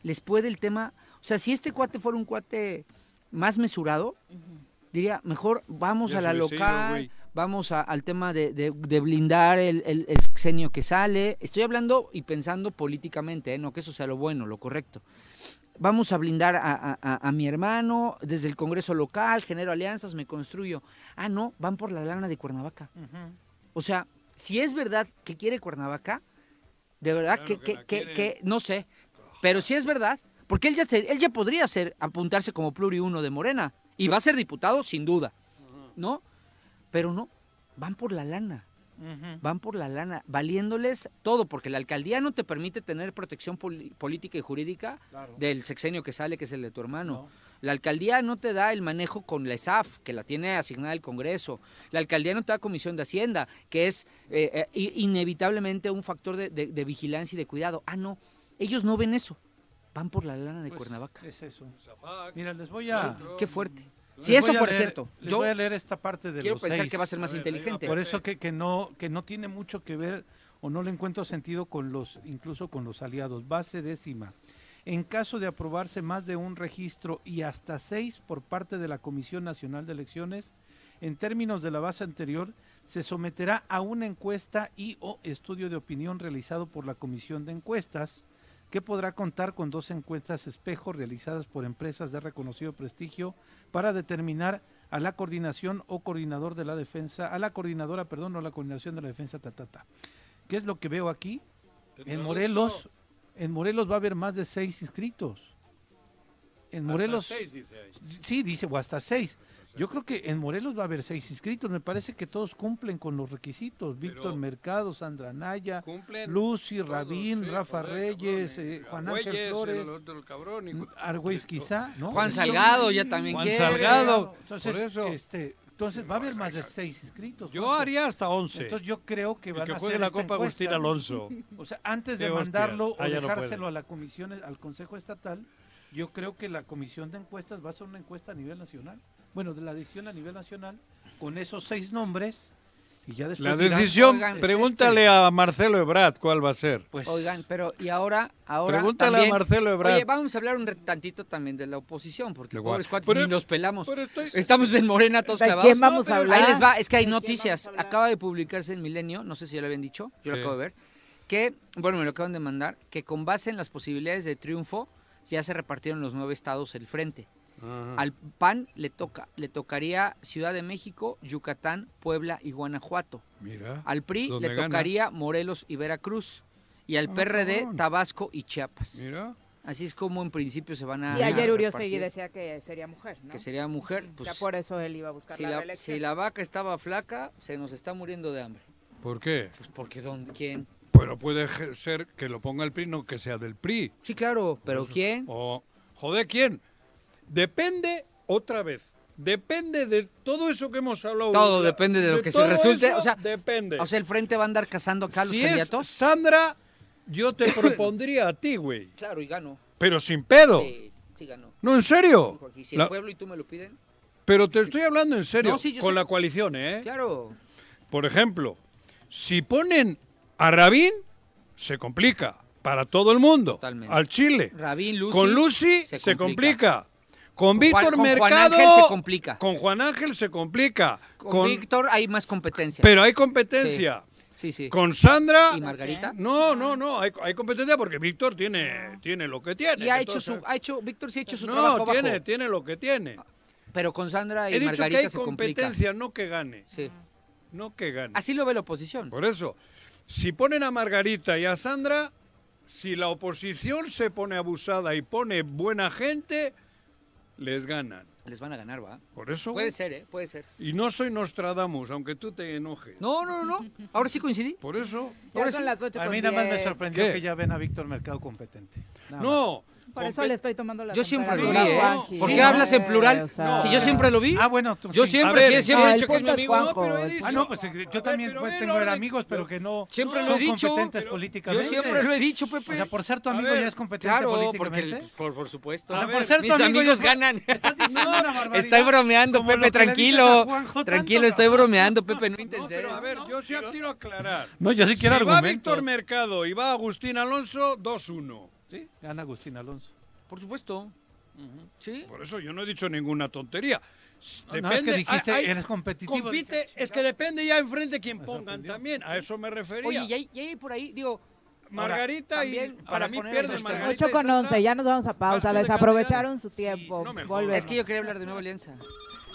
Speaker 7: Les puede el tema. O sea, si este cuate fuera un cuate más mesurado, diría, mejor vamos
Speaker 9: Ya
Speaker 7: a la
Speaker 9: se hubiese ido,
Speaker 7: local,
Speaker 9: güey.
Speaker 7: vamos a- al tema de, de- de blindar el, el, el sexenio que sale. Estoy hablando y pensando políticamente, ¿eh? no que eso sea lo bueno, lo correcto. Vamos a blindar a, a- a- a mi hermano desde el Congreso local, genero alianzas, me construyo. Ah, no, van por la lana de Cuernavaca. O sea, si es verdad que quiere Cuernavaca, de verdad que, que, que- que- no sé, pero si es verdad, porque él ya, se- él ya podría ser, apuntarse como pluri uno de Morena y va a ser diputado sin duda, ¿no? Pero no, van por la lana, van por la lana, valiéndoles todo, porque la alcaldía no te permite tener protección poli- política y jurídica
Speaker 6: Claro.
Speaker 7: del sexenio que sale, que es el de tu hermano. La alcaldía no te da el manejo con la ESAF, que la tiene asignada el Congreso. La alcaldía no te da comisión de Hacienda, que es eh, eh, i- inevitablemente un factor de, de- de vigilancia y de cuidado. Ah, no, ellos no ven eso. Van por la lana de
Speaker 6: Pues,
Speaker 7: Cuernavaca.
Speaker 6: Es eso. Mira, les voy a.
Speaker 7: Sí, qué fuerte.
Speaker 6: Les
Speaker 7: Si eso
Speaker 6: voy a
Speaker 7: fuera
Speaker 6: leer-
Speaker 7: cierto,
Speaker 6: les
Speaker 7: yo
Speaker 6: voy a leer esta parte de
Speaker 7: quiero
Speaker 6: los
Speaker 7: pensar
Speaker 6: seis.
Speaker 7: que va a ser más A ver, ahí va inteligente.
Speaker 6: Por
Speaker 7: Pepe.
Speaker 6: eso que, que no que no tiene mucho que ver o no le encuentro sentido con los incluso con los aliados. Base décima. En caso de aprobarse más de un registro y hasta seis por parte de la Comisión Nacional de Elecciones, en términos de la base anterior, se someterá a una encuesta y o estudio de opinión realizado por la Comisión de Encuestas, que podrá contar con dos encuestas espejo realizadas por empresas de reconocido prestigio para determinar a la coordinación o coordinador de la defensa, a la coordinadora, perdón, o la coordinación de la defensa, ta, ta, ta. ¿Qué es lo que veo aquí? En Morelos, en Morelos va a haber más de seis inscritos. En
Speaker 9: Hasta
Speaker 6: Morelos,
Speaker 9: seis, dice ahí.
Speaker 6: sí, dice, o hasta seis. Yo creo que en Morelos va a haber seis inscritos. Me parece que todos cumplen con los requisitos. Víctor Mercado, Sandra Naya, Lucy, Rabín, Rafa Reyes, eh, Juan Ángel
Speaker 9: Güeyes, el
Speaker 6: Flores,
Speaker 9: otro cabrón, y-
Speaker 6: Argüez quizá, ¿no?
Speaker 7: Juan Salgado ya también
Speaker 9: Pues, oh, Juan quiere. Salgado,
Speaker 6: Entonces,
Speaker 9: por eso.
Speaker 6: este, entonces va a haber más de seis inscritos.
Speaker 9: Yo
Speaker 6: Juanjo.
Speaker 9: haría hasta 11.
Speaker 6: Entonces yo creo que
Speaker 9: El
Speaker 6: van
Speaker 9: que
Speaker 6: a
Speaker 9: juegue
Speaker 6: hacer
Speaker 9: la
Speaker 6: esta
Speaker 9: Copa Agustín
Speaker 6: encuesta.
Speaker 9: Alonso.
Speaker 6: O sea, antes de
Speaker 9: Qué hostia.
Speaker 6: mandarlo
Speaker 9: Ah,
Speaker 6: o
Speaker 9: ya no puede.
Speaker 6: dejárselo a la comisión, al Consejo Estatal, yo creo que la comisión de encuestas va a hacer una encuesta a nivel nacional. Bueno, de la decisión a nivel nacional con esos seis nombres y ya después
Speaker 9: La
Speaker 6: dirán,
Speaker 9: decisión,
Speaker 6: "Oigan, es
Speaker 9: pregúntale
Speaker 6: este".
Speaker 9: a Marcelo Ebrard cuál va a ser.
Speaker 6: Pues
Speaker 7: Oigan, pero y ahora, ahora
Speaker 9: pues, Pregúntale a
Speaker 7: también-
Speaker 9: Marcelo Ebrard.
Speaker 7: Oye, vamos a hablar un re- tantito también de la oposición, porque
Speaker 9: ¿De cuál?
Speaker 7: pobres cuates
Speaker 9: Pero-
Speaker 7: ni nos pelamos. Estamos en Morena todos
Speaker 4: ¿De
Speaker 7: clavados.
Speaker 4: quién vamos a
Speaker 7: pero-
Speaker 4: hablar?
Speaker 7: Ahí les va, es que hay
Speaker 4: ¿De quién
Speaker 7: noticias.
Speaker 4: vamos a hablar?
Speaker 7: Acaba de publicarse en Milenio, no sé si ya lo habían dicho, yo lo
Speaker 9: Sí.
Speaker 7: acabo de ver, que, bueno, me lo acaban de mandar, que con base en las posibilidades de triunfo, ya se repartieron los nueve estados el frente. Al PAN le toca, le tocaría Ciudad de México, Yucatán, Puebla y Guanajuato.
Speaker 9: Mira,
Speaker 5: Ah,
Speaker 7: Al PRI
Speaker 9: donde
Speaker 7: le
Speaker 9: gana.
Speaker 7: tocaría Morelos y Veracruz. y al
Speaker 4: Ah,
Speaker 7: PRD,
Speaker 4: cabrón.
Speaker 7: Tabasco y Chiapas. Así es como en principio se van a.
Speaker 4: Y ayer
Speaker 7: a
Speaker 4: Uriostegui
Speaker 7: repartir,
Speaker 4: decía que sería mujer, ¿no?
Speaker 7: que sería mujer. Pues,
Speaker 4: ya por eso él iba a buscar
Speaker 7: si
Speaker 4: la,
Speaker 7: la,
Speaker 4: reelección.
Speaker 7: si la vaca estaba flaca, se nos está muriendo de hambre.
Speaker 5: ¿Por qué?
Speaker 7: Pues porque ¿dónde? ¿Quién?
Speaker 5: Pero puede je- ser que lo ponga el PRI, no que sea del PRI.
Speaker 7: Sí, claro, pero ¿quién?
Speaker 5: O, joder, ¿quién? Depende, otra vez, depende de todo eso que hemos hablado.
Speaker 7: Todo
Speaker 5: La-
Speaker 7: depende de lo que se
Speaker 5: todo
Speaker 7: resulte.
Speaker 5: eso
Speaker 7: O sea,
Speaker 5: depende.
Speaker 7: O sea, el frente va a andar cazando acá a los
Speaker 5: si es
Speaker 7: candidatos.
Speaker 5: Sandra, yo
Speaker 7: *coughs*
Speaker 5: te propondría a ti, güey.
Speaker 7: Claro, y gano.
Speaker 5: Pero sin pedo.
Speaker 7: Sí, sí gano.
Speaker 5: No, en serio.
Speaker 7: Hijo, aquí, si
Speaker 5: La-
Speaker 7: el pueblo y tú me lo piden.
Speaker 5: Pero te estoy hablando en serio.
Speaker 7: No, sí, yo
Speaker 5: con
Speaker 7: sé.
Speaker 5: la coalición, ¿eh?
Speaker 7: Claro.
Speaker 5: Por ejemplo, si ponen a Rabín, se complica para todo el mundo. Al Chile.
Speaker 7: Rabín, Lucy.
Speaker 5: con Lucy se,
Speaker 7: se
Speaker 5: complica.
Speaker 7: complica.
Speaker 5: Con
Speaker 7: Juan-
Speaker 5: Víctor
Speaker 7: con Juan
Speaker 5: Mercado.
Speaker 7: Ángel se complica.
Speaker 5: Con Juan Ángel se complica.
Speaker 7: Con,
Speaker 5: Con-
Speaker 7: Víctor hay más competencia.
Speaker 5: Pero hay competencia.
Speaker 7: Sí, sí. sí.
Speaker 5: Con Sandra.
Speaker 7: ¿Y Margarita?
Speaker 5: No, no, no. Hay, hay competencia porque Víctor tiene, tiene lo que tiene.
Speaker 7: Y ha hecho
Speaker 5: entonces-
Speaker 7: su, ha hecho, Víctor sí ha hecho su
Speaker 5: No,
Speaker 7: trabajo abajo.
Speaker 5: tiene, tiene lo que tiene.
Speaker 7: Pero con Sandra y
Speaker 5: He dicho
Speaker 7: Margarita
Speaker 5: que hay
Speaker 7: se complica.
Speaker 5: competencia, no que gane.
Speaker 7: Sí.
Speaker 5: No que gane.
Speaker 7: Así lo ve la oposición.
Speaker 5: Por eso, si ponen a Margarita y a Sandra, si la oposición se pone abusada y pone buena gente, les ganan.
Speaker 7: Les van a ganar, ¿va?
Speaker 5: Por eso.
Speaker 7: Puede ser, ¿eh? Puede ser.
Speaker 5: Y no soy Nostradamus, aunque tú te enojes.
Speaker 7: No, no, no. no. Ahora sí coincidí.
Speaker 5: Por eso.
Speaker 4: Ya son las ocho
Speaker 7: este,
Speaker 6: A
Speaker 4: con
Speaker 6: mí nada más me
Speaker 4: diez.
Speaker 6: sorprendió
Speaker 5: ¿Qué?
Speaker 6: que ya ven a Víctor Mercado competente. Nada
Speaker 5: No.
Speaker 4: Por eso le estoy tomando la
Speaker 7: Yo siempre lo vi,
Speaker 4: temperatura
Speaker 7: ¿eh?
Speaker 4: a Juanqui.
Speaker 7: ¿Por
Speaker 4: Sí,
Speaker 7: qué
Speaker 4: no,
Speaker 7: hablas en
Speaker 4: eh,
Speaker 7: plural?
Speaker 4: o sea-
Speaker 7: Si yo siempre lo vi.
Speaker 6: Ah, bueno, tú-
Speaker 7: Yo
Speaker 6: sí.
Speaker 7: siempre,
Speaker 6: A
Speaker 7: sí,
Speaker 6: ver,
Speaker 7: siempre
Speaker 4: no,
Speaker 7: he
Speaker 4: el
Speaker 7: dicho que es mi
Speaker 4: punto es
Speaker 7: amigo.
Speaker 4: Juanjo,
Speaker 7: No, pero he
Speaker 4: el
Speaker 7: dicho-
Speaker 6: Ah, no, pues eh, yo también
Speaker 5: pero
Speaker 6: pues,
Speaker 5: ve
Speaker 6: tengo
Speaker 5: la hora de-
Speaker 6: amigos, pero que no
Speaker 7: Siempre
Speaker 6: no
Speaker 7: lo he
Speaker 6: son
Speaker 7: dicho.
Speaker 6: competentes
Speaker 7: Pero- Yo
Speaker 6: políticamente.
Speaker 7: siempre lo he dicho, Pepe.
Speaker 6: O sea, por ser tu
Speaker 5: A
Speaker 6: amigo
Speaker 5: ver,
Speaker 6: ya es competente
Speaker 7: Claro, porque
Speaker 6: políticamente.
Speaker 7: el- por, por supuesto.
Speaker 6: O sea,
Speaker 7: A
Speaker 6: por
Speaker 7: ver,
Speaker 6: ser tu
Speaker 7: mis
Speaker 6: amigo ya
Speaker 7: amigos
Speaker 6: es-
Speaker 7: ganan.
Speaker 6: Estás diciendo una barbaridad.
Speaker 7: Estoy bromeando,
Speaker 6: Como lo
Speaker 7: Pepe,
Speaker 6: que le dices a
Speaker 7: tranquilo.
Speaker 6: Juanjo tanto,
Speaker 7: Tranquilo, estoy
Speaker 6: cabrón.
Speaker 7: bromeando, Pepe, no intenses.
Speaker 5: Pero a ver, yo sí quiero aclarar.
Speaker 6: No, yo sí quiero
Speaker 5: si va
Speaker 6: argumentos.
Speaker 5: Víctor Mercado y va Agustín Alonso, 2-1.
Speaker 6: Sí, gana Agustín Alonso.
Speaker 7: Por supuesto. Sí.
Speaker 5: Por eso yo no he dicho ninguna tontería. S-
Speaker 6: No, no, es que dijiste,
Speaker 5: hay- hay-
Speaker 6: Este, eres competitivo.
Speaker 5: Ah, Compite, es que depende ya enfrente quién pongan también. A eso me refería.
Speaker 7: Oye, y ahí, y ahí por ahí, digo,
Speaker 5: Margarita
Speaker 7: Ahora,
Speaker 5: y
Speaker 7: también,
Speaker 5: para
Speaker 7: para
Speaker 5: mí
Speaker 7: poner
Speaker 5: pierde
Speaker 7: nuestra-
Speaker 5: Margarita.
Speaker 4: 8 con 11, ya nos vamos a pausa.
Speaker 5: tú de
Speaker 4: Desaprovecharon su tiempo.
Speaker 5: no me jodas.
Speaker 4: Volvemos.
Speaker 7: es que yo quería hablar de Nueva Alianza.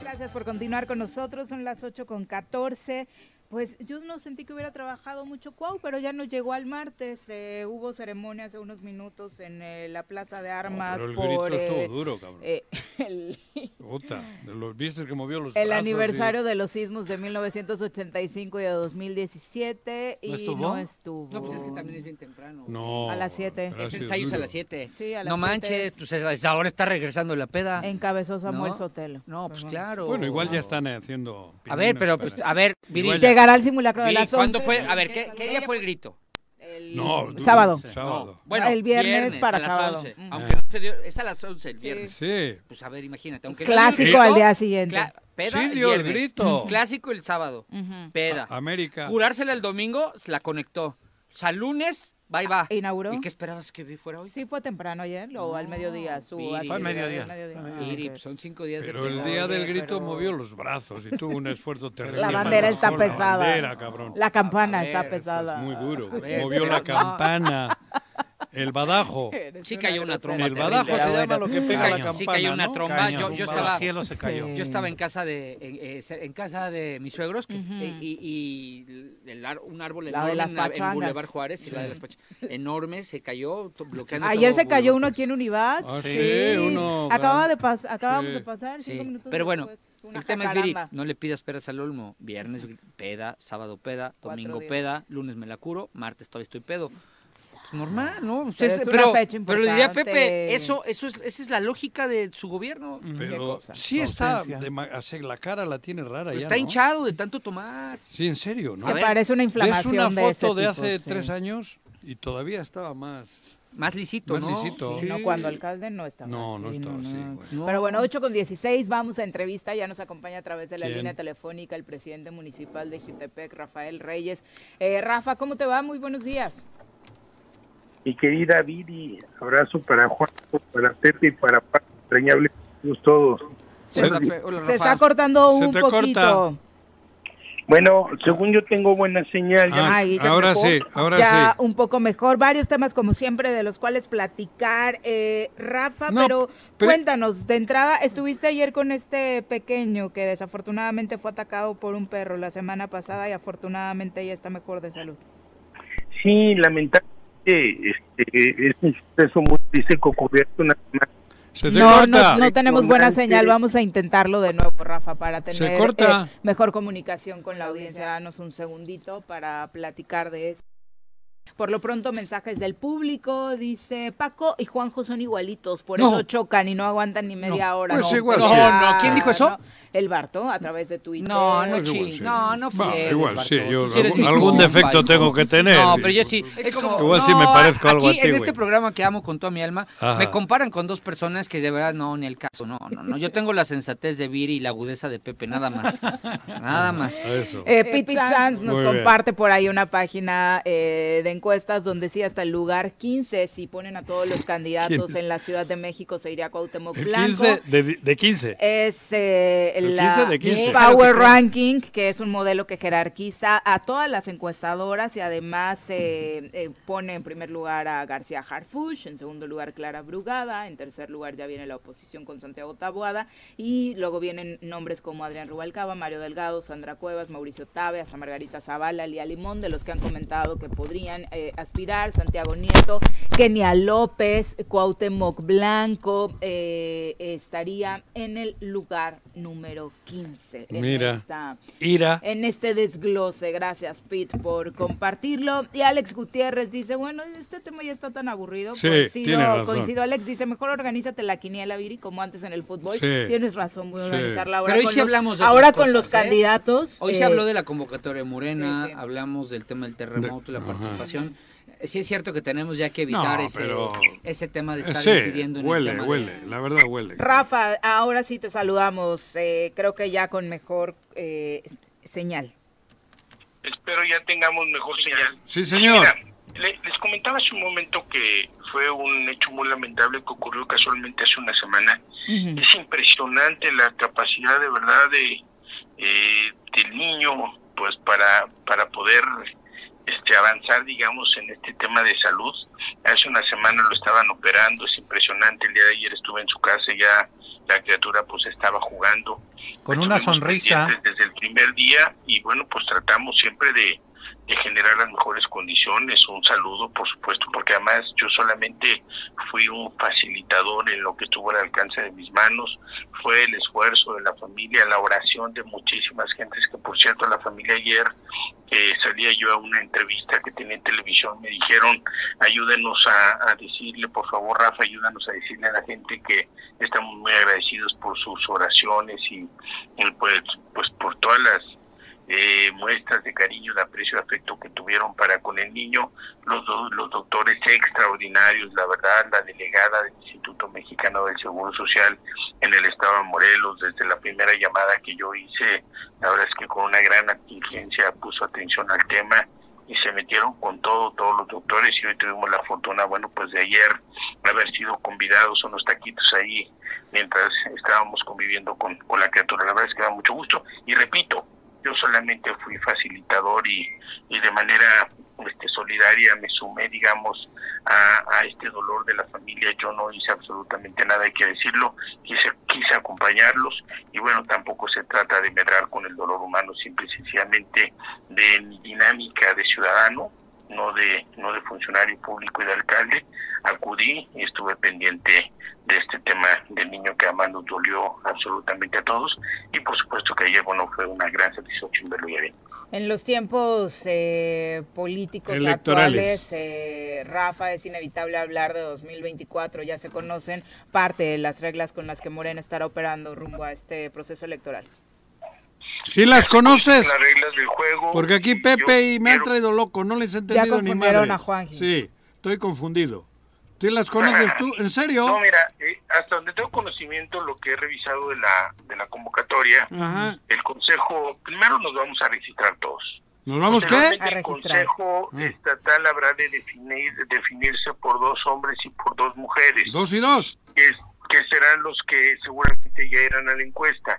Speaker 4: Gracias por continuar con nosotros. Son las 8 con 14. Pues yo no sentí que hubiera trabajado mucho Cuau, pero ya no llegó al martes. Eh, hubo ceremonia hace unos minutos en eh, la Plaza de Armas
Speaker 5: pero el grito
Speaker 4: por
Speaker 5: estuvo
Speaker 4: eh,
Speaker 5: duro, cabrón.
Speaker 4: eh, *laughs* el,
Speaker 5: Puta, de los viste que movió los
Speaker 4: el
Speaker 5: brazos y-
Speaker 4: aniversario de los sismos de 1985 y de 2017 y
Speaker 6: ¿No estuvo?
Speaker 4: no estuvo.
Speaker 7: No, pues es que también es bien temprano.
Speaker 5: No.
Speaker 4: A las siete.
Speaker 5: pero ha
Speaker 7: Es
Speaker 5: sido
Speaker 7: ensayos a
Speaker 5: duro.
Speaker 7: las 7.
Speaker 4: Sí, a las
Speaker 7: No manches,
Speaker 4: siete
Speaker 7: pues es- ahora está regresando la peda.
Speaker 4: Encabezó Samuel
Speaker 7: No.
Speaker 4: Sotelo.
Speaker 7: No, pues
Speaker 4: Perdón.
Speaker 7: claro.
Speaker 5: Bueno, igual ya están eh, haciendo.
Speaker 7: A ver,
Speaker 5: pininos
Speaker 7: pero
Speaker 5: para-
Speaker 7: pues, a ver, Viri,
Speaker 5: Igual ya-
Speaker 4: Llegará al simulacro de
Speaker 7: Viri,
Speaker 4: las 11.
Speaker 7: ¿cuándo fue? A ver, ¿qué, qué día fue el grito?
Speaker 4: El-
Speaker 5: No, duro,
Speaker 4: sábado.
Speaker 5: Sábado. Ah.
Speaker 7: Bueno,
Speaker 4: El viernes para
Speaker 7: a las
Speaker 4: sábado.
Speaker 7: 11.
Speaker 4: Mm.
Speaker 7: Aunque no se dio- es a las 11 el viernes.
Speaker 5: Sí.
Speaker 7: Pues a ver, imagínate. Aunque no dio el
Speaker 4: Clásico
Speaker 7: grito,
Speaker 4: al día siguiente.
Speaker 7: cla- peda
Speaker 5: Sí
Speaker 7: el
Speaker 5: dio el
Speaker 7: viernes. Mm,
Speaker 5: grito.
Speaker 7: Clásico el sábado.
Speaker 4: Ujú.
Speaker 7: Peda.
Speaker 5: A- América.
Speaker 7: Curársela el domingo, se la conectó. O sea, lunes, va y va.
Speaker 4: Inauguró.
Speaker 7: ¿Y qué esperabas que vi fuera hoy?
Speaker 4: Sí, fue temprano ayer o al
Speaker 7: No,
Speaker 4: mediodía. Su
Speaker 7: Viri.
Speaker 4: así-
Speaker 7: Fue al
Speaker 6: mediodía.
Speaker 4: al mediodía.
Speaker 7: Viri,
Speaker 4: Ah,
Speaker 7: pues son cinco días
Speaker 5: Pero
Speaker 7: de
Speaker 5: el
Speaker 7: peda.
Speaker 5: día del
Speaker 4: Oye,
Speaker 5: grito
Speaker 4: pero-
Speaker 5: movió los brazos y tuvo un esfuerzo terrible.
Speaker 4: La bandera está
Speaker 5: La
Speaker 4: pesada.
Speaker 5: bandera, cabrón.
Speaker 4: La campana
Speaker 7: A ver,
Speaker 4: está
Speaker 7: eso es
Speaker 4: pesada.
Speaker 5: Es muy duro.
Speaker 7: A ver,
Speaker 5: Movió
Speaker 7: pero
Speaker 5: la
Speaker 7: no.
Speaker 5: campana. El badajo.
Speaker 4: *laughs* Eres
Speaker 7: Sí cayó una
Speaker 4: grosera.
Speaker 7: tromba.
Speaker 5: El badajo se
Speaker 7: Pero
Speaker 5: llama lo que
Speaker 7: Sí
Speaker 5: pega la
Speaker 7: cayó,
Speaker 5: campana.
Speaker 7: sí cayó una
Speaker 5: ¿no?
Speaker 7: tromba.
Speaker 6: Cañón,
Speaker 7: yo, yo
Speaker 6: un
Speaker 7: estaba,
Speaker 6: cielo se cayó.
Speaker 7: yo estaba en casa de en, eh, cer- en casa de mis suegros que- eh, y, y el ar- un árbol
Speaker 4: La de
Speaker 7: enorme
Speaker 4: las
Speaker 7: en la- en,
Speaker 4: pachangas.
Speaker 7: Boulevard Juárez y la de las pachas enorme se cayó to- bloqueando
Speaker 4: Ayer
Speaker 7: todo
Speaker 4: se cayó
Speaker 7: Boulevard
Speaker 4: uno aquí en Univac.
Speaker 7: pues.
Speaker 5: Ah, sí, uno-
Speaker 4: Acaba de pas- acabamos
Speaker 5: Sí.
Speaker 4: de pasar
Speaker 7: Sí,
Speaker 4: cinco minutos
Speaker 7: pero bueno,
Speaker 4: después, una
Speaker 7: El tema es, Viri,
Speaker 4: jacaranda.
Speaker 7: no le pidas peras al olmo. Viernes gri- peda, sábado peda,
Speaker 4: Cuatro
Speaker 7: domingo
Speaker 4: días.
Speaker 7: peda, lunes me la curo, martes todavía estoy pedo. Pues normal, ¿no?
Speaker 4: Pero es una
Speaker 7: pero,
Speaker 4: fecha
Speaker 7: pero le diría a
Speaker 4: importante.
Speaker 7: Pepe, eso, eso es, esa es la lógica de su gobierno.
Speaker 5: Pero
Speaker 4: cosa.
Speaker 5: sí está,
Speaker 6: Ausencia.
Speaker 5: de ma- así, la cara la tiene rara
Speaker 7: Pues
Speaker 5: ya,
Speaker 7: está
Speaker 5: ¿no?
Speaker 7: hinchado de tanto tomar.
Speaker 5: Sí, en serio, ¿no?
Speaker 4: Que
Speaker 7: ver,
Speaker 4: parece una
Speaker 5: Es
Speaker 4: inflamación
Speaker 5: una
Speaker 4: de ese
Speaker 5: foto de,
Speaker 4: tipo,
Speaker 5: hace
Speaker 4: sí.
Speaker 5: tres años y todavía estaba más
Speaker 7: Más lisito,
Speaker 9: Más
Speaker 7: ¿no?
Speaker 9: lisito.
Speaker 4: Sí, no, cuando alcalde no estaba
Speaker 9: No, no
Speaker 4: así,
Speaker 9: estaba así,
Speaker 7: No.
Speaker 4: Pero bueno, 8 con 16, vamos a entrevista. Ya nos acompaña a través de la
Speaker 9: ¿Quién?
Speaker 4: línea telefónica el presidente municipal de Jutepec, Rafael Reyes. Eh, Rafa, ¿cómo te va? Muy buenos días.
Speaker 10: Mi querida Viri, abrazo para Juan, para Pepe y para Paco, entrañables amigos todos.
Speaker 4: Se está cortando
Speaker 10: Eh, Se
Speaker 4: un
Speaker 10: te
Speaker 4: poquito.
Speaker 10: Bueno, según yo tengo buena señal. ya.
Speaker 4: Ah, Ahí ya mejor, ya un poco mejor. Varios temas, como siempre, de los cuales platicar. Eh, Rafa, pero, cuéntanos, de entrada, estuviste ayer con este pequeño que desafortunadamente fue atacado por un perro la semana pasada y afortunadamente ya está mejor de salud.
Speaker 10: Sí, lamentablemente este, es un suceso muy triste que ocurrió hace una semana.
Speaker 4: No, no, no tenemos buena señal, vamos a intentarlo de nuevo, Rafa, para tener
Speaker 10: Se corta.
Speaker 4: eh, mejor comunicación con la audiencia. Danos un segundito para platicar de esto. Por lo pronto, mensajes del público, dice Paco y Juanjo son igualitos, por
Speaker 7: No.
Speaker 4: eso chocan y no aguantan ni media hora.
Speaker 7: pues igual
Speaker 4: pero
Speaker 7: sí.
Speaker 4: ya,
Speaker 7: No, no, ¿quién dijo eso?
Speaker 4: no. El Barto, a través de Twitter.
Speaker 7: No, no, chi- no, no
Speaker 11: Va,
Speaker 7: friegues,
Speaker 11: igual,
Speaker 7: Bartol,
Speaker 11: sí, yo
Speaker 7: tú sí eres
Speaker 11: algún,
Speaker 7: mi
Speaker 11: algún
Speaker 7: compa,
Speaker 11: defecto
Speaker 7: hijo.
Speaker 11: tengo que tener.
Speaker 7: No, pero yo sí.
Speaker 4: Es
Speaker 7: Es
Speaker 4: como-
Speaker 7: como,
Speaker 11: Igual sí me
Speaker 7: no,
Speaker 11: parezco algo
Speaker 7: aquí,
Speaker 11: a ti,
Speaker 7: en
Speaker 11: güey.
Speaker 7: este programa que amo con toda mi alma,
Speaker 11: Ajá.
Speaker 7: me comparan con dos personas que de verdad no, ni el caso. No, no, no. Yo tengo la sensatez de Viri y la agudeza de Pepe, nada más. Nada más.
Speaker 11: Eso.
Speaker 4: Eh, Pete Sanz nos
Speaker 7: Muy bien.
Speaker 4: comparte por ahí una página eh, de encuestas donde sí hasta el lugar 15, si ponen a todos los candidatos
Speaker 11: 15.
Speaker 4: en la Ciudad de México, se iría Cuauhtémoc
Speaker 11: El
Speaker 4: Blanco.
Speaker 11: 15 de, de 15.
Speaker 4: Es eh,
Speaker 11: El
Speaker 4: la
Speaker 11: 15 de 15. Déjalo que
Speaker 4: Power
Speaker 11: crea.
Speaker 4: Ranking, que es un modelo que jerarquiza a todas las encuestadoras y además eh, eh, pone en primer lugar a García Harfuch, en segundo lugar Clara Brugada, en tercer lugar ya viene la oposición con Santiago Taboada y luego vienen nombres como Adrián Rubalcaba, Mario Delgado, Sandra Cuevas, Mauricio Tabe, hasta Margarita Zavala, Lía Limón, de los que han comentado que podrían eh, aspirar, Santiago Nieto, Kenia López, Cuauhtémoc Blanco eh, estaría en el lugar número 15. en
Speaker 11: Mira.
Speaker 4: esta-
Speaker 11: Ira.
Speaker 4: en este desglose. Gracias, Pete, por compartirlo. Y Alex Gutiérrez dice, bueno, este tema ya está tan aburrido.
Speaker 11: Sí,
Speaker 4: coincido,
Speaker 11: tiene razón.
Speaker 4: coincido. Alex dice, mejor organízate la quiniela, Viri, como antes en el fútbol.
Speaker 7: Sí.
Speaker 4: Tienes razón, voy a
Speaker 7: Sí.
Speaker 4: organizarla ahora.
Speaker 7: Pero hoy
Speaker 4: con
Speaker 7: sí
Speaker 4: los-
Speaker 7: hablamos de
Speaker 4: Ahora
Speaker 7: otras
Speaker 4: con los
Speaker 7: cosas, ¿eh?
Speaker 4: candidatos.
Speaker 7: Hoy
Speaker 4: eh,
Speaker 7: se habló de la convocatoria de Morena, hablamos del tema del terremoto, la participación. Sí es cierto que tenemos ya que evitar
Speaker 5: No,
Speaker 7: ese,
Speaker 5: pero-
Speaker 7: ese tema de estar
Speaker 5: Sí,
Speaker 7: decidiendo en
Speaker 5: huele,
Speaker 7: el tema. de-
Speaker 5: huele, la verdad huele.
Speaker 4: Rafa, ahora sí te saludamos. eh, creo que ya con mejor eh, señal.
Speaker 12: Espero ya tengamos mejor señal.
Speaker 5: Sí, señor.
Speaker 12: Le- les comentaba hace un momento que fue un hecho muy lamentable que ocurrió casualmente hace una semana. Es impresionante la capacidad de verdad de eh, del niño, pues para para poder este avanzar, digamos, en este tema de salud. Hace una semana lo estaban operando, es impresionante. El día de ayer estuve en su casa y ya la criatura pues estaba jugando
Speaker 6: Con una sonrisa.
Speaker 12: desde el primer día y bueno, pues tratamos siempre de, de generar las mejores condiciones, un saludo por supuesto, porque además yo solamente fui un facilitador en lo que estuvo al alcance de mis manos, fue el esfuerzo de la familia, la oración de muchísimas gentes, que por cierto la familia ayer eh, salía yo a una entrevista que tenía en televisión, me dijeron, ayúdenos a, a decirle, por favor Rafa, ayúdanos a decirle a la gente que estamos muy agradecidos por sus oraciones y, y, pues, pues por todas las eh, muestras de cariño, de aprecio, de afecto que tuvieron para con el niño, los, do- los doctores extraordinarios, la verdad, la delegada del Instituto Mexicano del Seguro Social en el estado de Morelos, desde la primera llamada que yo hice, la verdad es que con una gran atingencia puso atención al tema y se metieron con todo, todos los doctores y hoy tuvimos la fortuna, bueno, pues de ayer haber sido convidados a unos taquitos ahí mientras estábamos conviviendo con, con la criatura. La verdad es que da mucho gusto y repito, yo solamente fui facilitador y, y de manera este, solidaria me sumé, digamos, a, a este dolor de la familia. Yo no hice absolutamente nada, hay que decirlo, quise, quise acompañarlos y bueno, tampoco se trata de medrar con el dolor humano, simple y sencillamente de mi dinámica de ciudadano, no de, no de funcionario público y de alcalde. Acudí y estuve pendiente de este tema del niño que además nos dolió absolutamente a todos y por supuesto que ayer bueno fue una gran satisfacción verlo ya bien.
Speaker 4: En los tiempos eh, políticos
Speaker 12: Electorales.
Speaker 4: actuales, eh, Rafa, es inevitable hablar de 2024. Ya se conocen parte de las reglas con las que Morena estará operando rumbo a este proceso electoral.
Speaker 5: ¿Sí las conoces?
Speaker 12: Las reglas del juego.
Speaker 5: Porque aquí Pepe y me han traído loco, no les he entendido ni
Speaker 4: confundieron
Speaker 5: madres.
Speaker 4: a Juanji.
Speaker 5: Sí, estoy confundido. ¿Te las conoces tú? ¿En serio?
Speaker 12: No, mira, eh, hasta donde tengo conocimiento, lo que he revisado de la, de la convocatoria,
Speaker 5: Ajá.
Speaker 12: el consejo, primero nos vamos a registrar todos.
Speaker 5: ¿Nos vamos qué? Ah,
Speaker 12: Posteriormente, El Consejo Estatal habrá de definir, definirse por dos hombres y por dos mujeres.
Speaker 5: Dos y dos.
Speaker 12: que, que serán los que seguramente ya irán a la encuesta.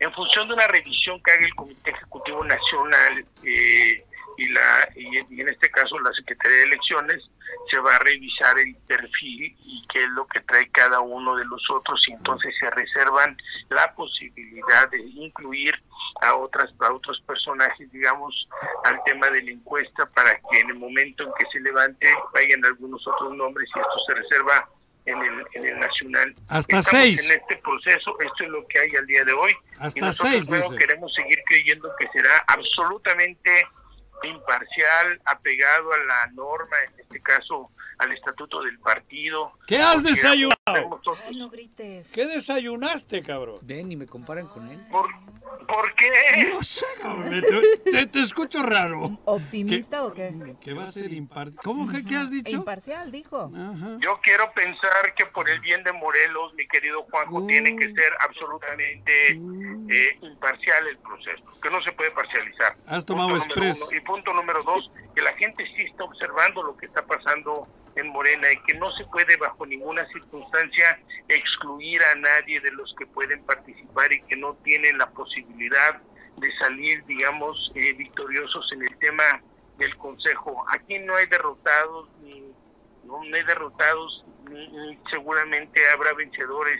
Speaker 12: En función de una revisión que haga el Comité Ejecutivo Nacional eh, y, la, y, en- y en este caso la Secretaría de Elecciones, se va a revisar el perfil y qué es lo que trae cada uno de los otros y entonces se reservan la posibilidad de incluir a otras a otros personajes digamos al tema de la encuesta para que en el momento en que se levante vayan algunos otros nombres y esto se reserva en el, en el nacional.
Speaker 5: Hasta
Speaker 12: Estamos
Speaker 5: seis.
Speaker 12: En este proceso, esto es lo que hay al día de hoy.
Speaker 5: Hasta
Speaker 12: y nosotros
Speaker 5: seis,
Speaker 12: luego
Speaker 5: dice.
Speaker 12: queremos seguir creyendo que será absolutamente imparcial, apegado a la norma, en este caso al estatuto del partido.
Speaker 9: ¿Qué has
Speaker 12: Porque
Speaker 9: desayunado?
Speaker 12: tenemos todos-
Speaker 4: No grites.
Speaker 9: ¿Qué desayunaste, cabrón?
Speaker 7: Ven y me comparan con él.
Speaker 12: ¿Por, por qué?
Speaker 9: No sé, cabrón. Te, te- te escucho raro.
Speaker 4: ¿Optimista o qué?
Speaker 9: Que va a ser imparcial. ¿Cómo que qué has dicho?
Speaker 4: Imparcial, dijo.
Speaker 12: Yo quiero pensar que por el bien de Morelos, mi querido Juanjo, tiene que ser absolutamente eh, imparcial el proceso, que no se puede parcializar.
Speaker 5: Has tomado
Speaker 12: Punto número
Speaker 5: express.
Speaker 12: uno. Y punto número dos, que la gente sí está observando lo que está pasando en Morena y que no se puede bajo ninguna circunstancia excluir a nadie de los que pueden participar y que no tienen la posibilidad de salir, digamos, eh, victoriosos en el tema del Consejo. Aquí no hay derrotados ni no, no hay derrotados, ni, ni seguramente habrá vencedores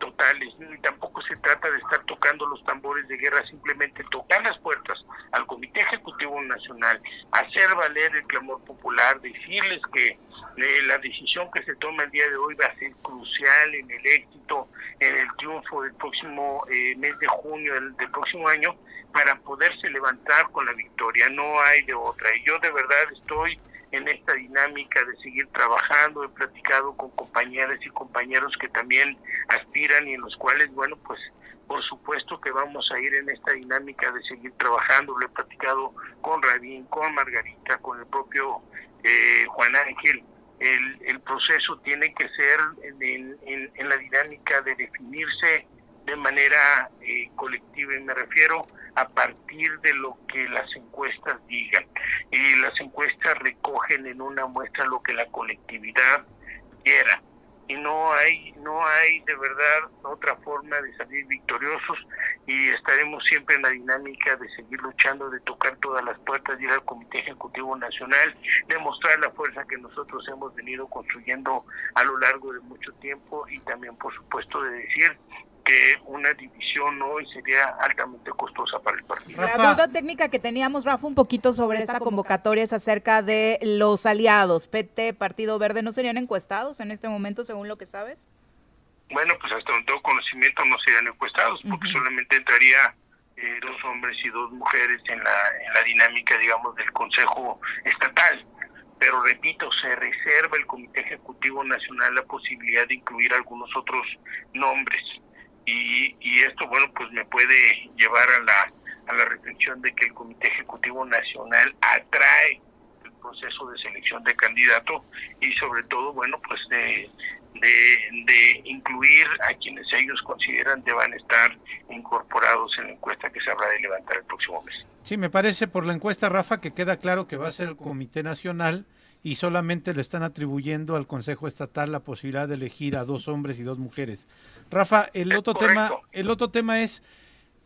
Speaker 12: totales, ni tampoco se trata de estar tocando los tambores de guerra, simplemente tocar las puertas al Comité Ejecutivo Nacional, hacer valer el clamor popular, decirles que eh, la decisión que se toma el día de hoy va a ser crucial en el éxito, en el triunfo del próximo eh, mes de junio del, del próximo año, para poderse levantar con la victoria, no hay de otra. Y yo de verdad estoy en esta dinámica de seguir trabajando. He platicado con compañeras y compañeros que también aspiran y en los cuales, bueno, pues por supuesto que vamos a ir en esta dinámica de seguir trabajando. Lo he platicado con Rabín, con Margarita, con el propio eh, Juan Ángel. El, el proceso tiene que ser en, en- en- en la dinámica de definirse de manera eh, colectiva y me refiero a partir de lo que las encuestas digan. Y las encuestas recogen en una muestra lo que la colectividad quiera. Y no hay, no hay de verdad otra forma de salir victoriosos y estaremos siempre en la dinámica de seguir luchando, de tocar todas las puertas, de ir al Comité Ejecutivo Nacional, demostrar la fuerza que nosotros hemos venido construyendo a lo largo de mucho tiempo y también, por supuesto, de decir que una división hoy sería altamente costosa para el partido.
Speaker 4: La duda técnica que teníamos, Rafa, un poquito sobre esta convocatoria es acerca de los aliados, PT, Partido Verde, ¿no serían encuestados en este momento, según lo que sabes?
Speaker 12: Bueno, pues hasta donde tengo conocimiento no serían encuestados, porque solamente entraría eh, dos hombres y dos mujeres en la, en la dinámica, digamos, del Consejo Estatal. Pero repito, se reserva el Comité Ejecutivo Nacional la posibilidad de incluir algunos otros nombres. Y, y esto, bueno, pues me puede llevar a la, a la reflexión de que el Comité Ejecutivo Nacional atrae el proceso de selección de candidato y sobre todo, bueno, pues de, de, de incluir a quienes ellos consideran deban estar incorporados en la encuesta que se habrá de levantar el próximo mes.
Speaker 6: Sí, me parece por la encuesta, Rafa, que queda claro que va a ser el Comité Nacional y solamente le están atribuyendo al Consejo Estatal la posibilidad de elegir a dos hombres y dos mujeres. Rafa, el otro tema, el otro tema es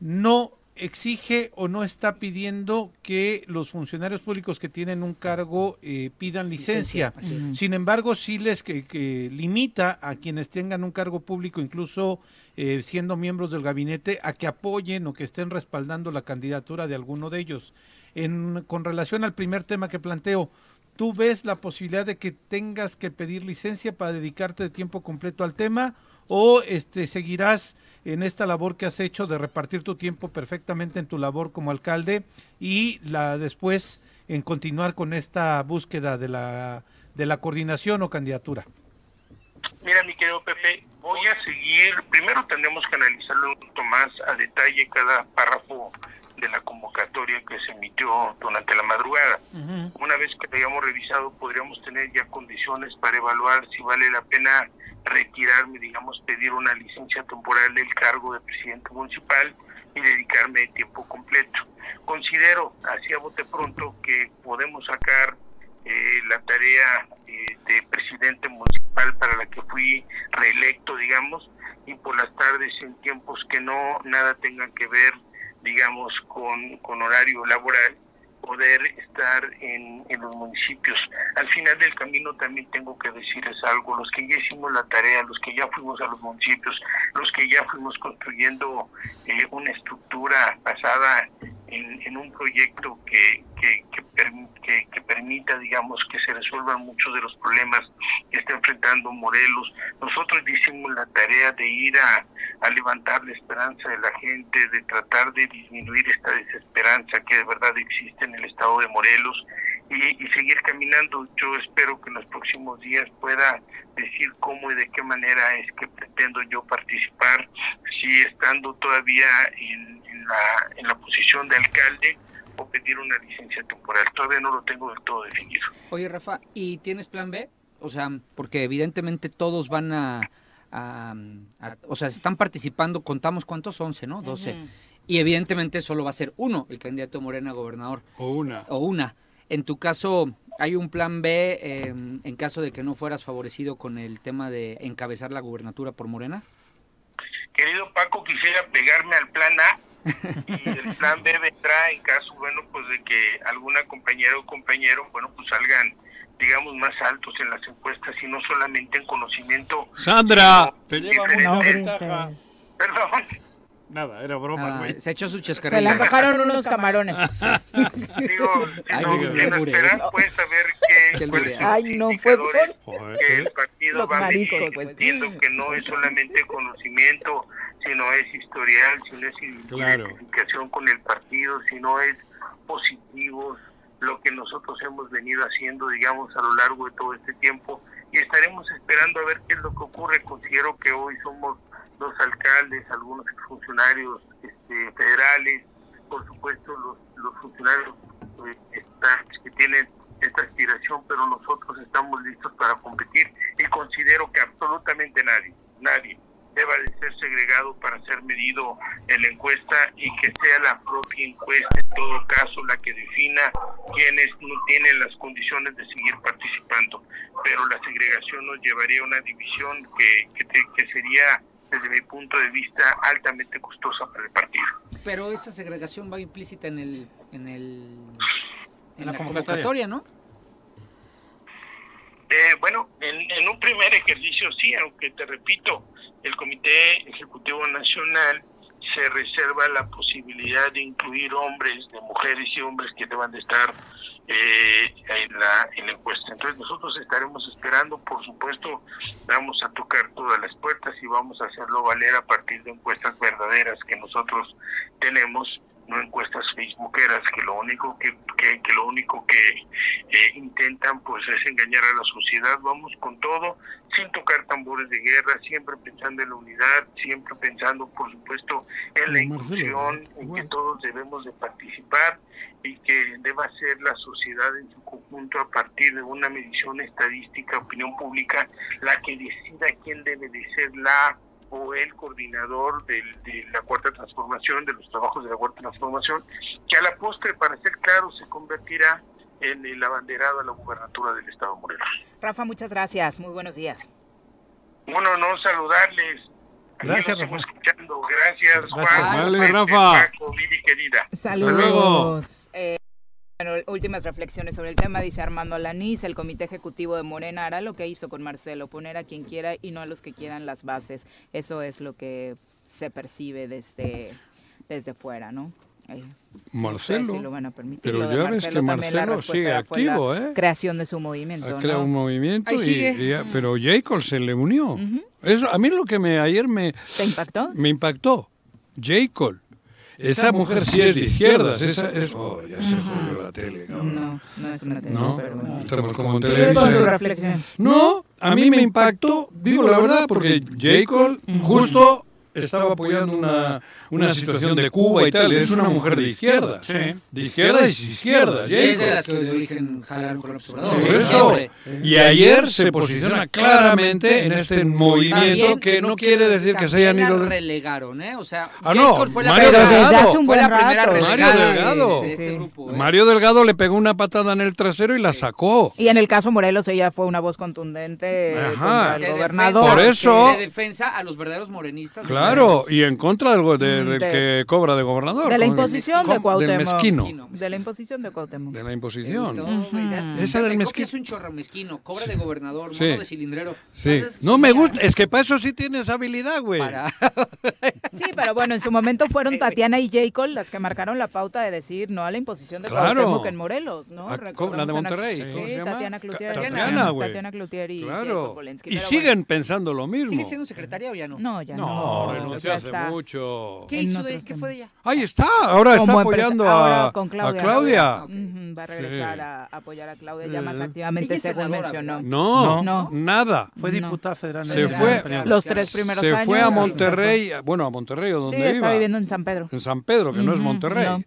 Speaker 6: no exige o no está pidiendo que los funcionarios públicos que tienen un cargo eh, pidan licencia.
Speaker 7: Licencia, así es.
Speaker 6: Sin embargo, sí les que, que limita a quienes tengan un cargo público, incluso eh, siendo miembros del gabinete, a que apoyen o que estén respaldando la candidatura de alguno de ellos. En, con relación al primer tema que planteo, ¿tú ves la posibilidad de que tengas que pedir licencia para dedicarte de tiempo completo al tema o este, seguirás en esta labor que has hecho de repartir tu tiempo perfectamente en tu labor como alcalde y la después en continuar con esta búsqueda de la, de la coordinación o candidatura?
Speaker 12: Mira, mi querido Pepe, voy a seguir. Primero tendremos que analizarlo un poquito más a detalle cada párrafo de la convocatoria que se emitió durante la madrugada. Una vez que lo hayamos revisado, podríamos tener ya condiciones para evaluar si vale la pena retirarme, digamos, pedir una licencia temporal del cargo de presidente municipal y dedicarme de tiempo completo. Considero, así a bote pronto, que podemos sacar eh, la tarea eh, de presidente municipal para la que fui reelecto, digamos, y por las tardes en tiempos que no nada tengan que ver, digamos, con, con horario laboral, poder estar en, en los municipios. Al final del camino también tengo que decirles algo, los que ya hicimos la tarea, los que ya fuimos a los municipios, los que ya fuimos construyendo eh, una estructura basada en, en un proyecto que, que, que, perm- que- que permita, digamos, que se resuelvan muchos de los problemas que está enfrentando Morelos. Nosotros hicimos la tarea de ir a, a levantar la esperanza de la gente, de tratar de disminuir esta desesperanza que de verdad existe en el estado de Morelos y, y seguir caminando. Yo espero que en los próximos días pueda decir cómo y de qué manera es que pretendo yo participar, si estando todavía en, en la, en la posición de alcalde o pedir una licencia temporal. Todavía no lo tengo del todo definido.
Speaker 7: Oye, Rafa, ¿y tienes plan B? O sea, porque evidentemente todos van a... a- a- o sea, están participando, contamos cuántos, 11, ¿no? 12.
Speaker 13: Ujú.
Speaker 7: Y evidentemente solo va a ser uno, el candidato Morena a gobernador.
Speaker 5: O una.
Speaker 7: O una. En tu caso, ¿hay un plan B eh, en caso de que no fueras favorecido con el tema de encabezar la gubernatura por Morena?
Speaker 12: Querido Paco, quisiera pegarme al plan A y el plan B vendrá en caso, bueno, pues de que alguna compañera o compañero, bueno, pues salgan, digamos, más altos en las encuestas y no solamente en conocimiento.
Speaker 9: Sandra,
Speaker 12: sino
Speaker 9: te lleva mucha
Speaker 12: diferentes-
Speaker 9: ventaja.
Speaker 12: Perdón.
Speaker 9: Nada, era broma,
Speaker 7: Ah,
Speaker 9: güey.
Speaker 7: se echó su
Speaker 4: Se le antojaron unos camarones.
Speaker 12: Digo,
Speaker 9: Ay,
Speaker 12: no,
Speaker 9: diga,
Speaker 12: en
Speaker 9: qué
Speaker 12: esperar,
Speaker 9: lurea.
Speaker 12: puedes saber qué,
Speaker 9: Qué
Speaker 12: cuáles son
Speaker 4: Ay,
Speaker 12: los
Speaker 4: no, fue por-
Speaker 12: indicadores que el
Speaker 4: Joder.
Speaker 12: partido
Speaker 4: Los
Speaker 12: va
Speaker 4: mariscos,
Speaker 12: midiendo.
Speaker 4: pues.
Speaker 12: Entiendo que no es solamente conocimiento, sino es historial, sino es
Speaker 5: Claro.
Speaker 12: identificación con el partido, sino es positivo lo que nosotros hemos venido haciendo, digamos, a lo largo de todo este tiempo. Y estaremos esperando a ver qué es lo que ocurre. Considero que hoy somos los alcaldes, algunos funcionarios este, federales, por supuesto los, los funcionarios eh, están- que tienen esta aspiración, pero nosotros estamos listos para competir y considero que absolutamente nadie, nadie deba de ser segregado para ser medido en la encuesta y que sea la propia encuesta en todo caso la que defina quienes no tienen las condiciones de seguir participando. Pero la segregación nos llevaría a una división que, que, te- que sería, desde mi punto de vista, altamente costosa para el partido.
Speaker 7: Pero esa segregación va implícita en el en el en
Speaker 12: la
Speaker 7: la,
Speaker 12: convocatoria.
Speaker 7: convocatoria, ¿no?
Speaker 12: Eh, bueno, en, en un primer ejercicio sí, aunque te repito, el Comité Ejecutivo Nacional se reserva la posibilidad de incluir hombres, de mujeres y hombres que deban de estar eh, en, la, en la encuesta. Entonces nosotros estaremos esperando, por supuesto, vamos a tocar todas las puertas y vamos a hacerlo valer a partir de encuestas verdaderas que nosotros tenemos, no encuestas facebookeras que lo único que, que, que lo único que eh, intentan pues es engañar a la sociedad. Vamos con todo, sin tocar tambores de guerra, siempre pensando en la unidad, siempre pensando, por supuesto, en la inclusión, en que todos debemos de participar y que deba ser la sociedad en su conjunto a partir de una medición estadística, opinión pública, la que decida quién debe de ser la o el coordinador del- de la cuarta transformación, de los trabajos de la cuarta transformación, que a la postre, para ser claro, se convertirá en el abanderado a la gubernatura del Estado de Morelos.
Speaker 4: Rafa, muchas gracias. Muy buenos días.
Speaker 12: Un honor saludarles. Aquí
Speaker 4: Gracias,
Speaker 12: nos estamos escuchando. Gracias, Juan.
Speaker 5: Vale,
Speaker 12: Pepe,
Speaker 5: Rafa.
Speaker 12: Paco, Viri, querida.
Speaker 4: Eh, bueno, últimas reflexiones sobre el tema, dice Armando Alanís, el Comité Ejecutivo de Morena hará lo que hizo con Marcelo, poner a quien quiera y no a los que quieran las bases. Eso es lo que se percibe desde, desde fuera, ¿no? Eh, no sé
Speaker 5: Marcelo.
Speaker 4: si lo van a permitir.
Speaker 5: Pero
Speaker 4: Lo de
Speaker 5: ya ves que
Speaker 4: también la
Speaker 5: Marcelo
Speaker 4: respuesta
Speaker 5: sigue
Speaker 4: fue la
Speaker 5: activo, ¿eh?
Speaker 4: Creación de su movimiento.
Speaker 5: Ha creado
Speaker 4: ¿no?
Speaker 5: un movimiento
Speaker 4: Ahí
Speaker 5: y,
Speaker 4: sigue. Mm.
Speaker 5: y- pero Jacob se le unió. Eso a mí lo que me ayer me
Speaker 4: ¿Te impactó?
Speaker 5: me impactó. Jacob. Esa, mujer, sí es de izquierdas, esa es oh, ya se jodió la tele, cabrón.
Speaker 4: No, no es una tele,
Speaker 5: No,
Speaker 4: pero
Speaker 5: no,
Speaker 4: bueno.
Speaker 5: estamos como en
Speaker 4: Sigue
Speaker 5: televisión.
Speaker 4: con tu reflexión.
Speaker 5: No, a mí me impactó, digo la verdad, porque Jacob
Speaker 4: Ujú.
Speaker 5: justo estaba apoyando una, una situación de Cuba y tal. Es una mujer de izquierda. ¿eh?
Speaker 14: Sí.
Speaker 5: De izquierda y izquierda.
Speaker 7: Y es
Speaker 5: Jacob.
Speaker 7: de las que de origen jalaron con observador.
Speaker 5: Por eso. Y ayer se posiciona claramente en este movimiento que no quiere decir que se hayan ido.
Speaker 7: La
Speaker 5: de-
Speaker 7: relegaron, ¿eh? O sea,
Speaker 5: Ah, no,
Speaker 7: Jacob fue la
Speaker 5: Mario
Speaker 7: primera-
Speaker 5: Delgado.
Speaker 7: Fue la primera
Speaker 5: Mario
Speaker 7: relegada de-
Speaker 5: Delgado.
Speaker 7: de este grupo.
Speaker 5: Mario Delgado le pegó una patada en el trasero y la sacó.
Speaker 4: Y en el caso Morelos ella fue una voz contundente
Speaker 5: Ajá.
Speaker 4: contra el
Speaker 5: De
Speaker 4: gobernador.
Speaker 5: defensa. Por eso-
Speaker 7: De defensa a los verdaderos morenistas.
Speaker 5: Claro, y en contra del, go- de- del
Speaker 4: De-
Speaker 5: que cobra de gobernador.
Speaker 4: De la
Speaker 5: con-
Speaker 4: imposición de
Speaker 5: con-
Speaker 4: Cuauhtémoc.
Speaker 5: Del mezquino.
Speaker 4: De la imposición de Cuauhtémoc.
Speaker 5: De la imposición.
Speaker 7: Esa
Speaker 5: Esa del
Speaker 7: mezquino. Es un chorro mezquino, cobra de gobernador,
Speaker 5: Sí.
Speaker 7: mono de cilindrero.
Speaker 5: Sí. No me gusta, es que para eso sí tienes habilidad, güey.
Speaker 4: *laughs*
Speaker 5: *laughs*
Speaker 4: Sí, pero bueno, en su momento fueron Tatiana y Jacob las que marcaron la pauta de decir no a la imposición de
Speaker 5: Claro.
Speaker 4: Cuauhtémoc en Morelos, ¿no?
Speaker 5: Ah,
Speaker 4: Recordemos
Speaker 5: ¿cómo? La de
Speaker 4: en-
Speaker 5: Monterrey,
Speaker 4: Sí,
Speaker 5: ¿cómo se llama?
Speaker 4: Tatiana Cloutier.
Speaker 5: Tatiana, güey.
Speaker 4: Tatiana Cloutier y Jacob
Speaker 5: Claro.
Speaker 4: Polensky,
Speaker 5: Y
Speaker 4: pero
Speaker 5: siguen pensando lo mismo.
Speaker 7: ¿Sigue siendo secretaria o ya no?
Speaker 4: No, ya
Speaker 5: No, renunció
Speaker 7: ya
Speaker 5: hace
Speaker 7: está.
Speaker 5: mucho.
Speaker 7: ¿Qué, hizo de, ¿Qué fue de ella?
Speaker 5: Ahí está, ahora está
Speaker 4: Como empresa-
Speaker 5: apoyando
Speaker 4: ahora
Speaker 5: a,
Speaker 4: con
Speaker 5: a
Speaker 4: Claudia.
Speaker 5: Claudia.
Speaker 7: Mm.
Speaker 4: Ujú, va a regresar
Speaker 5: Sí.
Speaker 4: a apoyar a Claudia ya más
Speaker 5: Eh.
Speaker 4: activamente,
Speaker 6: Ella es
Speaker 4: según
Speaker 6: senadora,
Speaker 4: mencionó.
Speaker 5: No,
Speaker 4: No.
Speaker 5: nada.
Speaker 6: Fue
Speaker 4: No.
Speaker 6: diputada federal. en
Speaker 5: Se
Speaker 6: el
Speaker 5: fue.
Speaker 6: anterior.
Speaker 4: Los tres primeros
Speaker 5: se fue a
Speaker 4: años, sí,
Speaker 5: Monterrey, bueno, a Monterrey o
Speaker 4: Sí,
Speaker 5: donde
Speaker 4: está
Speaker 5: iba.
Speaker 4: viviendo en San Pedro.
Speaker 5: En San Pedro, que no es
Speaker 4: Ujú,
Speaker 5: Monterrey.
Speaker 4: no.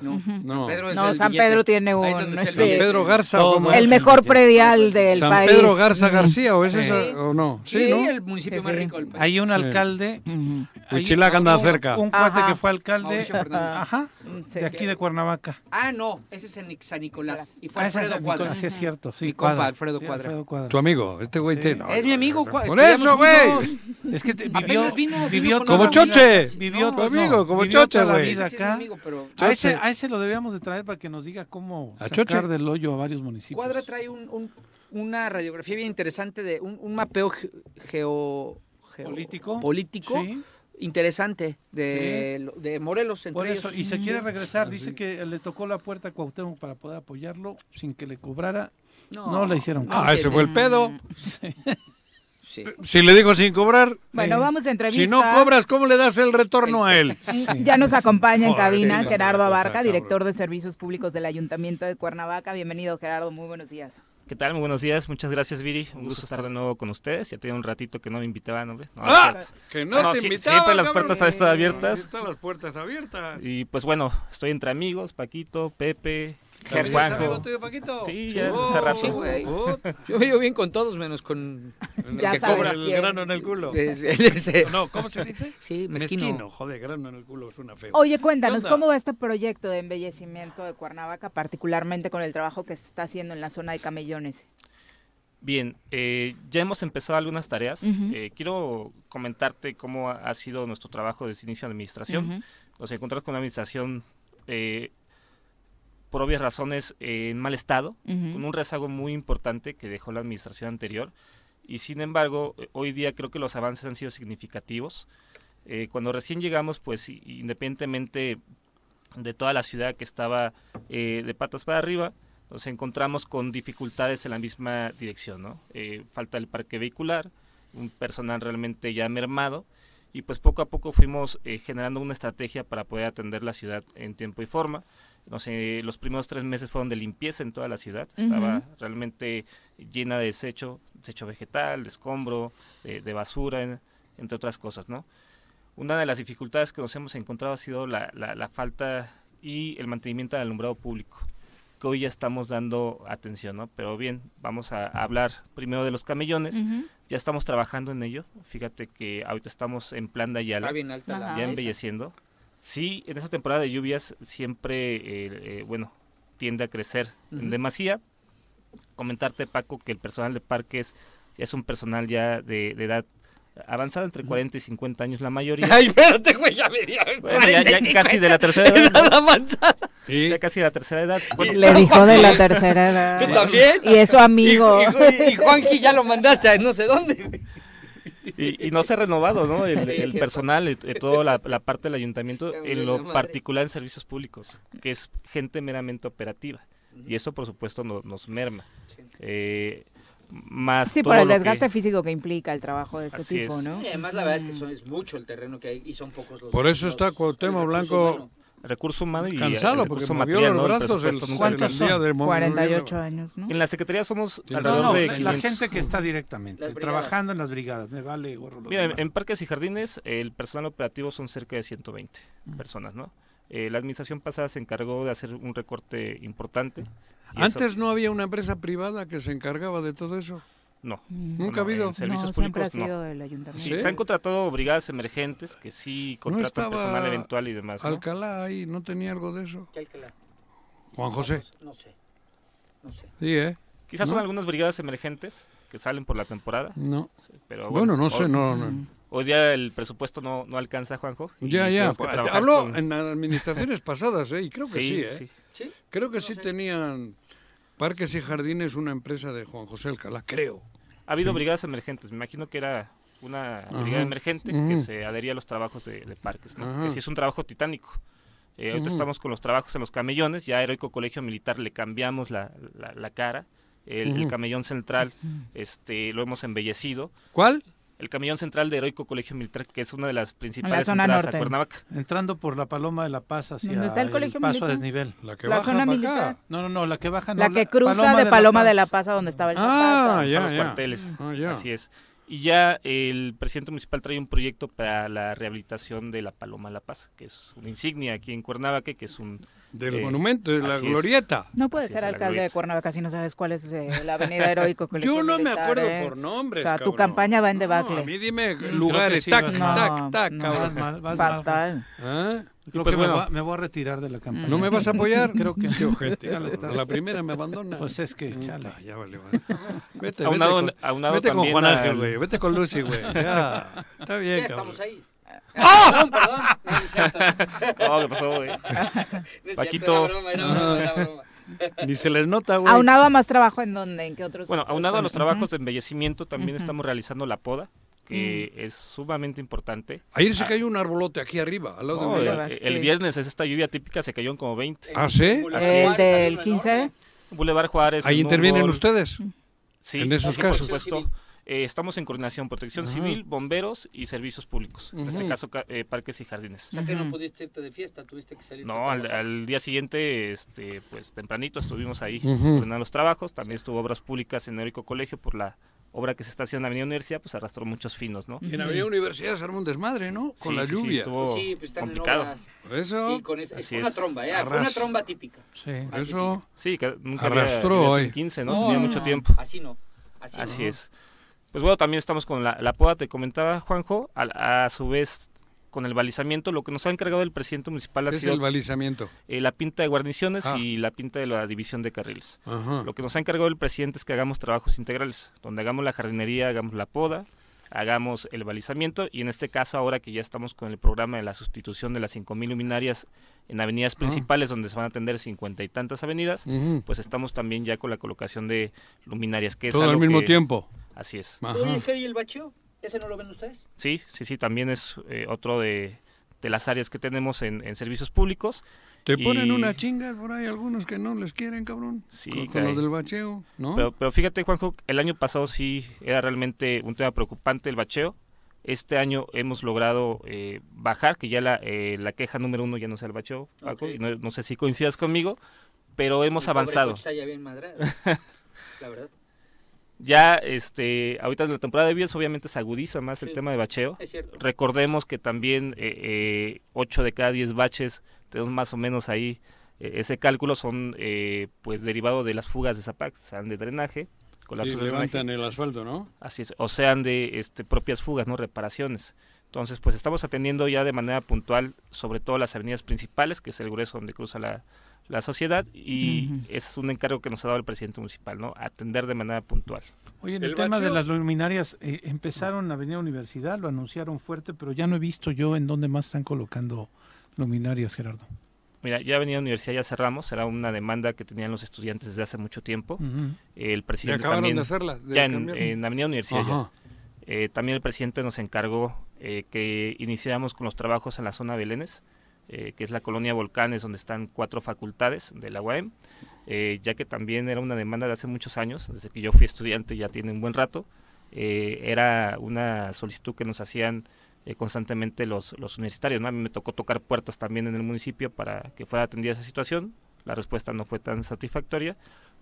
Speaker 7: No,
Speaker 5: No.
Speaker 4: No, San Pedro tiene un...
Speaker 5: San
Speaker 4: sí.
Speaker 5: Pedro Garza.
Speaker 4: Todo
Speaker 5: ¿cómo
Speaker 4: El
Speaker 5: es?
Speaker 4: mejor predial del
Speaker 5: San
Speaker 4: país.
Speaker 5: Pedro Garza García, ¿o es esa, o no? Sí,
Speaker 7: Sí,
Speaker 5: ¿no?
Speaker 7: el municipio más rico del país.
Speaker 6: Hay un
Speaker 5: Sí.
Speaker 6: alcalde. hay
Speaker 5: Huichilac anda
Speaker 6: un-
Speaker 5: cerca.
Speaker 6: Un cuate
Speaker 7: Ajá.
Speaker 6: que fue alcalde.
Speaker 7: Mauricio Fernández.
Speaker 6: Ajá.
Speaker 7: Sí.
Speaker 6: De aquí de Cuernavaca.
Speaker 7: Ah, no, ese es en San Nicolás. Y fue
Speaker 6: Ah, ese es
Speaker 7: Alfredo
Speaker 6: Nicolás,
Speaker 7: Cuadra.
Speaker 6: sí es cierto, sí,
Speaker 7: mi compa,
Speaker 6: Cuadra.
Speaker 7: Alfredo
Speaker 6: Sí,
Speaker 7: Cuadra.
Speaker 6: Alfredo Cuadra.
Speaker 5: Tu amigo, este güey te- no,
Speaker 7: Es mi amigo. Cua-
Speaker 5: Por
Speaker 7: estudiamos
Speaker 5: eso, güey.
Speaker 7: juntos.
Speaker 6: Es que te-
Speaker 7: Apenas
Speaker 6: vivió,
Speaker 7: vino- vino
Speaker 6: vivió
Speaker 7: con
Speaker 6: toda-
Speaker 5: Como Choche.
Speaker 6: Vivió
Speaker 5: No,
Speaker 6: todo-
Speaker 5: amigo,
Speaker 6: no,
Speaker 5: como
Speaker 6: vivió
Speaker 5: Choche,
Speaker 6: toda la
Speaker 5: güey.
Speaker 6: vida
Speaker 5: Ese sí es
Speaker 6: acá.
Speaker 5: mi amigo, pero-
Speaker 6: A ese,
Speaker 5: Choche.
Speaker 6: a ese lo debíamos de traer para que nos diga cómo
Speaker 5: ¿A
Speaker 6: sacar
Speaker 5: Choche?
Speaker 6: del hoyo a varios municipios.
Speaker 7: Cuadra trae un, un- una radiografía bien interesante de un, un mapeo ge- geo, geo-
Speaker 6: Político.
Speaker 7: político
Speaker 6: Sí.
Speaker 7: interesante de, lo- de Morelos. Entre
Speaker 6: Por eso,
Speaker 7: ellos.
Speaker 6: y se quiere regresar, dice que le tocó la puerta a Cuauhtémoc para poder apoyarlo sin que le cobrara.
Speaker 7: No.
Speaker 6: No, le hicieron
Speaker 5: Ah, ese fue el pedo.
Speaker 6: Sí.
Speaker 5: Eh, Si le digo sin cobrar. eh,
Speaker 4: Bueno, vamos a entrevista.
Speaker 5: Si no cobras, ¿cómo le das el retorno a él?
Speaker 4: Ya nos acompaña en
Speaker 5: Joder,
Speaker 4: cabina
Speaker 5: sí,
Speaker 4: Gerardo
Speaker 5: cosa,
Speaker 4: Abarca,
Speaker 5: cabrón.
Speaker 4: director de Servicios Públicos del Ayuntamiento de Cuernavaca. Bienvenido, Gerardo. Muy buenos días.
Speaker 15: ¿Qué tal? Muy buenos días. Muchas gracias, Viri. Un gusto estar de nuevo con ustedes. Ya tenía un ratito que no me invitaban, hombre. No, es
Speaker 5: ¡Ah!
Speaker 15: cierto.
Speaker 5: Que no te
Speaker 15: sie-
Speaker 5: invitaban,
Speaker 15: Siempre las
Speaker 5: cabrón.
Speaker 15: puertas han estado abiertas.
Speaker 5: Están las puertas abiertas.
Speaker 15: Y pues bueno, estoy entre amigos, Paquito, Pepe,
Speaker 7: ¿También eres amigo
Speaker 15: Juanjo.
Speaker 7: tuyo, Paquito?
Speaker 15: Sí,
Speaker 7: Sí.
Speaker 15: ya desde hace
Speaker 7: Oh,
Speaker 15: rato.
Speaker 7: sí, güey. *laughs* Yo me llevo bien con todos, menos con el
Speaker 5: Ya
Speaker 7: que
Speaker 5: sabes
Speaker 7: cobra
Speaker 5: quién. El grano en el
Speaker 7: *laughs*
Speaker 5: culo.
Speaker 7: Es- él es, eh,
Speaker 5: No, ¿cómo se dice?
Speaker 7: Sí, mezquino.
Speaker 5: Mezquino, joder, grano en el culo, suena feo.
Speaker 4: Oye, cuéntanos,
Speaker 5: ¿Qué onda?
Speaker 4: ¿cómo va este proyecto de embellecimiento de Cuernavaca, particularmente con el trabajo que se está haciendo en la zona de Camellones?
Speaker 15: Bien, eh, ya hemos empezado algunas tareas.
Speaker 4: Ujú.
Speaker 15: Eh, quiero comentarte cómo ha ha sido nuestro trabajo desde inicio de administración.
Speaker 4: Ujú.
Speaker 15: Nos encontramos con la administración, eh, por obvias razones, eh, en mal estado,
Speaker 4: Ujú.
Speaker 15: con un rezago muy importante que dejó la administración anterior. Y sin embargo, eh, hoy día creo que los avances han sido significativos. Eh, cuando recién llegamos, pues i- independientemente de toda la ciudad que estaba eh, de patas para arriba, nos encontramos con dificultades en la misma dirección, ¿no? Eh, falta el parque vehicular, un personal realmente ya mermado, y pues poco a poco fuimos eh, generando una estrategia para poder atender la ciudad en tiempo y forma. No sé, los primeros tres meses fueron de limpieza en toda la ciudad, estaba
Speaker 8: Ujú.
Speaker 15: realmente llena de desecho, desecho vegetal, de escombro, de, de basura, en- entre otras cosas, ¿no? Una de las dificultades que nos hemos encontrado ha sido la, la- la falta y el mantenimiento del alumbrado público, que hoy ya estamos dando atención, ¿no? Pero bien, vamos a hablar primero de los camellones.
Speaker 8: Ujú.
Speaker 15: Ya estamos trabajando en ello. Fíjate que ahorita estamos en plan de Ayala.
Speaker 7: Está bien alta la
Speaker 15: Ya
Speaker 7: mesa.
Speaker 15: embelleciendo. Sí, en esa temporada de lluvias siempre, eh, eh, bueno, tiende a crecer
Speaker 8: Ujú.
Speaker 15: en demasía. Comentarte, Paco, que el personal de parques ya es un personal ya de, de edad avanzada, entre 40 y 50 años la mayoría.
Speaker 7: *laughs* Ay, espérate, güey, ya me dieron
Speaker 15: Bueno, ya, ya
Speaker 7: 40 y
Speaker 15: casi de la
Speaker 7: 50
Speaker 15: tercera edad.
Speaker 7: edad
Speaker 15: ¿no?
Speaker 7: avanzada.
Speaker 15: Ya casi de la tercera edad. Bueno,
Speaker 4: Le dijo de la *laughs* tercera edad.
Speaker 7: ¿Tú también?
Speaker 4: Y eso amigo.
Speaker 7: Y,
Speaker 4: *laughs*
Speaker 7: y- y Juanji ya lo mandaste a no sé
Speaker 4: Este
Speaker 7: dónde.
Speaker 15: y, y no se ha renovado, ¿no? El,
Speaker 7: Sí,
Speaker 15: el
Speaker 7: cierto.
Speaker 15: personal, eh, eh, toda la, la parte del ayuntamiento, en
Speaker 7: la
Speaker 15: lo
Speaker 7: madre.
Speaker 15: particular en servicios públicos, que es gente meramente operativa. Y eso, por supuesto, no- nos merma. Eh, más
Speaker 4: Sí,
Speaker 15: todo
Speaker 4: por el
Speaker 15: lo que-
Speaker 4: desgaste físico que implica el trabajo de este
Speaker 15: Así
Speaker 4: tipo,
Speaker 15: es.
Speaker 4: ¿no?
Speaker 7: Y además la verdad es que son, es mucho el terreno que hay y son pocos los...
Speaker 5: Por eso está
Speaker 7: los-
Speaker 5: Cuauhtémoc
Speaker 7: el recurso
Speaker 5: Blanco
Speaker 7: humano.
Speaker 15: recurso humano y
Speaker 9: Cansado,
Speaker 15: el
Speaker 9: porque
Speaker 15: recurso
Speaker 9: movió
Speaker 15: material,
Speaker 9: los
Speaker 15: ¿no? El
Speaker 9: brazos
Speaker 15: presupuesto
Speaker 9: el-
Speaker 15: nunca
Speaker 9: ¿Cuántos
Speaker 15: se
Speaker 9: son?
Speaker 15: cambia.
Speaker 4: 48 años, ¿no?
Speaker 15: En la Secretaría somos
Speaker 6: No,
Speaker 15: alrededor
Speaker 6: no,
Speaker 15: de
Speaker 6: la, la
Speaker 15: 500.
Speaker 6: gente que está directamente,
Speaker 15: Las brigadas.
Speaker 6: trabajando en las brigadas, me vale gorro. los
Speaker 15: Mira, en,
Speaker 6: demás.
Speaker 15: en parques y jardines el personal operativo son cerca de 120
Speaker 9: Mm.
Speaker 15: personas, ¿no? Eh, la administración pasada se encargó de hacer un recorte importante. y eso-
Speaker 9: Mm. Antes no había una empresa privada que se encargaba de todo eso.
Speaker 15: No.
Speaker 9: Nunca ha
Speaker 15: No,
Speaker 9: habido.
Speaker 15: En servicios
Speaker 4: Mm. No, siempre ha
Speaker 15: públicos no.
Speaker 4: sido el ayuntamiento.
Speaker 15: Sí,
Speaker 9: ¿Sí?
Speaker 15: Se han contratado brigadas emergentes que sí
Speaker 9: No
Speaker 15: contratan
Speaker 9: estaba
Speaker 15: personal eventual y demás. ¿no?
Speaker 9: Alcalá ahí, no tenía algo de eso.
Speaker 7: ¿Qué Alcalá?
Speaker 9: Juan José.
Speaker 7: No sé. No sé.
Speaker 9: Sí, ¿eh?
Speaker 15: Quizás son
Speaker 9: ¿No?
Speaker 15: algunas brigadas emergentes que salen por la temporada.
Speaker 9: No.
Speaker 15: Sí, Pero
Speaker 9: Bueno,
Speaker 15: bueno,
Speaker 9: no sé,
Speaker 15: hoy-
Speaker 9: no, no.
Speaker 15: Hoy día el presupuesto no, no alcanza, Juanjo. y
Speaker 9: Ya, ya.
Speaker 15: tenemos que
Speaker 9: pues,
Speaker 15: trabajar
Speaker 9: Habló
Speaker 15: con-
Speaker 9: en administraciones *laughs* pasadas, ¿eh? Y creo que sí,
Speaker 15: Sí,
Speaker 9: ¿eh?
Speaker 15: sí.
Speaker 9: Creo que sí tenían Parques y Jardines, una empresa de Juan José Alcalá, creo.
Speaker 15: Ha habido
Speaker 9: Sí.
Speaker 15: brigadas emergentes. Me imagino que era una
Speaker 9: Ajá.
Speaker 15: brigada emergente
Speaker 9: Ujú.
Speaker 15: que se adhería a los trabajos de, de parques, ¿no?
Speaker 9: Ajá.
Speaker 15: Que sí es un trabajo titánico. Eh, ahorita
Speaker 9: Ujú.
Speaker 15: estamos con los trabajos en los camellones. Ya a Heroico Colegio Militar le cambiamos la, la- la cara. El, el
Speaker 9: Ujú.
Speaker 15: camellón central este, lo hemos embellecido.
Speaker 9: ¿Cuál?
Speaker 15: El camellón central de Heroico Colegio Militar, que es una de las principales
Speaker 4: zona
Speaker 15: entradas
Speaker 4: norte.
Speaker 15: a Cuernavaca.
Speaker 6: Entrando por la Paloma de la Paz hacia
Speaker 4: ¿Dónde está el
Speaker 6: el,
Speaker 4: colegio
Speaker 6: paso
Speaker 4: militar?
Speaker 6: a desnivel.
Speaker 4: La que La baja zona para acá. militar.
Speaker 6: No, no, no, la que baja. no,
Speaker 4: La que cruza de Paloma de la Paz Ah, a donde estaba el Zapata.
Speaker 9: Ah,
Speaker 15: Son los cuarteles.
Speaker 4: Ah,
Speaker 15: Así es. Y ya el presidente municipal trae un proyecto para la rehabilitación de la Paloma de La Paz, que es una insignia aquí en Cuernavaca, que es un... eh,
Speaker 9: Del monumento, de la glorieta.
Speaker 4: No puede
Speaker 15: Así es,
Speaker 4: ser
Speaker 15: de la
Speaker 4: alcalde de
Speaker 15: glorieta.
Speaker 4: Cuernavaca si no sabes cuál es eh, la avenida heroico. Colegio
Speaker 9: Yo no me
Speaker 4: Militar,
Speaker 9: acuerdo
Speaker 4: ¿eh?
Speaker 9: por nombres,
Speaker 4: O sea, tu
Speaker 9: cabrón.
Speaker 4: campaña va en debacle.
Speaker 9: a mí dime lugares,
Speaker 6: Creo que
Speaker 9: tac,
Speaker 6: sí, vas
Speaker 9: tac,
Speaker 6: mal.
Speaker 9: tac,
Speaker 6: No,
Speaker 9: cabrón.
Speaker 6: vas mal, vas mal,
Speaker 4: Fatal.
Speaker 9: ¿Ah?
Speaker 6: Creo
Speaker 9: Pues
Speaker 6: que
Speaker 9: bueno.
Speaker 6: me, va- me voy a retirar de la campaña.
Speaker 9: ¿No me vas a apoyar?
Speaker 6: *laughs* Creo que
Speaker 9: Qué ojete,
Speaker 6: Ya
Speaker 9: cabrón.
Speaker 6: le estás-
Speaker 9: A la primera me abandona.
Speaker 6: Pues es que, chale.
Speaker 9: Ah, ya vale,
Speaker 6: *laughs*
Speaker 9: vale. Vete, vete
Speaker 15: Aunado-
Speaker 9: con,
Speaker 15: aunado
Speaker 9: vete con
Speaker 15: también
Speaker 9: Juan
Speaker 15: al-
Speaker 9: Ángel, güey. Vete con Lucy,
Speaker 15: *laughs*
Speaker 9: güey. Ya. Está bien,
Speaker 7: ya
Speaker 9: cabrón.
Speaker 7: estamos ahí.
Speaker 9: ¡Ah!
Speaker 7: Perdón, perdón. *laughs* No, es cierto.
Speaker 15: *laughs* No, ¿qué pasó, güey?
Speaker 7: No es cierto,
Speaker 15: Paquito.
Speaker 7: era broma, era broma, era broma.
Speaker 9: Ni se les
Speaker 4: *laughs*
Speaker 9: nota, güey.
Speaker 4: ¿Aunaba más trabajo en dónde? ¿En qué otros?
Speaker 15: Bueno, aunado a los
Speaker 4: Ujú.
Speaker 15: trabajos de embellecimiento, también
Speaker 4: Ujú. Mm.
Speaker 15: estamos realizando la poda, que es sumamente importante. Ah.
Speaker 9: Ahí se cayó un arbolote aquí arriba, al lado
Speaker 15: No,
Speaker 9: de mi-
Speaker 15: el, el viernes es esta lluvia típica, se cayeron como 20.
Speaker 9: ¿Ah, sí?
Speaker 15: Así
Speaker 4: ¿El
Speaker 15: es.
Speaker 4: del 15?
Speaker 15: Boulevard Juárez.
Speaker 9: Ahí
Speaker 15: el
Speaker 9: intervienen
Speaker 15: Nongol.
Speaker 9: ustedes.
Speaker 15: Sí,
Speaker 9: En esos
Speaker 15: sí,
Speaker 9: casos.
Speaker 15: Por supuesto, eh, estamos en coordinación Protección
Speaker 9: Ajá.
Speaker 15: Civil, Bomberos y Servicios Públicos. En este
Speaker 9: Ujú.
Speaker 15: caso, ca- eh, parques y jardines.
Speaker 7: O sea que no pudiste irte de fiesta, tuviste que salir.
Speaker 15: No, al, al día siguiente, este, pues tempranito estuvimos ahí
Speaker 9: Ujú.
Speaker 15: coordinando los trabajos. También estuvo obras públicas en Heroico Colegio por la obra que se está haciendo en Avenida Universidad, pues arrastró muchos finos, ¿no?
Speaker 9: Y en Avenida Universidad se armó un desmadre, ¿no? Con
Speaker 15: Sí,
Speaker 9: la
Speaker 15: sí, sí,
Speaker 9: lluvia.
Speaker 15: estuvo
Speaker 7: Sí, pues están en
Speaker 15: complicado.
Speaker 7: obras.
Speaker 9: Por eso.
Speaker 7: Y con esa,
Speaker 15: Así
Speaker 7: fue una
Speaker 15: es.
Speaker 7: tromba, ¿eh? Fue una
Speaker 15: Arras-
Speaker 7: tromba típica.
Speaker 6: Sí.
Speaker 7: Más
Speaker 9: Eso.
Speaker 15: Sí, que nunca había-
Speaker 9: Arrastró
Speaker 15: había
Speaker 9: hoy.
Speaker 15: sido 15, ¿no? Tenía mucho tiempo.
Speaker 7: Así no. Así, no.
Speaker 15: Así es. Pues bueno, también estamos con la, la poda, te comentaba Juanjo, a, a su vez con el balizamiento, lo que nos ha encargado el presidente municipal ha
Speaker 9: ¿Qué es
Speaker 15: sido
Speaker 9: el balizamiento?
Speaker 15: eh, la pinta de guarniciones
Speaker 9: Ah.
Speaker 15: y la pinta de la división de carriles.
Speaker 9: Ajá.
Speaker 15: Lo que nos ha encargado el presidente es que hagamos trabajos integrales, donde hagamos la jardinería, hagamos la poda, hagamos el balizamiento y en este caso ahora que ya estamos con el programa de la sustitución de las 5.000 luminarias en avenidas principales donde se van a atender cincuenta y tantas avenidas,
Speaker 9: Ah. Ujú.
Speaker 15: pues estamos también ya con la colocación de luminarias. Que es
Speaker 9: Todo al
Speaker 15: algo
Speaker 9: mismo
Speaker 15: que-
Speaker 9: tiempo.
Speaker 15: Así es.
Speaker 7: Oye, el Jerry y el bacheo, ¿ese no lo ven ustedes?
Speaker 15: Sí, sí, sí, también es eh, otro de, de las áreas que tenemos en, en servicios públicos.
Speaker 9: Te
Speaker 15: Y-
Speaker 9: ponen unas chingas por ahí algunos que no les quieren, cabrón.
Speaker 15: Sí,
Speaker 9: Con, con
Speaker 15: caray.
Speaker 9: lo del bacheo, ¿no?
Speaker 15: Pero, pero fíjate, Juanjo, el año pasado sí era realmente un tema preocupante el bacheo. Este año hemos logrado eh, bajar, que ya la, eh, la queja número uno ya no sea el bacheo, Paco,
Speaker 7: Ok.
Speaker 15: y no, no sé si coincidas conmigo, pero hemos
Speaker 7: Mi pobre
Speaker 15: avanzado.
Speaker 7: coche Está ya bien
Speaker 15: *laughs*
Speaker 7: madrado. La verdad.
Speaker 15: Ya, este, ahorita en la temporada de vías obviamente se agudiza más el
Speaker 7: Sí,
Speaker 15: tema de bacheo.
Speaker 7: es cierto.
Speaker 15: Recordemos que también eh, 8 de cada 10 baches, tenemos más o menos ahí eh, ese cálculo, son eh, pues derivado de las fugas de Zapac, sean de drenaje, colapsos
Speaker 9: Sí,
Speaker 15: de drenaje.
Speaker 9: levantan el asfalto, ¿no?
Speaker 15: Así es, o sean de este, propias fugas, no reparaciones. Entonces, pues estamos atendiendo ya de manera puntual, sobre todo las avenidas principales, que es el grueso donde cruza la, la sociedad, y
Speaker 6: Ujú.
Speaker 15: ese es un encargo que nos ha dado el presidente municipal, ¿no? Atender de manera puntual.
Speaker 6: Oye, en el, tema de las luminarias, eh, empezaron a venir a universidad, lo anunciaron fuerte, pero ya no he visto yo en dónde más están colocando luminarias, Gerardo.
Speaker 15: Mira, ya venía a la universidad, ya cerramos, era una demanda que tenían los estudiantes desde hace mucho tiempo.
Speaker 6: Ujú.
Speaker 15: El presidente
Speaker 9: acabaron
Speaker 15: también,
Speaker 9: de hacerla, de
Speaker 15: ya en,
Speaker 9: cambiar.
Speaker 15: en Avenida Universidad. ya.
Speaker 9: Ajá.
Speaker 15: Eh, también el presidente nos encargó eh, que iniciáramos con los trabajos en la zona Belénes, eh, que es la colonia Volcanes, donde están cuatro facultades de la UAM, eh, ya que también era una demanda de hace muchos años, desde que yo fui estudiante ya tiene un buen rato. eh, era una solicitud que nos hacían eh, constantemente los, los universitarios. ¿no? A mí me tocó tocar puertas también en el municipio para que fuera atendida esa situación. La respuesta no fue tan satisfactoria,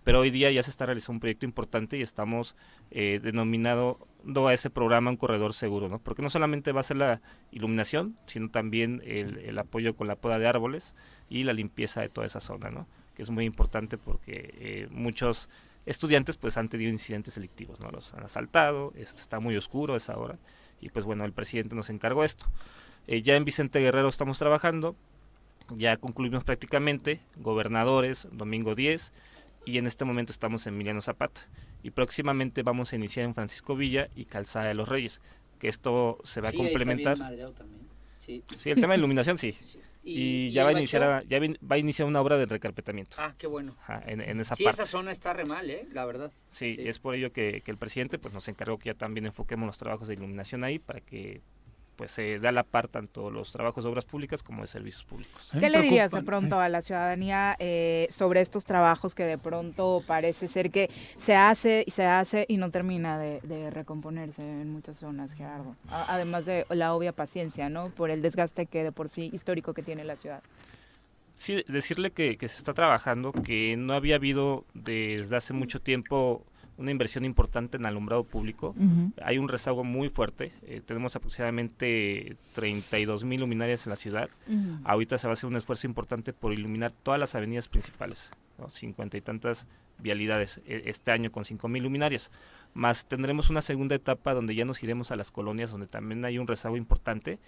Speaker 15: pero hoy día ya se está realizando un proyecto importante y estamos eh, denominado a ese programa un corredor seguro, ¿no? porque no solamente va a ser la iluminación, sino también el, el apoyo con la poda de árboles y la limpieza de toda esa zona, ¿no? que es muy importante porque eh, muchos estudiantes pues han tenido incidentes delictivos, ¿no? Los han asaltado, es- está muy oscuro a esa hora y pues bueno, el presidente nos encargó esto. Eh, ya en Vicente Guerrero estamos trabajando, ya concluimos prácticamente, gobernadores, domingo 10 y en este momento estamos en Emiliano Zapata y próximamente vamos a iniciar en Francisco Villa y Calzada de los Reyes, que esto se va
Speaker 16: Sí,
Speaker 15: a
Speaker 16: ahí está bien
Speaker 15: complementar.
Speaker 16: madreado también. Sí.
Speaker 15: Sí, el tema de iluminación sí. Y,
Speaker 16: ¿Y-
Speaker 15: ya,
Speaker 16: y
Speaker 15: va a
Speaker 16: el
Speaker 15: iniciar,
Speaker 16: bacheo?
Speaker 15: a- ya vin- va a iniciar una obra de recarpetamiento.
Speaker 16: Ah, qué bueno.
Speaker 15: Ajá, en, en esa
Speaker 16: sí,
Speaker 15: parte.
Speaker 16: esa zona está re mal, ¿eh? La verdad.
Speaker 15: Sí, es por ello que, que el presidente pues, nos encargó que ya también enfoquemos los trabajos de iluminación ahí para que pues se da la par tanto los trabajos de obras públicas como de servicios públicos.
Speaker 4: ¿Qué le dirías de pronto a la ciudadanía eh, sobre estos trabajos que de pronto parece ser que se hace y se hace y no termina de, de recomponerse en muchas zonas, Gerardo? A- además de la obvia paciencia, ¿no? Por el desgaste que de por sí histórico que tiene la ciudad.
Speaker 15: Sí, decirle que, que se está trabajando, que no había habido desde hace mucho tiempo una inversión importante en alumbrado público.
Speaker 4: Ujú.
Speaker 15: Hay un rezago muy fuerte. eh, tenemos aproximadamente 32 mil luminarias en la ciudad.
Speaker 8: Ujú.
Speaker 15: Ahorita se va a hacer un esfuerzo importante por iluminar todas las avenidas principales, ¿no? 50 y tantas vialidades eh, este año con 5 mil luminarias. Más tendremos una segunda etapa donde ya nos iremos a las colonias donde también hay un rezago importante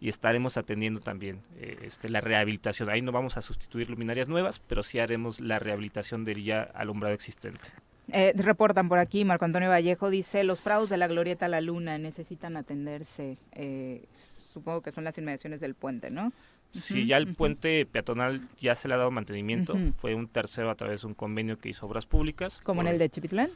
Speaker 15: y estaremos atendiendo también eh, este, la rehabilitación. Ahí no vamos a sustituir luminarias nuevas, pero sí haremos la rehabilitación del ya alumbrado existente.
Speaker 4: Eh, reportan por aquí, Marco Antonio Vallejo dice, los prados de la Glorieta La Luna necesitan atenderse. Eh, supongo que son las inmediaciones del puente, ¿no?
Speaker 15: Sí,
Speaker 4: Ujú,
Speaker 15: ya el
Speaker 4: ujú.
Speaker 15: puente peatonal ya se le ha dado mantenimiento.
Speaker 4: Ujú.
Speaker 15: Fue un tercero a través de un convenio que hizo Obras Públicas.
Speaker 4: Como en
Speaker 15: por-
Speaker 4: el de Chipitlán.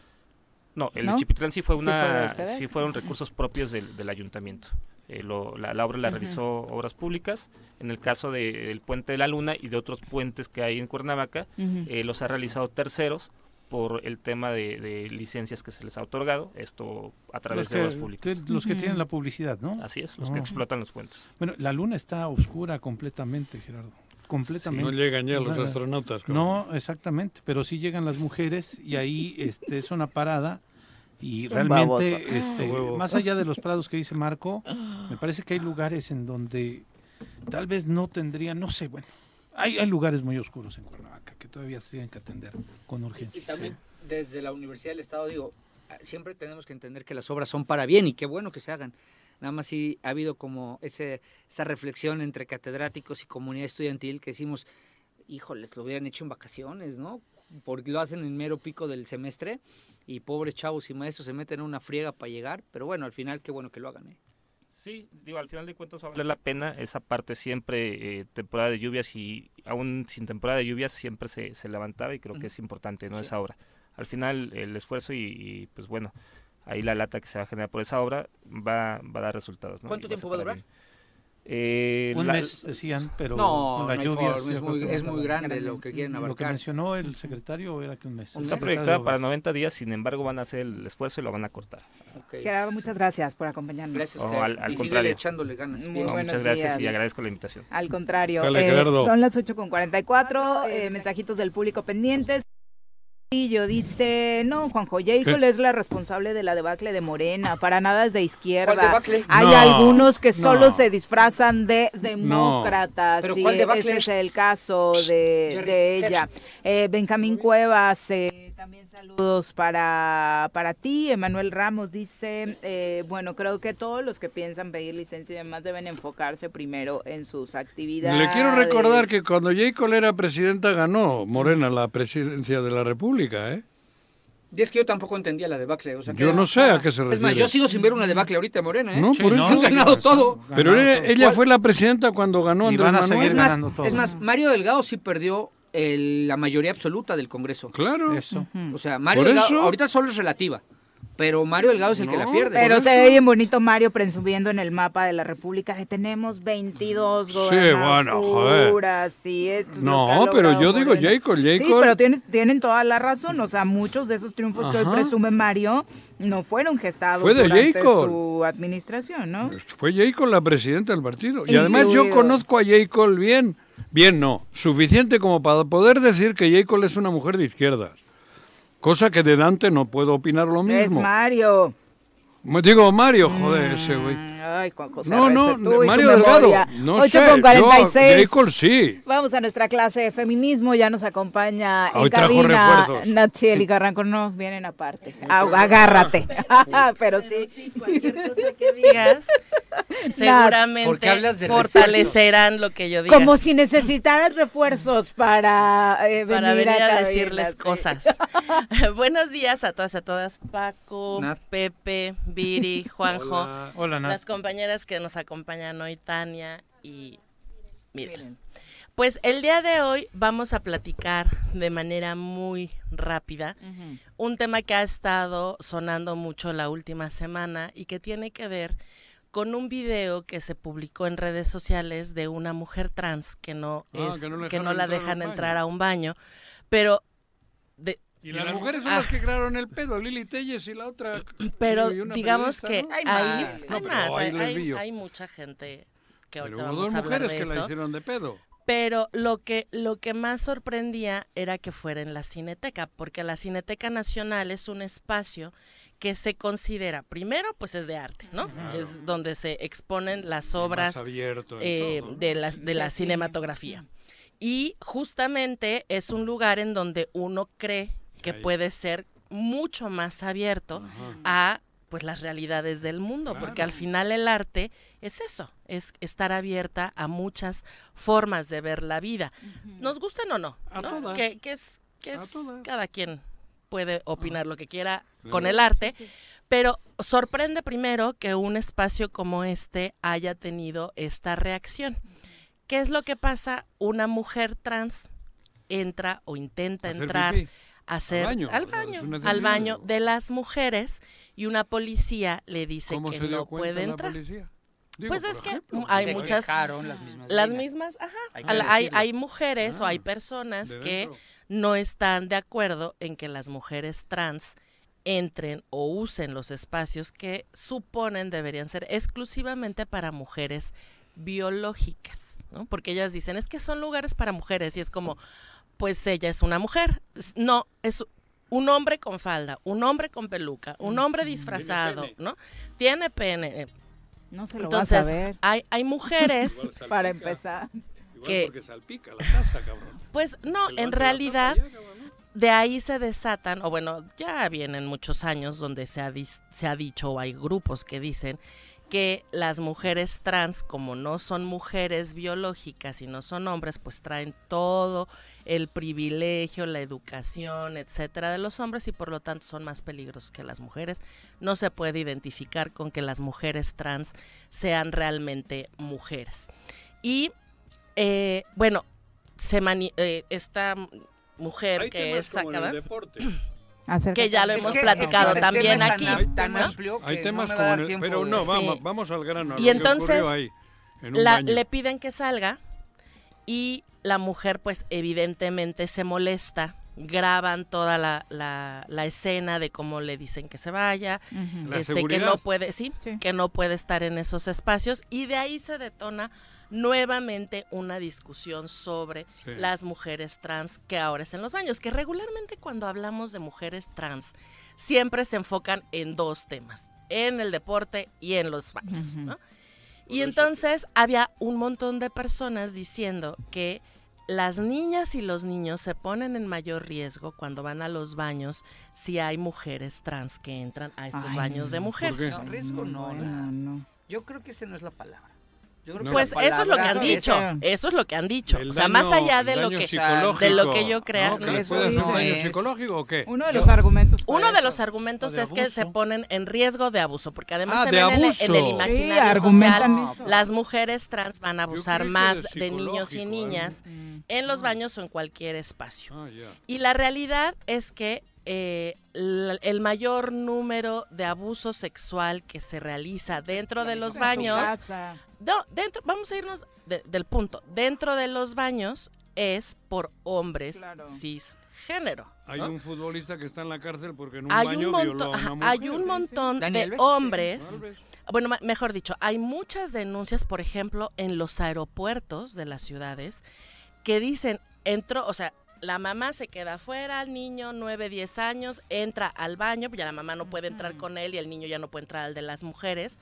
Speaker 15: No, el
Speaker 4: ¿No?
Speaker 15: de Chipitlán sí fue
Speaker 4: ¿Sí fue de
Speaker 15: una, sí,
Speaker 4: ustedes?
Speaker 15: fueron recursos propios del, del ayuntamiento. Eh, lo- la, la obra la
Speaker 4: Ujú.
Speaker 15: realizó Obras Públicas. En el caso de- del puente de la Luna y de otros puentes que hay en Cuernavaca,
Speaker 4: Ujú.
Speaker 15: eh, los ha realizado terceros por el tema de, de licencias que se les ha otorgado. Esto a través
Speaker 6: Los
Speaker 15: de
Speaker 6: que-
Speaker 15: obras públicas.
Speaker 6: te- los que tienen la publicidad, ¿no?
Speaker 15: Así es, los que
Speaker 6: Ah.
Speaker 15: explotan los puentes.
Speaker 6: Bueno, la luna está oscura completamente, Gerardo. Completamente.
Speaker 5: Sí, no llegan ya los
Speaker 6: Nada.
Speaker 5: astronautas,
Speaker 6: No, exactamente, pero sí llegan las mujeres y ahí este, es una parada y
Speaker 5: Es un baboso.
Speaker 6: realmente, este,
Speaker 5: Huevo.
Speaker 6: más allá de los prados que dice Marco, me parece que hay lugares en donde tal vez no tendrían, no sé, bueno, hay, hay lugares muy oscuros en Cuernavaca que todavía se tienen que atender con urgencia.
Speaker 16: Y también desde la Universidad del Estado, digo, ah, siempre tenemos que entender que las obras son para bien y qué bueno que se hagan. Nada más sí ha habido como ese, esa reflexión entre catedráticos y comunidad estudiantil que decimos, híjoles, lo hubieran hecho en vacaciones, ¿no? Porque lo hacen en mero pico del semestre y pobres chavos y maestros se meten en una friega para llegar, pero bueno, al final qué bueno que lo hagan, ¿eh?
Speaker 15: Sí, digo, al final de cuentas va a valer la pena esa parte siempre, eh, temporada de lluvias y aún sin temporada de lluvias siempre se, se levantaba y creo
Speaker 5: Ujú.
Speaker 15: que es importante, ¿no?
Speaker 5: Sí.
Speaker 15: Esa obra. Al final el esfuerzo y, y, pues bueno, ahí la lata que se va a generar por esa obra va, va a dar resultados, ¿no?
Speaker 16: ¿Cuánto
Speaker 15: Y
Speaker 16: tiempo
Speaker 15: ser
Speaker 16: va a
Speaker 15: para
Speaker 16: durar?
Speaker 15: bien. Eh,
Speaker 6: Un
Speaker 15: la-
Speaker 6: mes, decían, pero
Speaker 16: No,
Speaker 6: con las
Speaker 16: no hay
Speaker 6: lluvias...
Speaker 16: forma, es
Speaker 6: yo creo
Speaker 16: muy-
Speaker 6: que no
Speaker 16: es muy
Speaker 6: tardará.
Speaker 16: grande lo que quieren
Speaker 6: Lo que
Speaker 16: abarcar.
Speaker 6: mencionó el secretario era que un mes.
Speaker 15: Está proyectada para 90 días, sin embargo van a hacer el esfuerzo y lo van a cortar.
Speaker 4: Gerardo, muchas gracias por acompañarnos.
Speaker 15: Gracias, No, Ger. al- al Y síguele contrario. echándole
Speaker 16: ganas.
Speaker 4: Muy
Speaker 15: No,
Speaker 4: buenos
Speaker 15: muchas gracias
Speaker 4: días.
Speaker 15: y agradezco la invitación.
Speaker 4: Al contrario,
Speaker 15: Dale,
Speaker 4: eh,
Speaker 15: Gerardo.
Speaker 4: son las 8 con 44, eh, mensajitos del público pendientes. Y yo dice, no, Juanjo Jacob
Speaker 15: ¿Qué?
Speaker 4: es la responsable de la debacle de Morena, para nada es de izquierda.
Speaker 16: ¿Cuál debacle?
Speaker 4: Hay
Speaker 16: No,
Speaker 4: algunos que
Speaker 16: no.
Speaker 4: solo se disfrazan de demócratas.
Speaker 16: ¿Pero
Speaker 4: sí,
Speaker 16: cuál debacle?
Speaker 4: ese es el caso de,
Speaker 16: Jerry,
Speaker 4: de
Speaker 16: ¿qué
Speaker 4: ella. Eh, Benjamín Cuevas, eh, también saludos para, para ti. Emanuel Ramos dice, eh, bueno, creo que todos los que piensan pedir licencia y demás deben enfocarse primero en sus actividades.
Speaker 5: Le quiero recordar que cuando Jacob era presidenta ganó Morena la presidencia de la República, ¿eh?
Speaker 16: Y es que yo tampoco entendía la debacle. O sea, que
Speaker 5: Yo
Speaker 16: era-
Speaker 5: no sé a qué se
Speaker 16: Es más,
Speaker 5: refiere.
Speaker 16: yo sigo sin ver una debacle ahorita, Morena, ¿eh?
Speaker 5: No, por eso. pues,
Speaker 16: Han ganado todo.
Speaker 5: Pero ella, ella fue la presidenta cuando ganó Andrés Manuel.
Speaker 16: es más, es más, Mario Delgado sí perdió el- la mayoría absoluta del Congreso.
Speaker 5: Claro.
Speaker 16: Eso. O sea, Mario
Speaker 5: Por
Speaker 16: Delgado
Speaker 5: eso.
Speaker 16: ahorita solo es relativa.
Speaker 7: Pero Mario Delgado es el que la pierde.
Speaker 4: Pero se ve bien bonito Mario presumiendo en el mapa de la República de tenemos 22
Speaker 5: bueno, joder.
Speaker 4: gobernaturas y esto. es lo que ha
Speaker 5: No, pero
Speaker 4: logrado
Speaker 5: yo digo
Speaker 4: Morena.
Speaker 5: Jacob,
Speaker 4: Sí,
Speaker 5: Jacob.
Speaker 4: pero tienes- tienen toda la razón. O sea, muchos de esos triunfos que
Speaker 5: Ajá.
Speaker 4: hoy presume Mario no fueron gestados
Speaker 5: Fue de
Speaker 4: durante
Speaker 5: Jacob.
Speaker 4: su administración, ¿no?
Speaker 5: Fue Jacob la presidenta del partido. Y además yo
Speaker 4: Incluido.
Speaker 5: conozco a Jacob bien. Bien, no. Suficiente como para poder decir que Jacob es una mujer de izquierdas. Cosa que de Dante no puedo opinar lo
Speaker 4: Es
Speaker 5: mismo.
Speaker 4: Mario.
Speaker 5: Me Digo, Mario, joder, ese güey.
Speaker 4: Ay, Juan José.
Speaker 5: No, no,
Speaker 4: Arrece, tú y tu
Speaker 5: Mario Delgado.
Speaker 4: memoria.
Speaker 5: No
Speaker 4: Ocho
Speaker 5: sé.
Speaker 4: con 46.
Speaker 5: Yo, Jacob sí.
Speaker 4: Vamos a nuestra clase de feminismo. Ya nos acompaña en
Speaker 5: Hoy trajo
Speaker 4: cabina
Speaker 5: refuerzos.
Speaker 4: Natsiel y Carranco. No, vienen aparte. Au- agárrate. *laughs*
Speaker 17: Ah, *laughs*
Speaker 4: Pero sí.
Speaker 17: digas, seguramente
Speaker 4: ¿por qué hablas de
Speaker 17: fortalecerán lo que yo diga.
Speaker 4: Como si necesitaras refuerzos para, eh,
Speaker 17: para venir a,
Speaker 4: cabina,
Speaker 17: decirles
Speaker 4: sí.
Speaker 17: cosas. *laughs* Buenos días a todas, a todas. Paco,
Speaker 6: Nat.
Speaker 17: Pepe, Viri, Juanjo.
Speaker 6: Hola. Hola, Nat.
Speaker 17: Las compañeras que nos acompañan hoy, Tania y Miren. Pues el día de hoy vamos a platicar de manera muy rápida un tema que ha estado sonando mucho la última semana y que tiene que ver con un video que se publicó en redes sociales de una mujer trans que no,
Speaker 5: Ah,
Speaker 17: es-
Speaker 5: que
Speaker 17: que
Speaker 5: no
Speaker 17: no,
Speaker 5: la dejaron entrar a
Speaker 17: la
Speaker 5: un
Speaker 17: dejan
Speaker 5: baño.
Speaker 17: entrar a un baño, pero... de-
Speaker 5: Y las mujeres son
Speaker 17: Ah,
Speaker 5: las que crearon el pedo, Lili Telles y la otra.
Speaker 17: *clears throat* Pero
Speaker 5: y una
Speaker 17: digamos
Speaker 5: periodista,
Speaker 17: que
Speaker 5: ¿no?
Speaker 17: hay,
Speaker 5: No,
Speaker 17: hay
Speaker 5: pero
Speaker 17: más,
Speaker 5: ahí
Speaker 17: hay,
Speaker 5: les
Speaker 17: hay-
Speaker 5: vi yo.
Speaker 17: hay mucha gente que
Speaker 5: Pero
Speaker 17: ahorita
Speaker 5: hubo
Speaker 17: vamos
Speaker 5: dos
Speaker 17: a hablar
Speaker 5: mujeres
Speaker 17: de
Speaker 5: que la
Speaker 17: eso.
Speaker 5: hicieron de pedo.
Speaker 17: Pero lo que, lo que más sorprendía era que fuera en la Cineteca, porque la Cineteca Nacional es un espacio que se considera, primero, pues es de arte, ¿no?
Speaker 5: Claro.
Speaker 17: Es donde se exponen las obras
Speaker 5: abierto y
Speaker 17: eh,
Speaker 5: todo, ¿no?
Speaker 17: de la, de la
Speaker 5: De cine.
Speaker 17: cinematografía. Y justamente es un lugar en donde uno cree que
Speaker 5: Ahí.
Speaker 17: puede ser mucho más abierto
Speaker 5: Ajá.
Speaker 17: a pues las realidades del mundo, porque al
Speaker 5: Claro.
Speaker 17: final el arte es eso, es estar abierta a muchas formas de ver la vida. Nos gustan o no,
Speaker 5: A
Speaker 17: ¿no?
Speaker 5: todas.
Speaker 17: Que, que es, que
Speaker 5: A
Speaker 17: es-
Speaker 5: todas.
Speaker 17: cada quien puede opinar lo que quiera
Speaker 5: Sí.
Speaker 17: con el arte, pero sorprende primero que un espacio como este haya tenido esta reacción. ¿Qué es lo que pasa? Una mujer trans entra o intenta
Speaker 5: Hacer
Speaker 17: entrar
Speaker 5: pipí.
Speaker 17: a hacer
Speaker 5: Al baño,
Speaker 17: al
Speaker 5: o sea,
Speaker 17: baño,
Speaker 5: sus necesidades,
Speaker 17: al baño de las mujeres y una policía le dice
Speaker 5: ¿Cómo
Speaker 17: que
Speaker 5: se dio
Speaker 17: no
Speaker 5: cuenta
Speaker 17: puede
Speaker 5: la
Speaker 17: entrar.
Speaker 5: policía? Digo,
Speaker 17: pues
Speaker 5: por
Speaker 17: es que
Speaker 5: ejemplo,
Speaker 17: mm, hay
Speaker 5: se
Speaker 17: muchas
Speaker 5: quejaron las mismas
Speaker 17: las
Speaker 5: viejas.
Speaker 17: mismas, ajá,
Speaker 5: Hay
Speaker 17: al-
Speaker 5: que
Speaker 17: hay,
Speaker 5: decirlo.
Speaker 17: hay mujeres o hay
Speaker 5: Ah,
Speaker 17: personas
Speaker 5: de
Speaker 17: que
Speaker 5: dentro.
Speaker 17: no están de acuerdo en que las mujeres trans entren o usen los espacios que suponen deberían ser exclusivamente para mujeres biológicas, ¿no? Porque ellas dicen, es que son lugares para mujeres y es como, pues ella es una mujer. Es- No, es un hombre con falda, un hombre con peluca,
Speaker 5: Mm,
Speaker 17: un hombre disfrazado, ¿no? Tiene pene. eh.
Speaker 4: No se lo vas a
Speaker 17: Entonces,
Speaker 4: ver.
Speaker 17: hay, hay mujeres
Speaker 4: Para empezar.
Speaker 5: Igual
Speaker 17: que-
Speaker 5: porque salpica la casa, cabrón.
Speaker 17: pues no,
Speaker 5: Que lo
Speaker 17: en
Speaker 5: entre la
Speaker 17: realidad de ahí se desatan, o bueno, ya vienen muchos años donde se ha, dis- se ha dicho o hay grupos que dicen que las mujeres trans, como no son mujeres biológicas y no son hombres, pues traen todo el privilegio, la educación, etcétera, de los hombres y por lo tanto son más peligrosos que las mujeres. No se puede identificar con que las mujeres trans sean realmente mujeres. Y eh, bueno, se mani- eh, esta m- mujer
Speaker 5: Hay
Speaker 17: que
Speaker 5: temas
Speaker 17: es
Speaker 5: como en el
Speaker 17: sacada.
Speaker 4: *clears throat*
Speaker 5: deporte.
Speaker 17: Que ya lo hemos
Speaker 7: que-
Speaker 17: platicado
Speaker 7: es que este
Speaker 17: también
Speaker 7: tema es
Speaker 17: aquí.
Speaker 7: tan am- tan
Speaker 17: ¿no?
Speaker 7: amplio
Speaker 5: Hay
Speaker 7: que
Speaker 5: temas
Speaker 7: no me va a
Speaker 5: como
Speaker 7: dar
Speaker 5: en el,
Speaker 7: tiempo
Speaker 5: pero
Speaker 7: de-
Speaker 5: no,
Speaker 7: Sí.
Speaker 5: vamos, vamos al grano. a
Speaker 17: Y
Speaker 5: lo que
Speaker 17: entonces,
Speaker 5: ocurrió ahí, en un
Speaker 17: La-
Speaker 5: baño.
Speaker 17: le piden que salga y la mujer pues evidentemente se molesta. Graban toda la, la- la escena de cómo le dicen que se vaya,
Speaker 4: Ujú. La
Speaker 17: este, que
Speaker 4: seguridad.
Speaker 17: no puede, sí, que no puede estar en esos espacios y de ahí se detona nuevamente una discusión sobre
Speaker 4: Sí.
Speaker 17: las mujeres trans que ahora es en los baños, que regularmente cuando hablamos de mujeres trans siempre se enfocan en dos temas, en el deporte y en los baños,
Speaker 4: Ujú.
Speaker 17: ¿no? Y entonces había un montón de personas diciendo que las niñas y los niños se ponen en mayor riesgo cuando van a los baños si hay mujeres trans que entran a estos
Speaker 7: Ay,
Speaker 17: baños de
Speaker 7: no,
Speaker 17: mujeres.
Speaker 7: No, riesgo no, la- Yo creo que esa no es la palabra. Yo creo que
Speaker 17: Pues
Speaker 7: la
Speaker 17: eso es lo que han
Speaker 7: palabra
Speaker 17: dicho,
Speaker 7: es-
Speaker 17: eso es lo que han dicho.
Speaker 7: El
Speaker 17: o sea, más
Speaker 7: daño-
Speaker 17: allá de
Speaker 7: el
Speaker 17: lo
Speaker 7: daño
Speaker 17: que
Speaker 7: psicológico.
Speaker 17: de lo que yo crea,
Speaker 5: No, que le puede hacer daño psicológico o qué?
Speaker 4: Uno de
Speaker 5: Yo-
Speaker 4: los argumentos.
Speaker 17: Uno de los argumentos
Speaker 5: O de
Speaker 17: es que se ponen en riesgo de abuso, porque además
Speaker 5: Ah,
Speaker 17: también
Speaker 5: de
Speaker 17: en el-
Speaker 5: abuso.
Speaker 17: en el
Speaker 5: Sí,
Speaker 17: imaginario
Speaker 4: argumentan
Speaker 17: social,
Speaker 4: eso.
Speaker 17: las mujeres trans van a abusar
Speaker 4: creí que
Speaker 17: más
Speaker 4: de
Speaker 17: de, niños
Speaker 5: ¿eh?
Speaker 17: y
Speaker 4: psicológico,
Speaker 17: niñas en los baños o en cualquier espacio.
Speaker 5: Mm. Ah, ya.
Speaker 17: Y la realidad es que eh, l- el mayor número de abuso sexual que se realiza dentro de los baños. No, dentro, vamos a irnos de- del punto. Dentro de los baños es por hombres cisgénero.
Speaker 5: Hay
Speaker 17: ¿no?
Speaker 5: un futbolista que está en la cárcel porque en un
Speaker 17: hay
Speaker 5: baño
Speaker 17: un montón,
Speaker 5: violó a una
Speaker 17: ajá,
Speaker 5: mujer.
Speaker 17: hay un montón de hombres. Bueno, ma- mejor dicho, hay muchas denuncias, por ejemplo, en los aeropuertos de las ciudades que dicen, entró, o sea, la mamá se queda afuera, el niño 9, 10 años, entra al baño, pues ya la mamá no puede entrar con él y el niño ya no puede entrar al de las mujeres.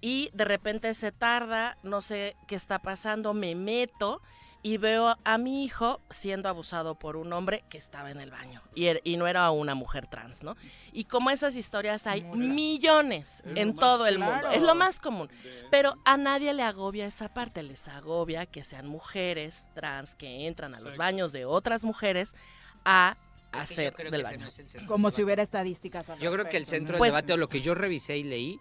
Speaker 17: Y de repente se tarda, no sé qué está pasando, me meto y veo a mi hijo siendo abusado por un hombre que estaba en el baño y, er- y no era una mujer trans, ¿no? Y como esas historias hay millones
Speaker 4: Es lo
Speaker 17: en
Speaker 4: más
Speaker 17: todo el mundo,
Speaker 4: claro.
Speaker 17: es lo más común, pero a nadie le agobia esa parte, les agobia que sean mujeres trans que entran a los baños de otras mujeres a
Speaker 16: Es que yo
Speaker 17: hacer
Speaker 16: creo que
Speaker 17: del
Speaker 16: ese
Speaker 17: baño.
Speaker 16: no es el centro
Speaker 4: Como
Speaker 16: del
Speaker 4: si
Speaker 16: debate.
Speaker 4: hubiera estadísticas. al
Speaker 16: Yo creo que el
Speaker 4: respecto,
Speaker 16: centro
Speaker 4: ¿no?
Speaker 17: Pues
Speaker 16: del debate, o lo que yo revisé y leí,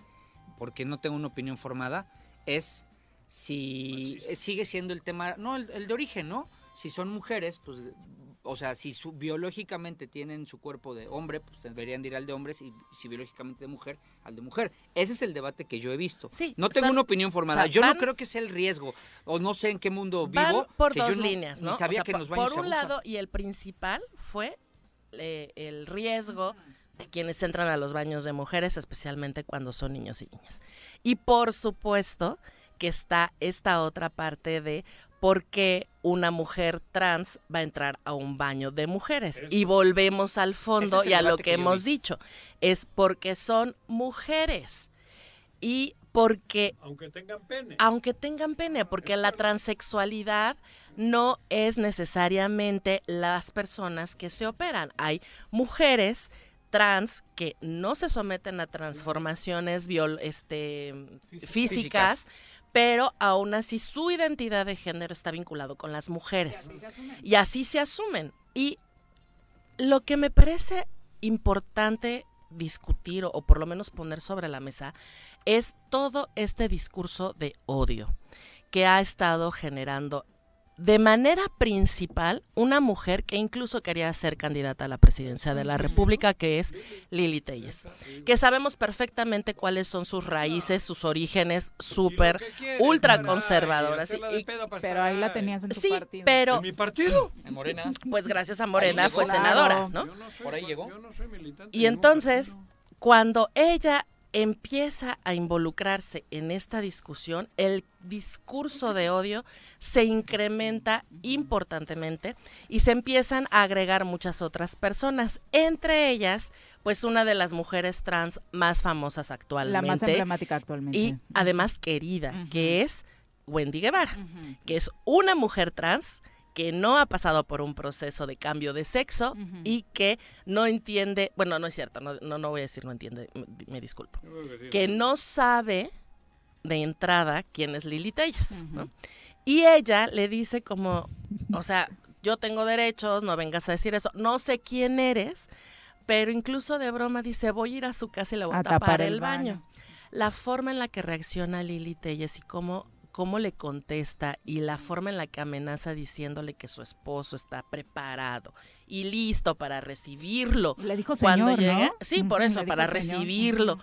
Speaker 16: porque no tengo una opinión formada, es si eh, sigue siendo el tema, no, el, el de origen, ¿no? Si son mujeres, pues, o sea, si su- biológicamente tienen su cuerpo de hombre, pues deberían de ir al de hombres, y si biológicamente de mujer, al de mujer. Ese es el debate que yo he visto. no tengo
Speaker 17: son-
Speaker 16: una opinión formada.
Speaker 17: o sea,
Speaker 16: yo
Speaker 17: van-
Speaker 16: no creo que sea el riesgo, o no sé en qué mundo
Speaker 17: Van
Speaker 16: vivo.
Speaker 17: por
Speaker 16: que
Speaker 17: dos
Speaker 16: yo no-
Speaker 17: líneas,
Speaker 16: ni
Speaker 17: ¿no? O
Speaker 16: sabía
Speaker 17: sea,
Speaker 16: que
Speaker 17: po-
Speaker 16: nos baños
Speaker 17: Por
Speaker 16: se
Speaker 17: un
Speaker 16: abusa.
Speaker 17: lado, y el principal fue eh, el riesgo de quienes entran a los baños de mujeres, especialmente cuando son niños y niñas. Y por supuesto que está esta otra parte de por qué una mujer trans va a entrar a un baño de mujeres. Y volvemos al
Speaker 4: Ese
Speaker 17: fondo
Speaker 4: es el
Speaker 17: y a lo
Speaker 4: debate
Speaker 17: que,
Speaker 4: que yo
Speaker 17: hemos
Speaker 4: vi.
Speaker 17: dicho. Es porque son mujeres. Y porque
Speaker 9: Aunque tengan pene.
Speaker 17: aunque tengan pene, porque la transexualidad no es necesariamente las personas que se operan. Hay mujeres trans que no se someten a transformaciones biol- este, físicas,
Speaker 4: Físicas.
Speaker 17: pero aún así su identidad de género está vinculado con las mujeres. Y así se asumen. Y lo que me parece importante discutir o, o por lo menos poner sobre la mesa es todo este discurso de odio que ha estado generando de manera principal una mujer que incluso quería ser candidata a la presidencia de la República, que es Lili Telles, que sabemos perfectamente cuáles son sus raíces, sus orígenes súper ultra conservadoras. Y-
Speaker 4: Pero ahí la tenías en tu
Speaker 17: Sí,
Speaker 4: partido.
Speaker 17: pero...
Speaker 9: ¿En mi partido?
Speaker 16: En Morena.
Speaker 17: Pues gracias a Morena
Speaker 16: Ahí
Speaker 17: fue
Speaker 16: llegó.
Speaker 17: senadora, ¿no?
Speaker 16: Por ahí llegó.
Speaker 17: Y entonces, cuando ella empieza a involucrarse en esta discusión, el discurso de odio se incrementa importantemente y se empiezan a agregar muchas otras personas, entre ellas, pues una de las mujeres trans más famosas
Speaker 4: La
Speaker 17: actualmente.
Speaker 4: más emblemática actualmente.
Speaker 17: Y además querida, que es Wendy Guevara, que es una mujer trans que no ha pasado por un proceso de cambio de sexo y que no entiende, bueno, no es cierto, no, no, no voy a decir no entiende, me, me disculpo,
Speaker 4: Yo creo que sí,
Speaker 17: que
Speaker 4: ¿no?
Speaker 17: no sabe de entrada quién es Lili Telles, ¿no? Y ella le dice como, o sea, yo tengo derechos, no vengas a decir eso, no sé quién eres, pero incluso de broma dice, voy a ir a su casa y le voy a, tapar, el baño. La forma en la que reacciona Lili Telles y cómo, cómo le contesta y la forma en la que amenaza diciéndole que su esposo está preparado y listo para recibirlo.
Speaker 4: Le dijo
Speaker 17: Cuando
Speaker 4: señor, ¿no?
Speaker 17: llega, sí, por
Speaker 4: Ujú,
Speaker 17: eso,
Speaker 4: le dijo
Speaker 17: para
Speaker 4: señor,
Speaker 17: recibirlo.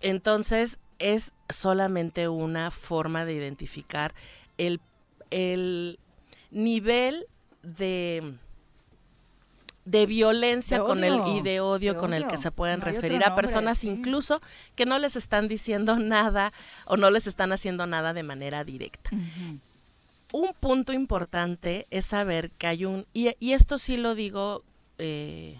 Speaker 17: Entonces, es solamente una forma de identificar el, el nivel de de violencia
Speaker 4: De
Speaker 17: con el
Speaker 4: odio,
Speaker 17: y de odio
Speaker 4: de
Speaker 17: con el que
Speaker 4: odio.
Speaker 17: se pueden
Speaker 4: No hay otro
Speaker 17: referir a
Speaker 4: nombre,
Speaker 17: personas
Speaker 4: sí.
Speaker 17: incluso que no les están diciendo *laughs* nada o no les están haciendo nada de manera directa. Un punto importante es saber que hay un y, y esto sí lo digo eh,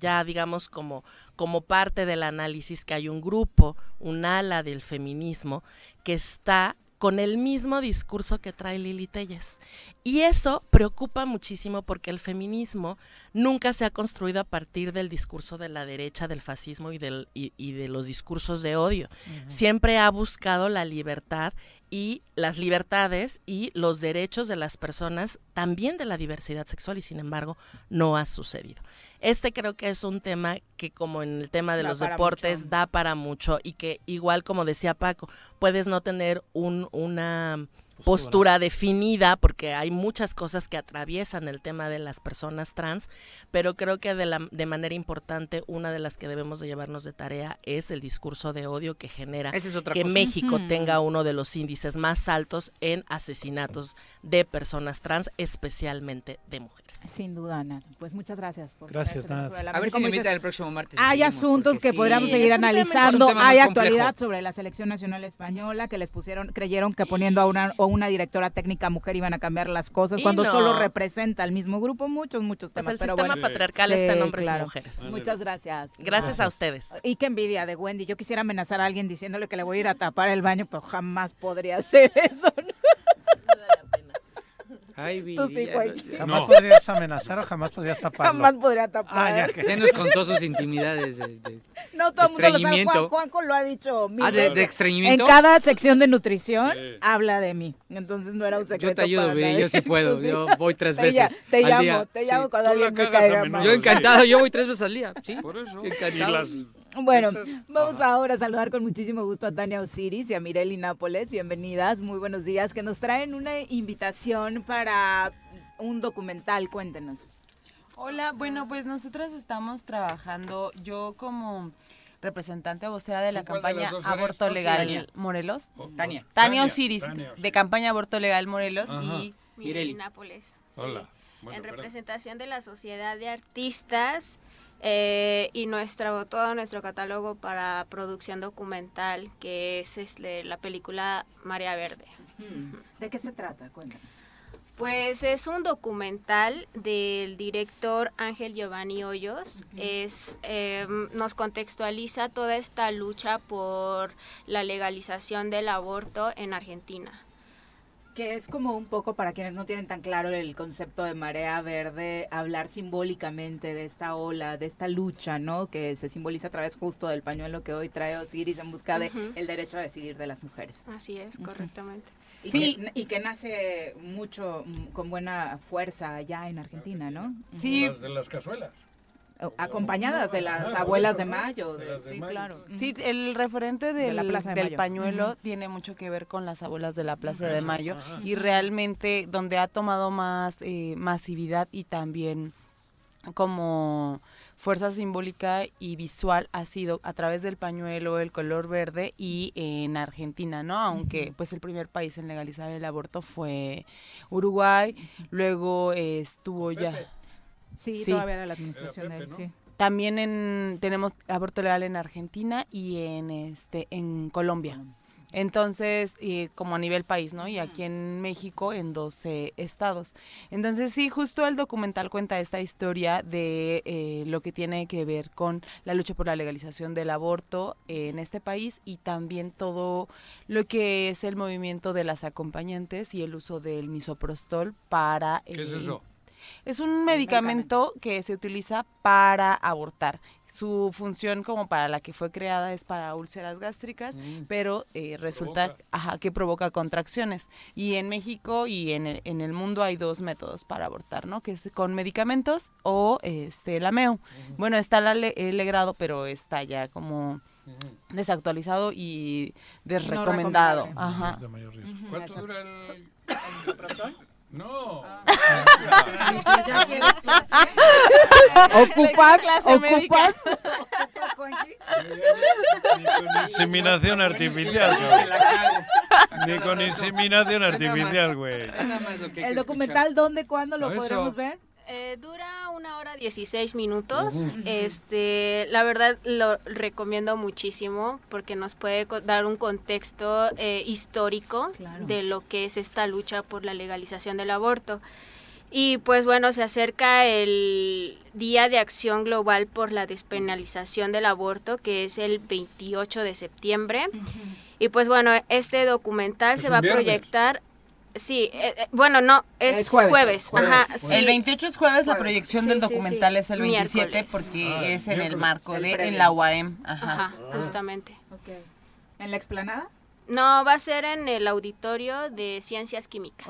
Speaker 17: ya digamos como, como parte del análisis que hay un grupo, un ala del feminismo que está con el mismo discurso que trae Lili Telles. Y eso preocupa muchísimo porque el feminismo nunca se ha construido a partir del discurso de la derecha, del fascismo y, del, y, y de los discursos de odio. Siempre ha buscado la libertad y las libertades y los derechos de las personas, también de la diversidad sexual, y sin embargo no ha sucedido. Este creo que es un tema que como en el tema de
Speaker 4: Da
Speaker 17: los
Speaker 4: para
Speaker 17: deportes
Speaker 4: mucho.
Speaker 17: da para mucho y que igual como decía Paco, puedes no tener un, una postura definida, porque hay muchas cosas que atraviesan el tema de las personas trans, pero creo que de, la, de manera importante una de las que debemos de llevarnos de tarea es el discurso de odio que genera
Speaker 16: Esa es otra
Speaker 17: que
Speaker 16: cosa.
Speaker 17: México
Speaker 16: Ujú.
Speaker 17: tenga uno de los índices más altos en asesinatos de personas trans, especialmente de mujeres.
Speaker 4: Sin duda, Ana. Pues muchas gracias por
Speaker 17: Gracias,
Speaker 4: traerse
Speaker 17: Nat.
Speaker 4: sobre la
Speaker 17: A
Speaker 4: mesa.
Speaker 17: ver si
Speaker 4: Como
Speaker 17: me
Speaker 4: dices,
Speaker 17: invitan el próximo martes y
Speaker 4: Hay
Speaker 17: seguimos,
Speaker 4: asuntos
Speaker 17: porque
Speaker 4: que
Speaker 17: sí.
Speaker 4: podríamos
Speaker 17: Sí,
Speaker 4: seguir
Speaker 17: es un tema-
Speaker 4: analizando.
Speaker 17: es un tema muy
Speaker 4: Hay
Speaker 17: complejo.
Speaker 4: actualidad sobre la selección nacional española que les pusieron, creyeron que poniendo a una o una directora técnica mujer iban a cambiar las cosas
Speaker 17: Y
Speaker 4: cuando
Speaker 17: no.
Speaker 4: solo representa al mismo grupo. Muchos, muchos
Speaker 17: Pues
Speaker 4: temas.
Speaker 17: el
Speaker 4: pero
Speaker 17: sistema
Speaker 4: bueno.
Speaker 17: patriarcal está en
Speaker 4: Sí,
Speaker 17: hombres y
Speaker 4: claro.
Speaker 17: mujeres.
Speaker 4: Muchas gracias.
Speaker 17: Gracias a ustedes.
Speaker 4: Y qué envidia de Wendy. Yo quisiera amenazar a alguien diciéndole que le voy a ir a tapar el baño, pero jamás podría hacer eso.
Speaker 16: Ay,
Speaker 4: Tú sí,
Speaker 16: ya
Speaker 4: güey.
Speaker 16: no- ya-
Speaker 6: Jamás *laughs* podrías amenazar o jamás podrías taparlo.
Speaker 4: Jamás podría tapar.
Speaker 6: Ah, ya que-
Speaker 16: Ya nos contó sus intimidades. de- de-
Speaker 4: *laughs* No, todo el mundo lo sabe. Juan,
Speaker 16: Estreñimiento.
Speaker 4: Juanco lo ha dicho mil
Speaker 16: Ah, de- de
Speaker 4: veces.
Speaker 16: estreñimiento.
Speaker 4: En cada sección de nutrición
Speaker 16: Sí.
Speaker 4: habla de mí. Entonces no era un secreto
Speaker 16: Yo te ayudo,
Speaker 4: para
Speaker 16: Viri,
Speaker 4: nadie.
Speaker 16: yo sí puedo.
Speaker 4: Tú *laughs* sí.
Speaker 16: Yo voy tres
Speaker 4: Te ya-
Speaker 16: veces.
Speaker 4: Te
Speaker 16: al
Speaker 4: llamo,
Speaker 16: día.
Speaker 4: te llamo cuando alguien me
Speaker 16: cagas a
Speaker 4: caiga
Speaker 16: menudo,
Speaker 4: mal.
Speaker 16: Yo encantado, yo voy tres veces al día. Sí, por eso.
Speaker 4: Y
Speaker 16: Encantado.
Speaker 4: las- Bueno, vamos ahora a saludar con muchísimo gusto a Tania Osiris y a Mireli Nápoles. Bienvenidas, muy buenos días. Que nos traen una invitación para un documental. Cuéntenos.
Speaker 18: Hola, bueno, pues nosotras estamos trabajando, yo como representante vocera de la
Speaker 4: ¿Tú cuál de
Speaker 18: campaña
Speaker 4: las dos eres? Oh,
Speaker 18: Aborto
Speaker 4: Sí,
Speaker 18: Legal
Speaker 4: Tania. Oh,
Speaker 18: Morelos.
Speaker 4: Tania.
Speaker 18: Tania
Speaker 4: Tania,
Speaker 18: Osiris,
Speaker 4: Tania Osiris.
Speaker 18: de campaña Aborto Legal Morelos
Speaker 19: Ajá.
Speaker 18: y
Speaker 19: Mireli Nápoles. sí.
Speaker 18: Hola.
Speaker 19: en
Speaker 18: Bueno, perdón.
Speaker 19: representación de la Sociedad de Artistas eh, y nuestro, todo nuestro catálogo para producción documental, que es este, la película Marea Verde.
Speaker 4: Hmm. ¿De qué se trata? Cuéntanos.
Speaker 19: Pues es un documental del director Ángel Giovanni Hoyos. Es, eh, nos contextualiza toda esta lucha por la legalización del aborto en Argentina.
Speaker 4: Que es como un poco para quienes no tienen tan claro el concepto de marea verde, hablar simbólicamente de esta ola, de esta lucha, ¿no? Que se simboliza a través justo del pañuelo que hoy trae Osiris en busca del
Speaker 19: Ujú.
Speaker 4: el derecho a decidir de las mujeres.
Speaker 19: Así es,
Speaker 4: Ujú.
Speaker 19: correctamente.
Speaker 4: Y, que, y que nace mucho, mm, con buena fuerza allá en Argentina, ¿no?
Speaker 19: Sí.
Speaker 5: Las de las cazuelas.
Speaker 4: Ujú. Acompañadas de las
Speaker 5: Ah,
Speaker 4: abuelas de
Speaker 5: bueno, ¿no?
Speaker 4: mayo.
Speaker 5: De
Speaker 4: de-
Speaker 5: las de
Speaker 4: sí,
Speaker 5: mayo.
Speaker 4: claro.
Speaker 18: Sí, el referente del,
Speaker 4: la Plaza de
Speaker 18: del
Speaker 4: Mayo.
Speaker 18: pañuelo
Speaker 4: Ujú.
Speaker 18: tiene mucho que ver con las abuelas de la Plaza
Speaker 4: Ujú.
Speaker 18: de Mayo
Speaker 4: Ajá.
Speaker 18: y realmente donde ha tomado más eh, masividad y también como fuerza simbólica y visual ha sido a través del pañuelo, el color verde y en Argentina, ¿no? Aunque pues el primer país en legalizar el aborto fue Uruguay, luego eh, estuvo ya...
Speaker 4: Sí,
Speaker 18: Sí.
Speaker 4: todavía era la administración de él, sí.
Speaker 18: También en, tenemos aborto legal en Argentina y en este en Colombia. Entonces, eh, como a nivel país, ¿no? Y aquí en México, en 12 estados. Entonces, sí, justo el documental cuenta esta historia de eh, lo que tiene que ver con la lucha por la legalización del aborto en este país y también todo lo que es el movimiento de las acompañantes y el uso del misoprostol para...
Speaker 5: ¿Qué es
Speaker 18: eh,
Speaker 5: eso?
Speaker 18: es un medicamento que se utiliza para abortar. Su función como para la que fue creada es para úlceras gástricas, pero eh, resulta ajá, que provoca contracciones. Y en México y en el, en el mundo hay dos métodos para abortar, ¿no? Que es con medicamentos o este lameo. Bueno, está la le- el legrado, pero está ya como desactualizado y desrecomendado.
Speaker 5: recomendable.
Speaker 18: Ajá.
Speaker 5: Es de mayor riesgo.
Speaker 18: Ujú,
Speaker 5: ¿Cuánto
Speaker 18: exacto.
Speaker 5: dura el- No.
Speaker 18: Ah.
Speaker 4: Ya quiero clase. Mm. ¿Ocupas?
Speaker 18: Clase médica.
Speaker 4: *laughs* ¿Ocupas?
Speaker 5: Con inseminación artificial, güey. Ni con inseminación artificial, güey.
Speaker 4: ¿El documental dónde, cuándo lo
Speaker 5: No, eso.
Speaker 4: podremos ver?
Speaker 19: Eh, dura una hora 16 minutos.
Speaker 4: Ujú.
Speaker 19: Este, la verdad lo recomiendo muchísimo porque nos puede co- dar un contexto eh, histórico de lo que es esta lucha por la legalización del aborto. Y pues bueno, se acerca el Día de Acción Global por la Despenalización del Aborto, que es el 28 de septiembre. Y pues bueno, este documental
Speaker 18: Es
Speaker 19: se
Speaker 18: un
Speaker 19: va a
Speaker 18: viernes.
Speaker 19: proyectar... Sí, eh, eh, bueno, no, es,
Speaker 18: Es
Speaker 19: jueves.
Speaker 18: jueves,
Speaker 19: Ajá,
Speaker 18: jueves.
Speaker 19: sí.
Speaker 18: El 28 es jueves, la proyección
Speaker 19: Sí,
Speaker 18: del
Speaker 19: sí, sí.
Speaker 18: documental es el 27
Speaker 19: Miércoles.
Speaker 18: porque es en el
Speaker 19: Ah, miércoles. Ah.
Speaker 18: marco
Speaker 19: El
Speaker 18: de
Speaker 19: previo.
Speaker 18: en la UAM. Ajá.
Speaker 19: Ajá, justamente.
Speaker 4: ¿En la explanada?
Speaker 19: No, va a ser en el auditorio de Ciencias Químicas.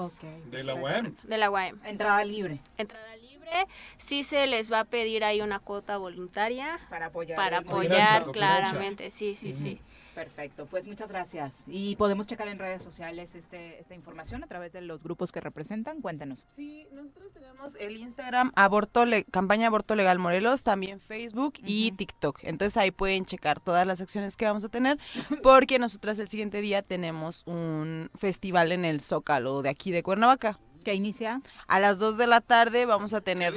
Speaker 5: ¿De la E UAM?
Speaker 19: De la UAM.
Speaker 4: Entrada libre.
Speaker 19: Entrada libre sí se les va a pedir ahí una cuota voluntaria
Speaker 4: para apoyar,
Speaker 19: para
Speaker 4: el movimiento.
Speaker 19: apoyar claramente, sí, sí,
Speaker 4: Ujú.
Speaker 19: sí.
Speaker 4: Perfecto, pues muchas gracias. Y podemos checar en redes sociales este, esta información a través de los grupos que representan. Cuéntanos.
Speaker 18: Sí, nosotros tenemos el Instagram aborto Le- campaña aborto legal Morelos, también Facebook y TikTok. Entonces ahí pueden checar todas las acciones que vamos a tener, porque nosotras el siguiente día tenemos un festival en el Zócalo de aquí de Cuernavaca.
Speaker 4: ¿Qué inicia?
Speaker 18: A las 2 de la tarde vamos a tener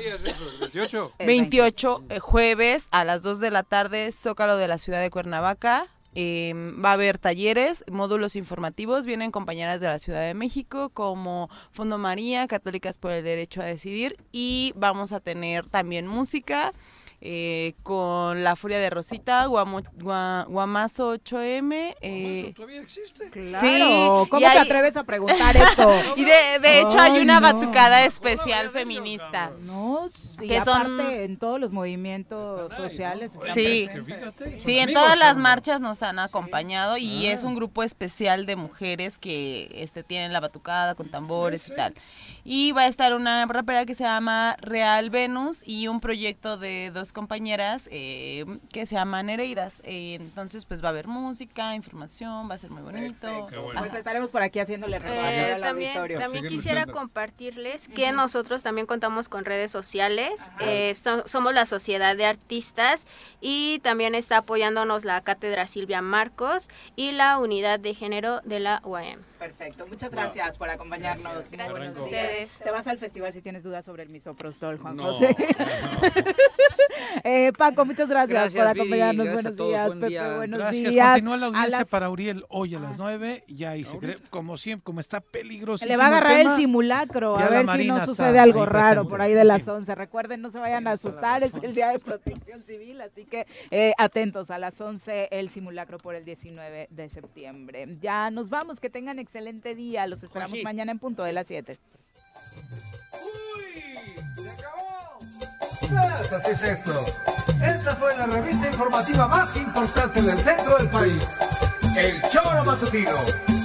Speaker 5: ¿28?
Speaker 18: 28 eh, jueves a las 2 de la tarde, Zócalo de la ciudad de Cuernavaca. Eh, va a haber talleres, módulos informativos, vienen compañeras de la Ciudad de México como Fondo María, Católicas por el Derecho a Decidir y vamos a tener también música eh, con La Furia de Rosita, Guamo- Gua- Guamazo 8M. eh,
Speaker 5: ¿Todavía existe?
Speaker 4: Claro, ¿cómo
Speaker 18: y
Speaker 4: te
Speaker 18: hay-
Speaker 4: atreves a preguntar eso?
Speaker 18: *laughs* y de, de hecho hay
Speaker 4: Ay,
Speaker 18: una
Speaker 4: no.
Speaker 18: batucada especial feminista.
Speaker 4: No, sí,
Speaker 18: Que son-
Speaker 4: aparte en todos los movimientos sociales. están
Speaker 18: Sí,
Speaker 4: presentes.
Speaker 18: sí en todas las marchas nos han acompañado y es un grupo especial de mujeres que este, tienen la batucada con tambores y tal. Y va a estar una rapera que se llama Real Venus y un proyecto de dos compañeras eh, que se llaman Nereidas. Eh, entonces pues va a haber música, información, va a ser muy bonito.
Speaker 4: Pues estaremos por aquí haciéndole
Speaker 19: Eh,
Speaker 4: recorrido al
Speaker 19: también
Speaker 4: auditorio.
Speaker 19: también quisiera compartirles que
Speaker 4: Ujú.
Speaker 19: nosotros también contamos con redes sociales. Eh, so- somos la Sociedad de Artistas y también está apoyándonos la Cátedra Silvia Marcos y la Unidad de Género de la UAM.
Speaker 4: Perfecto, muchas gracias por acompañarnos. Muy
Speaker 19: Gracias
Speaker 4: buenos
Speaker 19: a
Speaker 4: días.
Speaker 19: ustedes.
Speaker 4: Te vas al festival si tienes dudas sobre el misoprostol, Juan
Speaker 19: No,
Speaker 4: José. *laughs* Eh, Paco, muchas gracias,
Speaker 6: Gracias,
Speaker 4: por
Speaker 6: Viri,
Speaker 4: acompañarnos.
Speaker 6: gracias a
Speaker 4: buenos
Speaker 6: todos,
Speaker 4: días,
Speaker 6: buen
Speaker 4: Pepe.
Speaker 6: día.
Speaker 4: Buenos
Speaker 6: Gracias.
Speaker 4: días.
Speaker 6: Continúa la audiencia
Speaker 4: A las- Ah,
Speaker 6: para Uriel hoy a las 9. Ya y se cree, como siempre, como está peligroso.
Speaker 4: Le va a agarrar el simulacro,
Speaker 6: Ya la
Speaker 4: a ver si
Speaker 6: Marina
Speaker 4: no
Speaker 6: está
Speaker 4: sucede algo
Speaker 6: ahí pues,
Speaker 4: raro
Speaker 6: presente.
Speaker 4: por ahí de las 11. Recuerden, no se vayan a
Speaker 6: pues,
Speaker 4: asustar, es el día de protección civil, así que eh, atentos a las 11, el simulacro por el 19 de septiembre. Ya nos vamos, que tengan excelente día, los esperamos
Speaker 16: Juanji.
Speaker 4: mañana en punto de las 7.
Speaker 2: Pues así es esto. Esta fue la revista informativa más importante del centro del país. El Choro Matutino.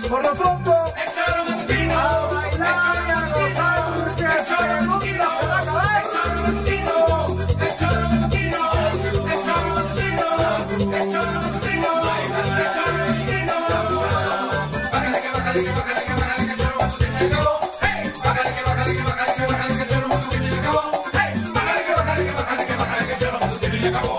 Speaker 2: Por lo pronto, el Choro Matutino. A bailar y a gozar, porque el Choro Matutino se va a acabar. El Choro Matutino. El Choro Matutino. El Choro Matutino. El Choro Matutino. El Choro Matutino. Bájale que bájale que bájale que bájale que el Choro Matutino ya acabó. Hey, bájale que bájale que bájale que bájale que el Choro Matutino ya acabó. Hey, bájale que bájale que bájale que bájale que el Choro Matutino ya acabó.